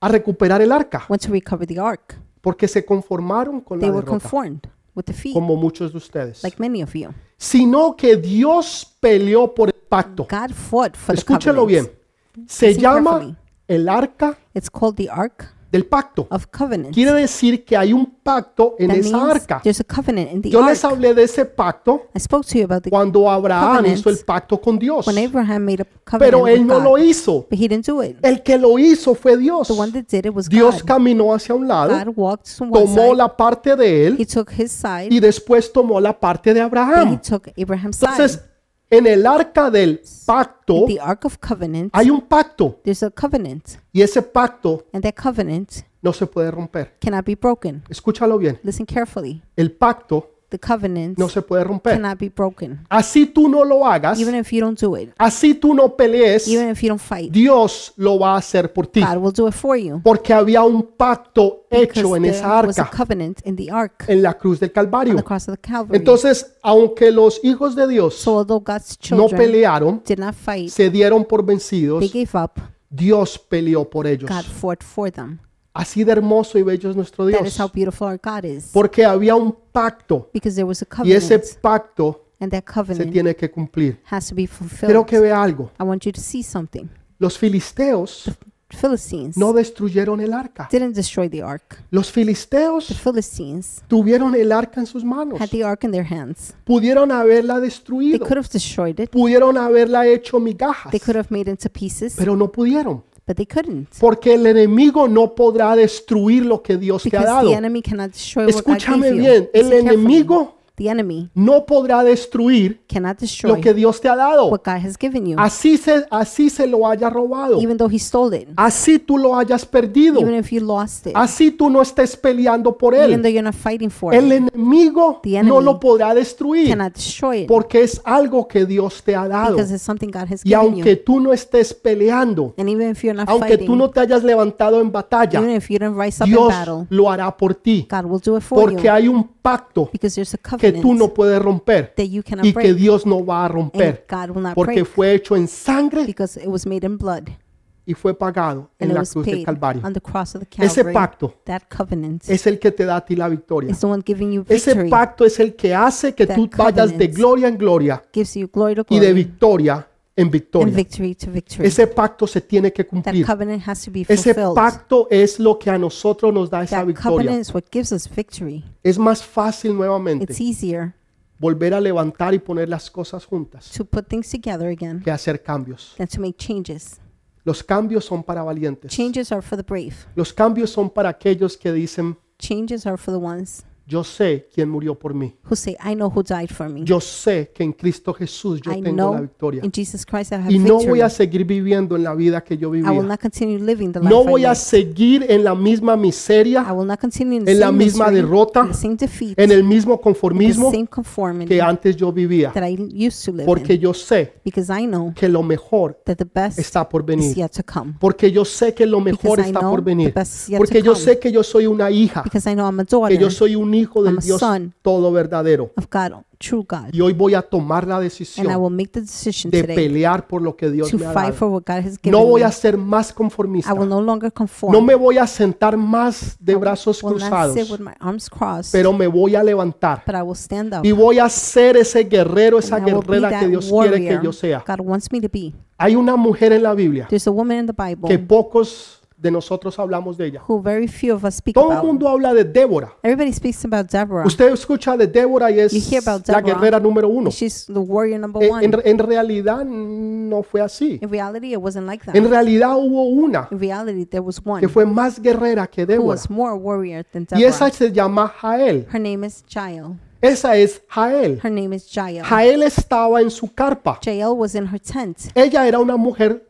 Speaker 1: a recuperar el arca,
Speaker 2: went to recover the ark.
Speaker 1: porque se conformaron con
Speaker 2: They
Speaker 1: la
Speaker 2: were
Speaker 1: derrota,
Speaker 2: conformed with defeat,
Speaker 1: como muchos de ustedes.
Speaker 2: like many of you.
Speaker 1: Sino que Dios peleó por el pacto.
Speaker 2: God fought for the
Speaker 1: Escúchelo
Speaker 2: covenant.
Speaker 1: bien. Se
Speaker 2: Listen
Speaker 1: llama
Speaker 2: carefully.
Speaker 1: el arca
Speaker 2: It's called the ark
Speaker 1: del pacto.
Speaker 2: of covenant.
Speaker 1: Quiere decir que hay un pacto en
Speaker 2: That
Speaker 1: esa
Speaker 2: means
Speaker 1: arca.
Speaker 2: There's a covenant in the
Speaker 1: Yo
Speaker 2: ark.
Speaker 1: les hablé de ese pacto
Speaker 2: I spoke to you about the
Speaker 1: cuando Abraham
Speaker 2: Covenants.
Speaker 1: hizo el pacto con Dios.
Speaker 2: when Abraham made a covenant
Speaker 1: Pero él
Speaker 2: with
Speaker 1: no
Speaker 2: God,
Speaker 1: lo hizo.
Speaker 2: but he didn't do it.
Speaker 1: El que lo hizo fue Dios.
Speaker 2: The one that did it was
Speaker 1: Dios
Speaker 2: God.
Speaker 1: caminó hacia un lado,
Speaker 2: God walked to one
Speaker 1: tomó
Speaker 2: side.
Speaker 1: la parte de
Speaker 2: he
Speaker 1: él
Speaker 2: took his side.
Speaker 1: y después tomó la parte de
Speaker 2: then he
Speaker 1: Abraham.
Speaker 2: took Abraham's side.
Speaker 1: Entonces, en el arca del pacto
Speaker 2: The ark of covenant.
Speaker 1: hay un pacto
Speaker 2: there's a covenant,
Speaker 1: y ese pacto
Speaker 2: and that covenant
Speaker 1: no se puede romper.
Speaker 2: cannot be broken.
Speaker 1: Escúchalo bien.
Speaker 2: Listen carefully.
Speaker 1: El pacto
Speaker 2: The covenant
Speaker 1: no se puede romper.
Speaker 2: cannot be broken.
Speaker 1: Así tú no lo hagas,
Speaker 2: Even if you don't do it,
Speaker 1: así tú no pelees,
Speaker 2: even if you don't fight,
Speaker 1: Dios lo va a hacer por ti.
Speaker 2: God will do it for you.
Speaker 1: Porque había un pacto hecho
Speaker 2: because
Speaker 1: en
Speaker 2: there
Speaker 1: esa
Speaker 2: was a
Speaker 1: arca,
Speaker 2: covenant in the ark,
Speaker 1: en la cruz del
Speaker 2: on the
Speaker 1: Calvario.
Speaker 2: cross of the Calvary.
Speaker 1: Entonces, aunque los hijos de Dios
Speaker 2: so although God's
Speaker 1: no
Speaker 2: children
Speaker 1: pelearon,
Speaker 2: did not fight,
Speaker 1: se dieron por
Speaker 2: they
Speaker 1: vencidos,
Speaker 2: gave up.
Speaker 1: Dios peleó por ellos.
Speaker 2: God fought for them.
Speaker 1: Así de hermoso y bello es nuestro
Speaker 2: That is
Speaker 1: Dios.
Speaker 2: how beautiful our God is.
Speaker 1: Porque había un pacto
Speaker 2: Because there was a
Speaker 1: y ese
Speaker 2: covenant,
Speaker 1: pacto
Speaker 2: and that
Speaker 1: se
Speaker 2: covenant
Speaker 1: tiene que cumplir.
Speaker 2: has to be fulfilled.
Speaker 1: Quiero que vea algo.
Speaker 2: I want you to see something.
Speaker 1: Los filisteos
Speaker 2: Philistines
Speaker 1: no destruyeron el arca.
Speaker 2: didn't destroy the ark.
Speaker 1: Los
Speaker 2: The
Speaker 1: filisteos
Speaker 2: Philistines
Speaker 1: tuvieron el arca en sus manos.
Speaker 2: had the ark in their hands.
Speaker 1: Pudieron haberla
Speaker 2: They
Speaker 1: destruido.
Speaker 2: could have destroyed it.
Speaker 1: Pudieron haberla hecho migajas.
Speaker 2: They could have made it into pieces,
Speaker 1: Pero no pudieron.
Speaker 2: but they couldn't.
Speaker 1: Porque el enemigo no podrá destruir lo que Dios te ha
Speaker 2: Because
Speaker 1: dado.
Speaker 2: the enemy cannot destroy what God gave
Speaker 1: Escúchame
Speaker 2: you.
Speaker 1: bien. El
Speaker 2: Listen carefully.
Speaker 1: enemigo
Speaker 2: the enemy
Speaker 1: no podrá destruir
Speaker 2: cannot destroy
Speaker 1: lo que Dios te ha dado.
Speaker 2: what God has given you,
Speaker 1: Así se, así se lo haya robado.
Speaker 2: even though He stole it,
Speaker 1: Así tú lo hayas perdido.
Speaker 2: even if you lost it,
Speaker 1: Así tú no estés peleando por
Speaker 2: even
Speaker 1: él.
Speaker 2: though you're not fighting for
Speaker 1: El
Speaker 2: it,
Speaker 1: enemigo
Speaker 2: The
Speaker 1: no
Speaker 2: enemy
Speaker 1: lo podrá destruir
Speaker 2: cannot destroy it
Speaker 1: porque es algo que Dios te ha dado.
Speaker 2: because it's something God has
Speaker 1: Y
Speaker 2: given you.
Speaker 1: aunque tú no estés peleando,
Speaker 2: And even if you're not
Speaker 1: aunque
Speaker 2: fighting,
Speaker 1: tú no te hayas levantado en batalla,
Speaker 2: even if you don't rise up in
Speaker 1: Dios
Speaker 2: battle,
Speaker 1: lo hará por ti
Speaker 2: God will do it for
Speaker 1: porque
Speaker 2: you
Speaker 1: hay un pacto
Speaker 2: because there's a
Speaker 1: que
Speaker 2: covenant
Speaker 1: tú no puedes romper
Speaker 2: that you cannot
Speaker 1: y que
Speaker 2: break
Speaker 1: Dios no va a
Speaker 2: and
Speaker 1: romper
Speaker 2: God will not
Speaker 1: porque
Speaker 2: break
Speaker 1: fue hecho en sangre
Speaker 2: because it was made in blood
Speaker 1: y fue pagado en
Speaker 2: and it
Speaker 1: la
Speaker 2: was
Speaker 1: cruz del
Speaker 2: paid
Speaker 1: Calvario.
Speaker 2: on the cross of the
Speaker 1: Ese
Speaker 2: Calvary.
Speaker 1: pacto
Speaker 2: that covenant
Speaker 1: es el que te da a ti la victoria.
Speaker 2: is the one giving you
Speaker 1: Ese
Speaker 2: victory,
Speaker 1: pacto es el que hace que
Speaker 2: That
Speaker 1: tú vayas de
Speaker 2: covenant.
Speaker 1: gloria en gloria
Speaker 2: gives you glory to
Speaker 1: y de
Speaker 2: glory
Speaker 1: victoria en
Speaker 2: and
Speaker 1: victoria.
Speaker 2: victory to victory.
Speaker 1: Ese pacto se tiene que
Speaker 2: That
Speaker 1: cumplir.
Speaker 2: covenant has to be
Speaker 1: Ese
Speaker 2: fulfilled.
Speaker 1: pacto es lo que a nosotros nos da esa
Speaker 2: That covenant
Speaker 1: victoria.
Speaker 2: is what gives us victory.
Speaker 1: Es más fácil nuevamente
Speaker 2: It's easier
Speaker 1: volver a levantar y poner las cosas juntas
Speaker 2: to put things together again
Speaker 1: que hacer cambios.
Speaker 2: than to make changes.
Speaker 1: Los cambios son para valientes.
Speaker 2: Changes are for the brave.
Speaker 1: Los cambios son para aquellos que dicen,
Speaker 2: Changes are for the ones
Speaker 1: yo sé quién murió por mí.
Speaker 2: who say, "I know who died for me.
Speaker 1: Yo sé que en Cristo Jesús yo
Speaker 2: I
Speaker 1: tengo la
Speaker 2: know
Speaker 1: victoria.
Speaker 2: in Jesus Christ I have
Speaker 1: Y no voy
Speaker 2: victory.
Speaker 1: a seguir viviendo en la vida que yo
Speaker 2: I will
Speaker 1: vivía.
Speaker 2: not continue living the life
Speaker 1: No
Speaker 2: I
Speaker 1: voy a
Speaker 2: lived.
Speaker 1: seguir en la misma
Speaker 2: I
Speaker 1: miseria,
Speaker 2: will not continue in the
Speaker 1: en la
Speaker 2: same
Speaker 1: misma
Speaker 2: misery,
Speaker 1: derrota,
Speaker 2: in the same defeat,
Speaker 1: en el mismo
Speaker 2: the
Speaker 1: conformismo
Speaker 2: same conformity
Speaker 1: que antes yo vivía,
Speaker 2: that I used to live
Speaker 1: porque
Speaker 2: in,
Speaker 1: yo sé
Speaker 2: because I know
Speaker 1: que lo mejor
Speaker 2: that the best
Speaker 1: está por
Speaker 2: is
Speaker 1: venir,
Speaker 2: yet to come.
Speaker 1: porque yo sé que lo mejor
Speaker 2: Because I
Speaker 1: está
Speaker 2: know
Speaker 1: por venir,
Speaker 2: the best is yet
Speaker 1: porque
Speaker 2: to
Speaker 1: yo
Speaker 2: come.
Speaker 1: sé que yo soy una hija,
Speaker 2: Because I know I'm a daughter
Speaker 1: que yo soy un hijo del
Speaker 2: I'm a
Speaker 1: Dios
Speaker 2: son.
Speaker 1: todo verdadero.
Speaker 2: of God, true God,
Speaker 1: Y hoy voy a tomar la
Speaker 2: and I
Speaker 1: decisión
Speaker 2: will make the decision
Speaker 1: de
Speaker 2: today
Speaker 1: pelear por lo que Dios
Speaker 2: to
Speaker 1: me ha
Speaker 2: fight
Speaker 1: dado.
Speaker 2: for what God has given
Speaker 1: No voy
Speaker 2: me.
Speaker 1: a ser más
Speaker 2: I
Speaker 1: conformista.
Speaker 2: will no longer conform.
Speaker 1: No me voy a sentar más de
Speaker 2: I
Speaker 1: brazos
Speaker 2: will not
Speaker 1: cruzados,
Speaker 2: sit with my arms crossed,
Speaker 1: pero me voy a levantar
Speaker 2: but I will stand up.
Speaker 1: y voy a ser ese guerrero, esa
Speaker 2: and I will be
Speaker 1: guerrera que
Speaker 2: that
Speaker 1: Dios quiere
Speaker 2: warrior
Speaker 1: que yo sea.
Speaker 2: God wants me to be.
Speaker 1: Hay una mujer en la Biblia
Speaker 2: There's a woman in the Bible
Speaker 1: que pocos de nosotros hablamos de ella.
Speaker 2: who very few of us speak
Speaker 1: Todo el
Speaker 2: about.
Speaker 1: mundo habla de Débora.
Speaker 2: Everybody speaks about Deborah.
Speaker 1: Usted escucha de Débora y es
Speaker 2: You hear about
Speaker 1: la
Speaker 2: Deborah.
Speaker 1: guerrera número uno.
Speaker 2: She's the warrior number
Speaker 1: Eh, En,
Speaker 2: one.
Speaker 1: en- en realidad no fue así.
Speaker 2: in reality, it wasn't like that.
Speaker 1: En realidad hubo una
Speaker 2: in reality, there was one
Speaker 1: que fue más guerrera que
Speaker 2: who
Speaker 1: Débora.
Speaker 2: was more warrior than Deborah.
Speaker 1: Y esa se llama Jael.
Speaker 2: Her name is Jael.
Speaker 1: Esa es Jael.
Speaker 2: Her name is Jael.
Speaker 1: Jael estaba en su carpa.
Speaker 2: Jael was in her tent.
Speaker 1: Ella era una mujer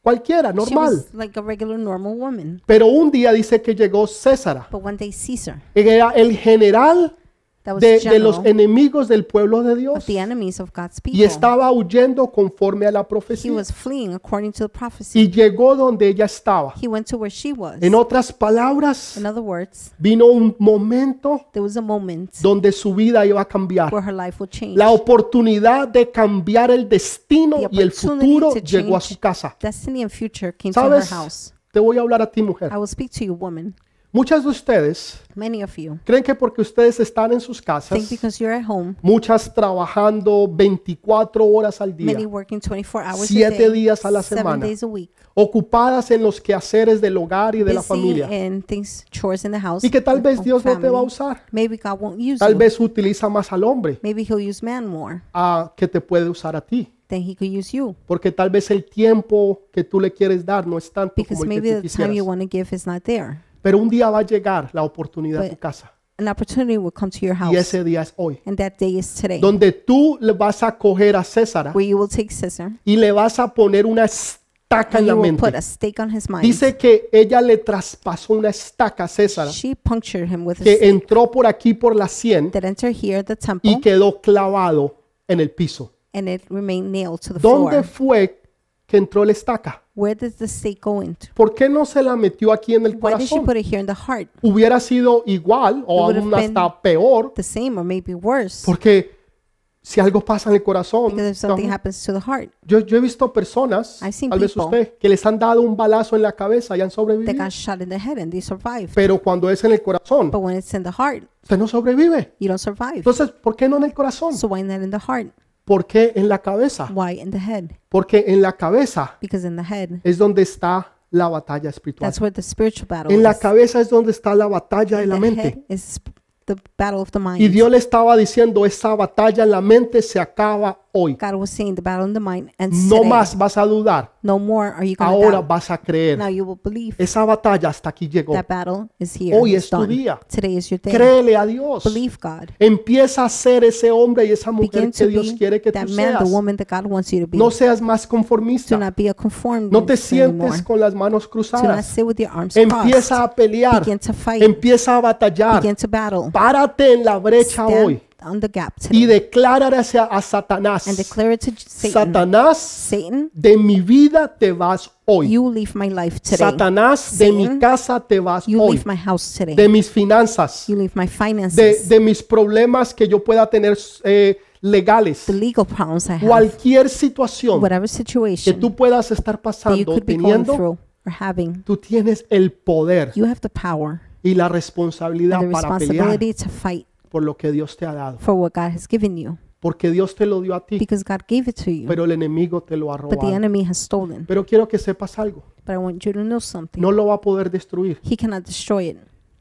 Speaker 1: cualquiera,
Speaker 2: She
Speaker 1: normal.
Speaker 2: was like a regular, normal woman.
Speaker 1: Pero un día dice que llegó César,
Speaker 2: But one day, Caesar,
Speaker 1: que era el general
Speaker 2: that was
Speaker 1: de, de
Speaker 2: general
Speaker 1: los enemigos del pueblo de
Speaker 2: of
Speaker 1: Dios.
Speaker 2: the enemies of God's
Speaker 1: Y
Speaker 2: people,
Speaker 1: estaba huyendo conforme a la
Speaker 2: he
Speaker 1: profecía.
Speaker 2: was fleeing according to the prophecy.
Speaker 1: Y llegó donde ella estaba.
Speaker 2: He went to where she was.
Speaker 1: En otras palabras,
Speaker 2: In other words,
Speaker 1: vino un momento
Speaker 2: there was a moment
Speaker 1: donde su vida iba a cambiar.
Speaker 2: where her life would change.
Speaker 1: La oportunidad de cambiar el destino
Speaker 2: The
Speaker 1: y el
Speaker 2: opportunity
Speaker 1: futuro
Speaker 2: to
Speaker 1: llegó a
Speaker 2: change
Speaker 1: su casa.
Speaker 2: Destiny and future came to her
Speaker 1: ¿Sabes?
Speaker 2: house.
Speaker 1: Te voy a hablar a ti, mujer.
Speaker 2: I will speak to you, woman.
Speaker 1: Muchas de ustedes
Speaker 2: Many of you
Speaker 1: creen que porque ustedes están en sus
Speaker 2: think
Speaker 1: casas,
Speaker 2: because you're at home,
Speaker 1: muchas trabajando 24 horas al día,
Speaker 2: many working 24 hours a
Speaker 1: Siete
Speaker 2: day,
Speaker 1: días a la
Speaker 2: seven
Speaker 1: semana.
Speaker 2: days a week,
Speaker 1: ocupadas en los quehaceres del hogar y de la
Speaker 2: busy
Speaker 1: familia,
Speaker 2: in things, chores in the house,
Speaker 1: y que tal
Speaker 2: with
Speaker 1: vez
Speaker 2: our
Speaker 1: Dios no te va a
Speaker 2: family.
Speaker 1: usar,
Speaker 2: Maybe God won't use
Speaker 1: tal
Speaker 2: you.
Speaker 1: vez utiliza más al hombre
Speaker 2: Maybe He'll use man more
Speaker 1: a que te puede usar a ti,
Speaker 2: than He could use you,
Speaker 1: porque tal vez el tiempo que tú le quieres dar no es tanto
Speaker 2: because
Speaker 1: como el
Speaker 2: maybe
Speaker 1: que tú
Speaker 2: the time you
Speaker 1: quisieras.
Speaker 2: want to give is not there.
Speaker 1: Pero un día va a llegar la oportunidad a tu
Speaker 2: But-
Speaker 1: casa,
Speaker 2: An opportunity will come to your house,
Speaker 1: y ese día es hoy,
Speaker 2: and that day is today,
Speaker 1: donde tú le vas a coger a César
Speaker 2: where you will take Caesar
Speaker 1: y le vas a poner una estaca en
Speaker 2: and
Speaker 1: la
Speaker 2: you will
Speaker 1: mente.
Speaker 2: put a stake on his mind.
Speaker 1: Dice que ella le traspasó una estaca a César
Speaker 2: she punctured him with a
Speaker 1: que
Speaker 2: stake
Speaker 1: entró por aquí por la sien
Speaker 2: that entered here at the temple,
Speaker 1: y quedó clavado en el piso.
Speaker 2: and it remained nailed to the
Speaker 1: ¿Dónde
Speaker 2: floor.
Speaker 1: fue que entró la estaca?
Speaker 2: Where does the stake go into?
Speaker 1: ¿Por qué no se la metió aquí en el
Speaker 2: Why did she
Speaker 1: corazón?
Speaker 2: put it here in the heart?
Speaker 1: Hubiera sido igual o
Speaker 2: It would have
Speaker 1: aún hasta
Speaker 2: been-
Speaker 1: peor,
Speaker 2: The same or maybe worse.
Speaker 1: porque si algo pasa en el corazón,
Speaker 2: Because if something
Speaker 1: no,
Speaker 2: happens to the heart,
Speaker 1: yo, yo he visto personas,
Speaker 2: I've seen
Speaker 1: tal vez
Speaker 2: people-
Speaker 1: usted, que les han dado un balazo en la cabeza y han
Speaker 2: they
Speaker 1: sobrevivido,
Speaker 2: got shot in the head and they survived.
Speaker 1: pero cuando es en el corazón,
Speaker 2: But when it's in the heart,
Speaker 1: usted no sobrevive.
Speaker 2: you don't survive.
Speaker 1: Entonces, ¿por qué Ah. no en el corazón?
Speaker 2: So why not in the heart?
Speaker 1: ¿Por qué en la cabeza?
Speaker 2: Why in the head?
Speaker 1: Porque en la cabeza
Speaker 2: Because in the head,
Speaker 1: es donde está la batalla espiritual.
Speaker 2: that's where the spiritual battle
Speaker 1: En la
Speaker 2: is.
Speaker 1: cabeza es donde está la batalla de la
Speaker 2: the
Speaker 1: mente.
Speaker 2: head is sp- the battle of the mind.
Speaker 1: Y Dios le estaba diciendo, esa batalla en la mente se acaba hoy.
Speaker 2: God was saying the battle in the mind and
Speaker 1: No
Speaker 2: today,
Speaker 1: más vas a dudar,
Speaker 2: no more are you going to
Speaker 1: ahora
Speaker 2: doubt.
Speaker 1: vas a creer.
Speaker 2: Now you will believe
Speaker 1: Esa batalla hasta aquí llegó.
Speaker 2: that battle is here.
Speaker 1: Hoy
Speaker 2: It's
Speaker 1: es tu
Speaker 2: done.
Speaker 1: día.
Speaker 2: Today is your day.
Speaker 1: Créele a Dios.
Speaker 2: Believe God.
Speaker 1: Empieza a ser ese hombre y esa mujer
Speaker 2: Begin
Speaker 1: que
Speaker 2: to
Speaker 1: Dios
Speaker 2: be
Speaker 1: quiere que
Speaker 2: that
Speaker 1: tú
Speaker 2: man,
Speaker 1: seas.
Speaker 2: the woman that God wants you to be.
Speaker 1: No seas más
Speaker 2: Do
Speaker 1: conformista.
Speaker 2: not be a conformist
Speaker 1: No te
Speaker 2: anymore.
Speaker 1: sientes con las manos
Speaker 2: Do not
Speaker 1: cruzadas.
Speaker 2: sit with your arms
Speaker 1: Empieza
Speaker 2: crossed.
Speaker 1: a pelear.
Speaker 2: Begin to fight.
Speaker 1: Empieza a batallar.
Speaker 2: Begin to battle.
Speaker 1: Párate en la brecha hoy
Speaker 2: Stand on the gap
Speaker 1: y
Speaker 2: today
Speaker 1: declara hacia a
Speaker 2: and
Speaker 1: Satanás.
Speaker 2: declare it to J- Satan.
Speaker 1: Satanás,
Speaker 2: Satan,
Speaker 1: de mi vida te vas hoy.
Speaker 2: you leave my life today.
Speaker 1: Satanás, de mi
Speaker 2: Satan,
Speaker 1: casa te vas
Speaker 2: You
Speaker 1: hoy.
Speaker 2: leave my house today.
Speaker 1: De mis finanzas,
Speaker 2: You leave my
Speaker 1: de,
Speaker 2: finances.
Speaker 1: de mis problemas que yo pueda tener eh, legales.
Speaker 2: The legal problems I have.
Speaker 1: Cualquier situación que
Speaker 2: Whatever situation
Speaker 1: tú puedas estar
Speaker 2: that you
Speaker 1: pasando,
Speaker 2: could be going
Speaker 1: teniendo,
Speaker 2: through or having,
Speaker 1: tú tienes el poder
Speaker 2: you have the power
Speaker 1: y la
Speaker 2: and the
Speaker 1: responsabilidad para pelear
Speaker 2: responsibility to fight
Speaker 1: por lo que Dios te ha dado.
Speaker 2: for what God has given you
Speaker 1: Porque Dios te lo dio a ti,
Speaker 2: because God gave it to you.
Speaker 1: pero el enemigo te lo ha
Speaker 2: But the
Speaker 1: robado.
Speaker 2: enemy has stolen.
Speaker 1: Pero quiero que sepas algo.
Speaker 2: But I want you to know something.
Speaker 1: no lo va a poder destruir.
Speaker 2: He cannot destroy it.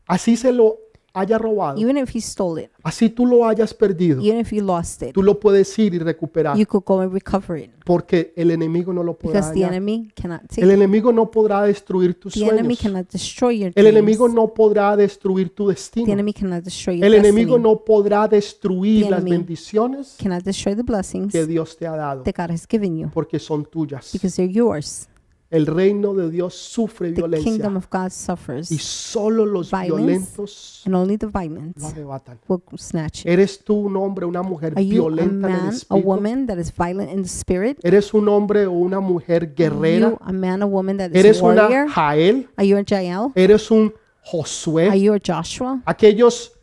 Speaker 1: Así se lo haya robado,
Speaker 2: Even if he stole it,
Speaker 1: así tú lo hayas perdido,
Speaker 2: even if you lost it,
Speaker 1: tú lo puedes ir y recuperar
Speaker 2: you could go and recover it
Speaker 1: porque el enemigo no lo podrá
Speaker 2: because the
Speaker 1: dañar.
Speaker 2: enemy cannot take
Speaker 1: El
Speaker 2: it.
Speaker 1: enemigo no podrá destruir tus
Speaker 2: The enemy
Speaker 1: sueños.
Speaker 2: cannot destroy your
Speaker 1: El enemigo
Speaker 2: dreams.
Speaker 1: no podrá destruir tu
Speaker 2: The
Speaker 1: destino.
Speaker 2: enemy cannot destroy your
Speaker 1: El enemigo
Speaker 2: destiny.
Speaker 1: no podrá destruir
Speaker 2: The
Speaker 1: las
Speaker 2: enemy
Speaker 1: bendiciones
Speaker 2: Cannot destroy the blessings
Speaker 1: que Dios te ha dado
Speaker 2: that God has given you
Speaker 1: porque son tuyas.
Speaker 2: because they're yours.
Speaker 1: El reino de Dios sufre
Speaker 2: The kingdom
Speaker 1: violencia
Speaker 2: of God
Speaker 1: y
Speaker 2: suffers,
Speaker 1: solo los
Speaker 2: Violence.
Speaker 1: violentos
Speaker 2: and only the
Speaker 1: lo
Speaker 2: violence
Speaker 1: arrebatan.
Speaker 2: will snatch it.
Speaker 1: ¿Eres tú un hombre, una mujer
Speaker 2: Are you a
Speaker 1: violenta en el
Speaker 2: man, a
Speaker 1: espíritu?
Speaker 2: woman that is violent in the spirit?
Speaker 1: ¿Eres un hombre o una mujer guerrera?
Speaker 2: You, a man, a woman that is
Speaker 1: ¿Eres una
Speaker 2: warrior?
Speaker 1: Jael?
Speaker 2: Are you a Jael?
Speaker 1: ¿Eres un
Speaker 2: Are
Speaker 1: Josué?
Speaker 2: you a Joshua?
Speaker 1: Aquellos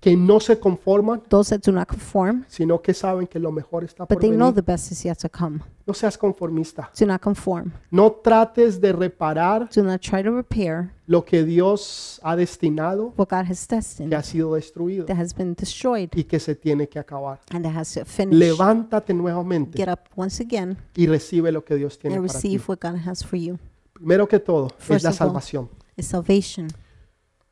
Speaker 1: que no se conforman,
Speaker 2: Those that do not conform,
Speaker 1: sino que saben que lo mejor está por
Speaker 2: but they know
Speaker 1: venir.
Speaker 2: the best is yet to come.
Speaker 1: No seas conformista.
Speaker 2: Do not conform.
Speaker 1: No trates de reparar
Speaker 2: Do not try to repair
Speaker 1: lo que Dios ha destinado
Speaker 2: what God has
Speaker 1: que
Speaker 2: destined
Speaker 1: ha sido destruido
Speaker 2: that has been destroyed
Speaker 1: y que se tiene que acabar.
Speaker 2: and that has to finish.
Speaker 1: Levántate nuevamente
Speaker 2: Get up once again
Speaker 1: y recibe lo que Dios tiene
Speaker 2: and
Speaker 1: para ti.
Speaker 2: receive what God has for you.
Speaker 1: Primero que todo, es
Speaker 2: First
Speaker 1: la
Speaker 2: of all.
Speaker 1: salvación.
Speaker 2: It's salvation.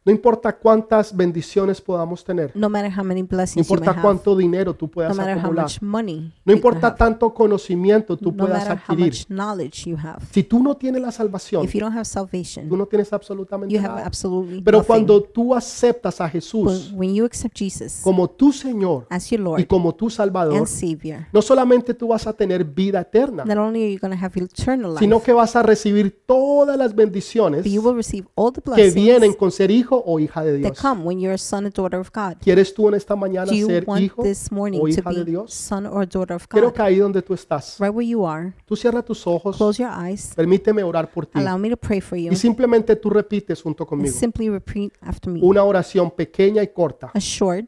Speaker 1: No importa cuántas bendiciones podamos tener,
Speaker 2: No matter how many
Speaker 1: no
Speaker 2: blessings Mm, you may
Speaker 1: importa
Speaker 2: have,
Speaker 1: cuánto dinero tú
Speaker 2: no
Speaker 1: puedas
Speaker 2: matter how
Speaker 1: acumular,
Speaker 2: much money,
Speaker 1: No
Speaker 2: you may
Speaker 1: importa
Speaker 2: have,
Speaker 1: tanto conocimiento tú
Speaker 2: no
Speaker 1: puedas
Speaker 2: matter how
Speaker 1: adquirir.
Speaker 2: much knowledge you have.
Speaker 1: Si tú no tienes la salvación,
Speaker 2: If you don't have
Speaker 1: tú
Speaker 2: salvation,
Speaker 1: no tienes absolutamente
Speaker 2: you have
Speaker 1: nada.
Speaker 2: absolutely
Speaker 1: Pero
Speaker 2: nothing.
Speaker 1: cuando tú aceptas a Jesús
Speaker 2: When, when you accept Jesus
Speaker 1: como tu Señor
Speaker 2: as your
Speaker 1: y
Speaker 2: Lord
Speaker 1: como tu Salvador,
Speaker 2: and Savior,
Speaker 1: no solamente tú vas a tener vida eterna,
Speaker 2: not only are you going to have eternal life,
Speaker 1: sino que vas a recibir todas las bendiciones
Speaker 2: but you will receive all the
Speaker 1: que vienen
Speaker 2: blessings
Speaker 1: con ser hijo o hija de
Speaker 2: that
Speaker 1: Dios.
Speaker 2: come when you're a son or daughter of God.
Speaker 1: ¿Quieres tú en esta mañana
Speaker 2: Do you
Speaker 1: ser
Speaker 2: want
Speaker 1: hijo
Speaker 2: this
Speaker 1: o
Speaker 2: morning to
Speaker 1: hija de
Speaker 2: be
Speaker 1: Dios?
Speaker 2: son or daughter of
Speaker 1: Quiero
Speaker 2: God?
Speaker 1: que ahí donde tú estás,
Speaker 2: Right where you are,
Speaker 1: tú cierra tus ojos,
Speaker 2: close your eyes,
Speaker 1: permíteme orar por ti
Speaker 2: allow me to pray for you,
Speaker 1: y simplemente tú repites junto
Speaker 2: and
Speaker 1: conmigo.
Speaker 2: simply repeat after me
Speaker 1: una oración pequeña y corta
Speaker 2: a short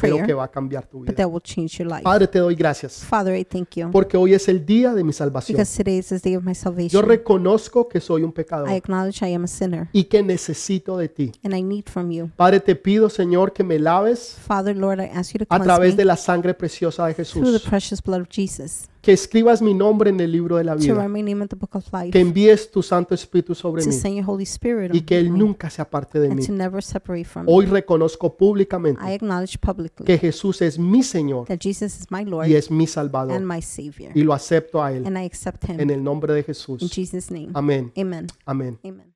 Speaker 1: pero que
Speaker 2: prayer,
Speaker 1: va a cambiar tu
Speaker 2: but
Speaker 1: vida.
Speaker 2: that will change your life.
Speaker 1: Padre, te doy gracias
Speaker 2: Father, I thank you
Speaker 1: porque hoy es el día de mi salvación.
Speaker 2: because today is the day of my
Speaker 1: Yo
Speaker 2: salvation.
Speaker 1: reconozco que soy un
Speaker 2: I
Speaker 1: pecador
Speaker 2: acknowledge I am a sinner
Speaker 1: y que necesito de ti.
Speaker 2: and I need from you.
Speaker 1: Padre, te pido, Señor, que me laves
Speaker 2: Father, Lord, I ask you to
Speaker 1: a través
Speaker 2: cleanse
Speaker 1: de
Speaker 2: me
Speaker 1: la sangre preciosa de
Speaker 2: through the
Speaker 1: Jesús,
Speaker 2: precious blood of Jesus
Speaker 1: que escribas mi nombre en el libro de la
Speaker 2: to
Speaker 1: vida,
Speaker 2: write my name in the book of life,
Speaker 1: que envíes tu Santo Espíritu sobre
Speaker 2: to
Speaker 1: mí
Speaker 2: send your Holy Spirit
Speaker 1: y que Él
Speaker 2: on me,
Speaker 1: nunca se aparte de
Speaker 2: and
Speaker 1: mí.
Speaker 2: to never separate from me.
Speaker 1: Hoy reconozco
Speaker 2: I
Speaker 1: públicamente
Speaker 2: acknowledge publicly
Speaker 1: que Jesús es mi Señor
Speaker 2: that Jesus is my
Speaker 1: y
Speaker 2: Lord
Speaker 1: es mi Salvador
Speaker 2: and my Savior,
Speaker 1: y lo acepto a Él
Speaker 2: and I accept
Speaker 1: en
Speaker 2: Him
Speaker 1: el nombre de
Speaker 2: in
Speaker 1: Jesús.
Speaker 2: Jesus' name.
Speaker 1: Amén,
Speaker 2: Amen.
Speaker 1: amén.
Speaker 2: Amen.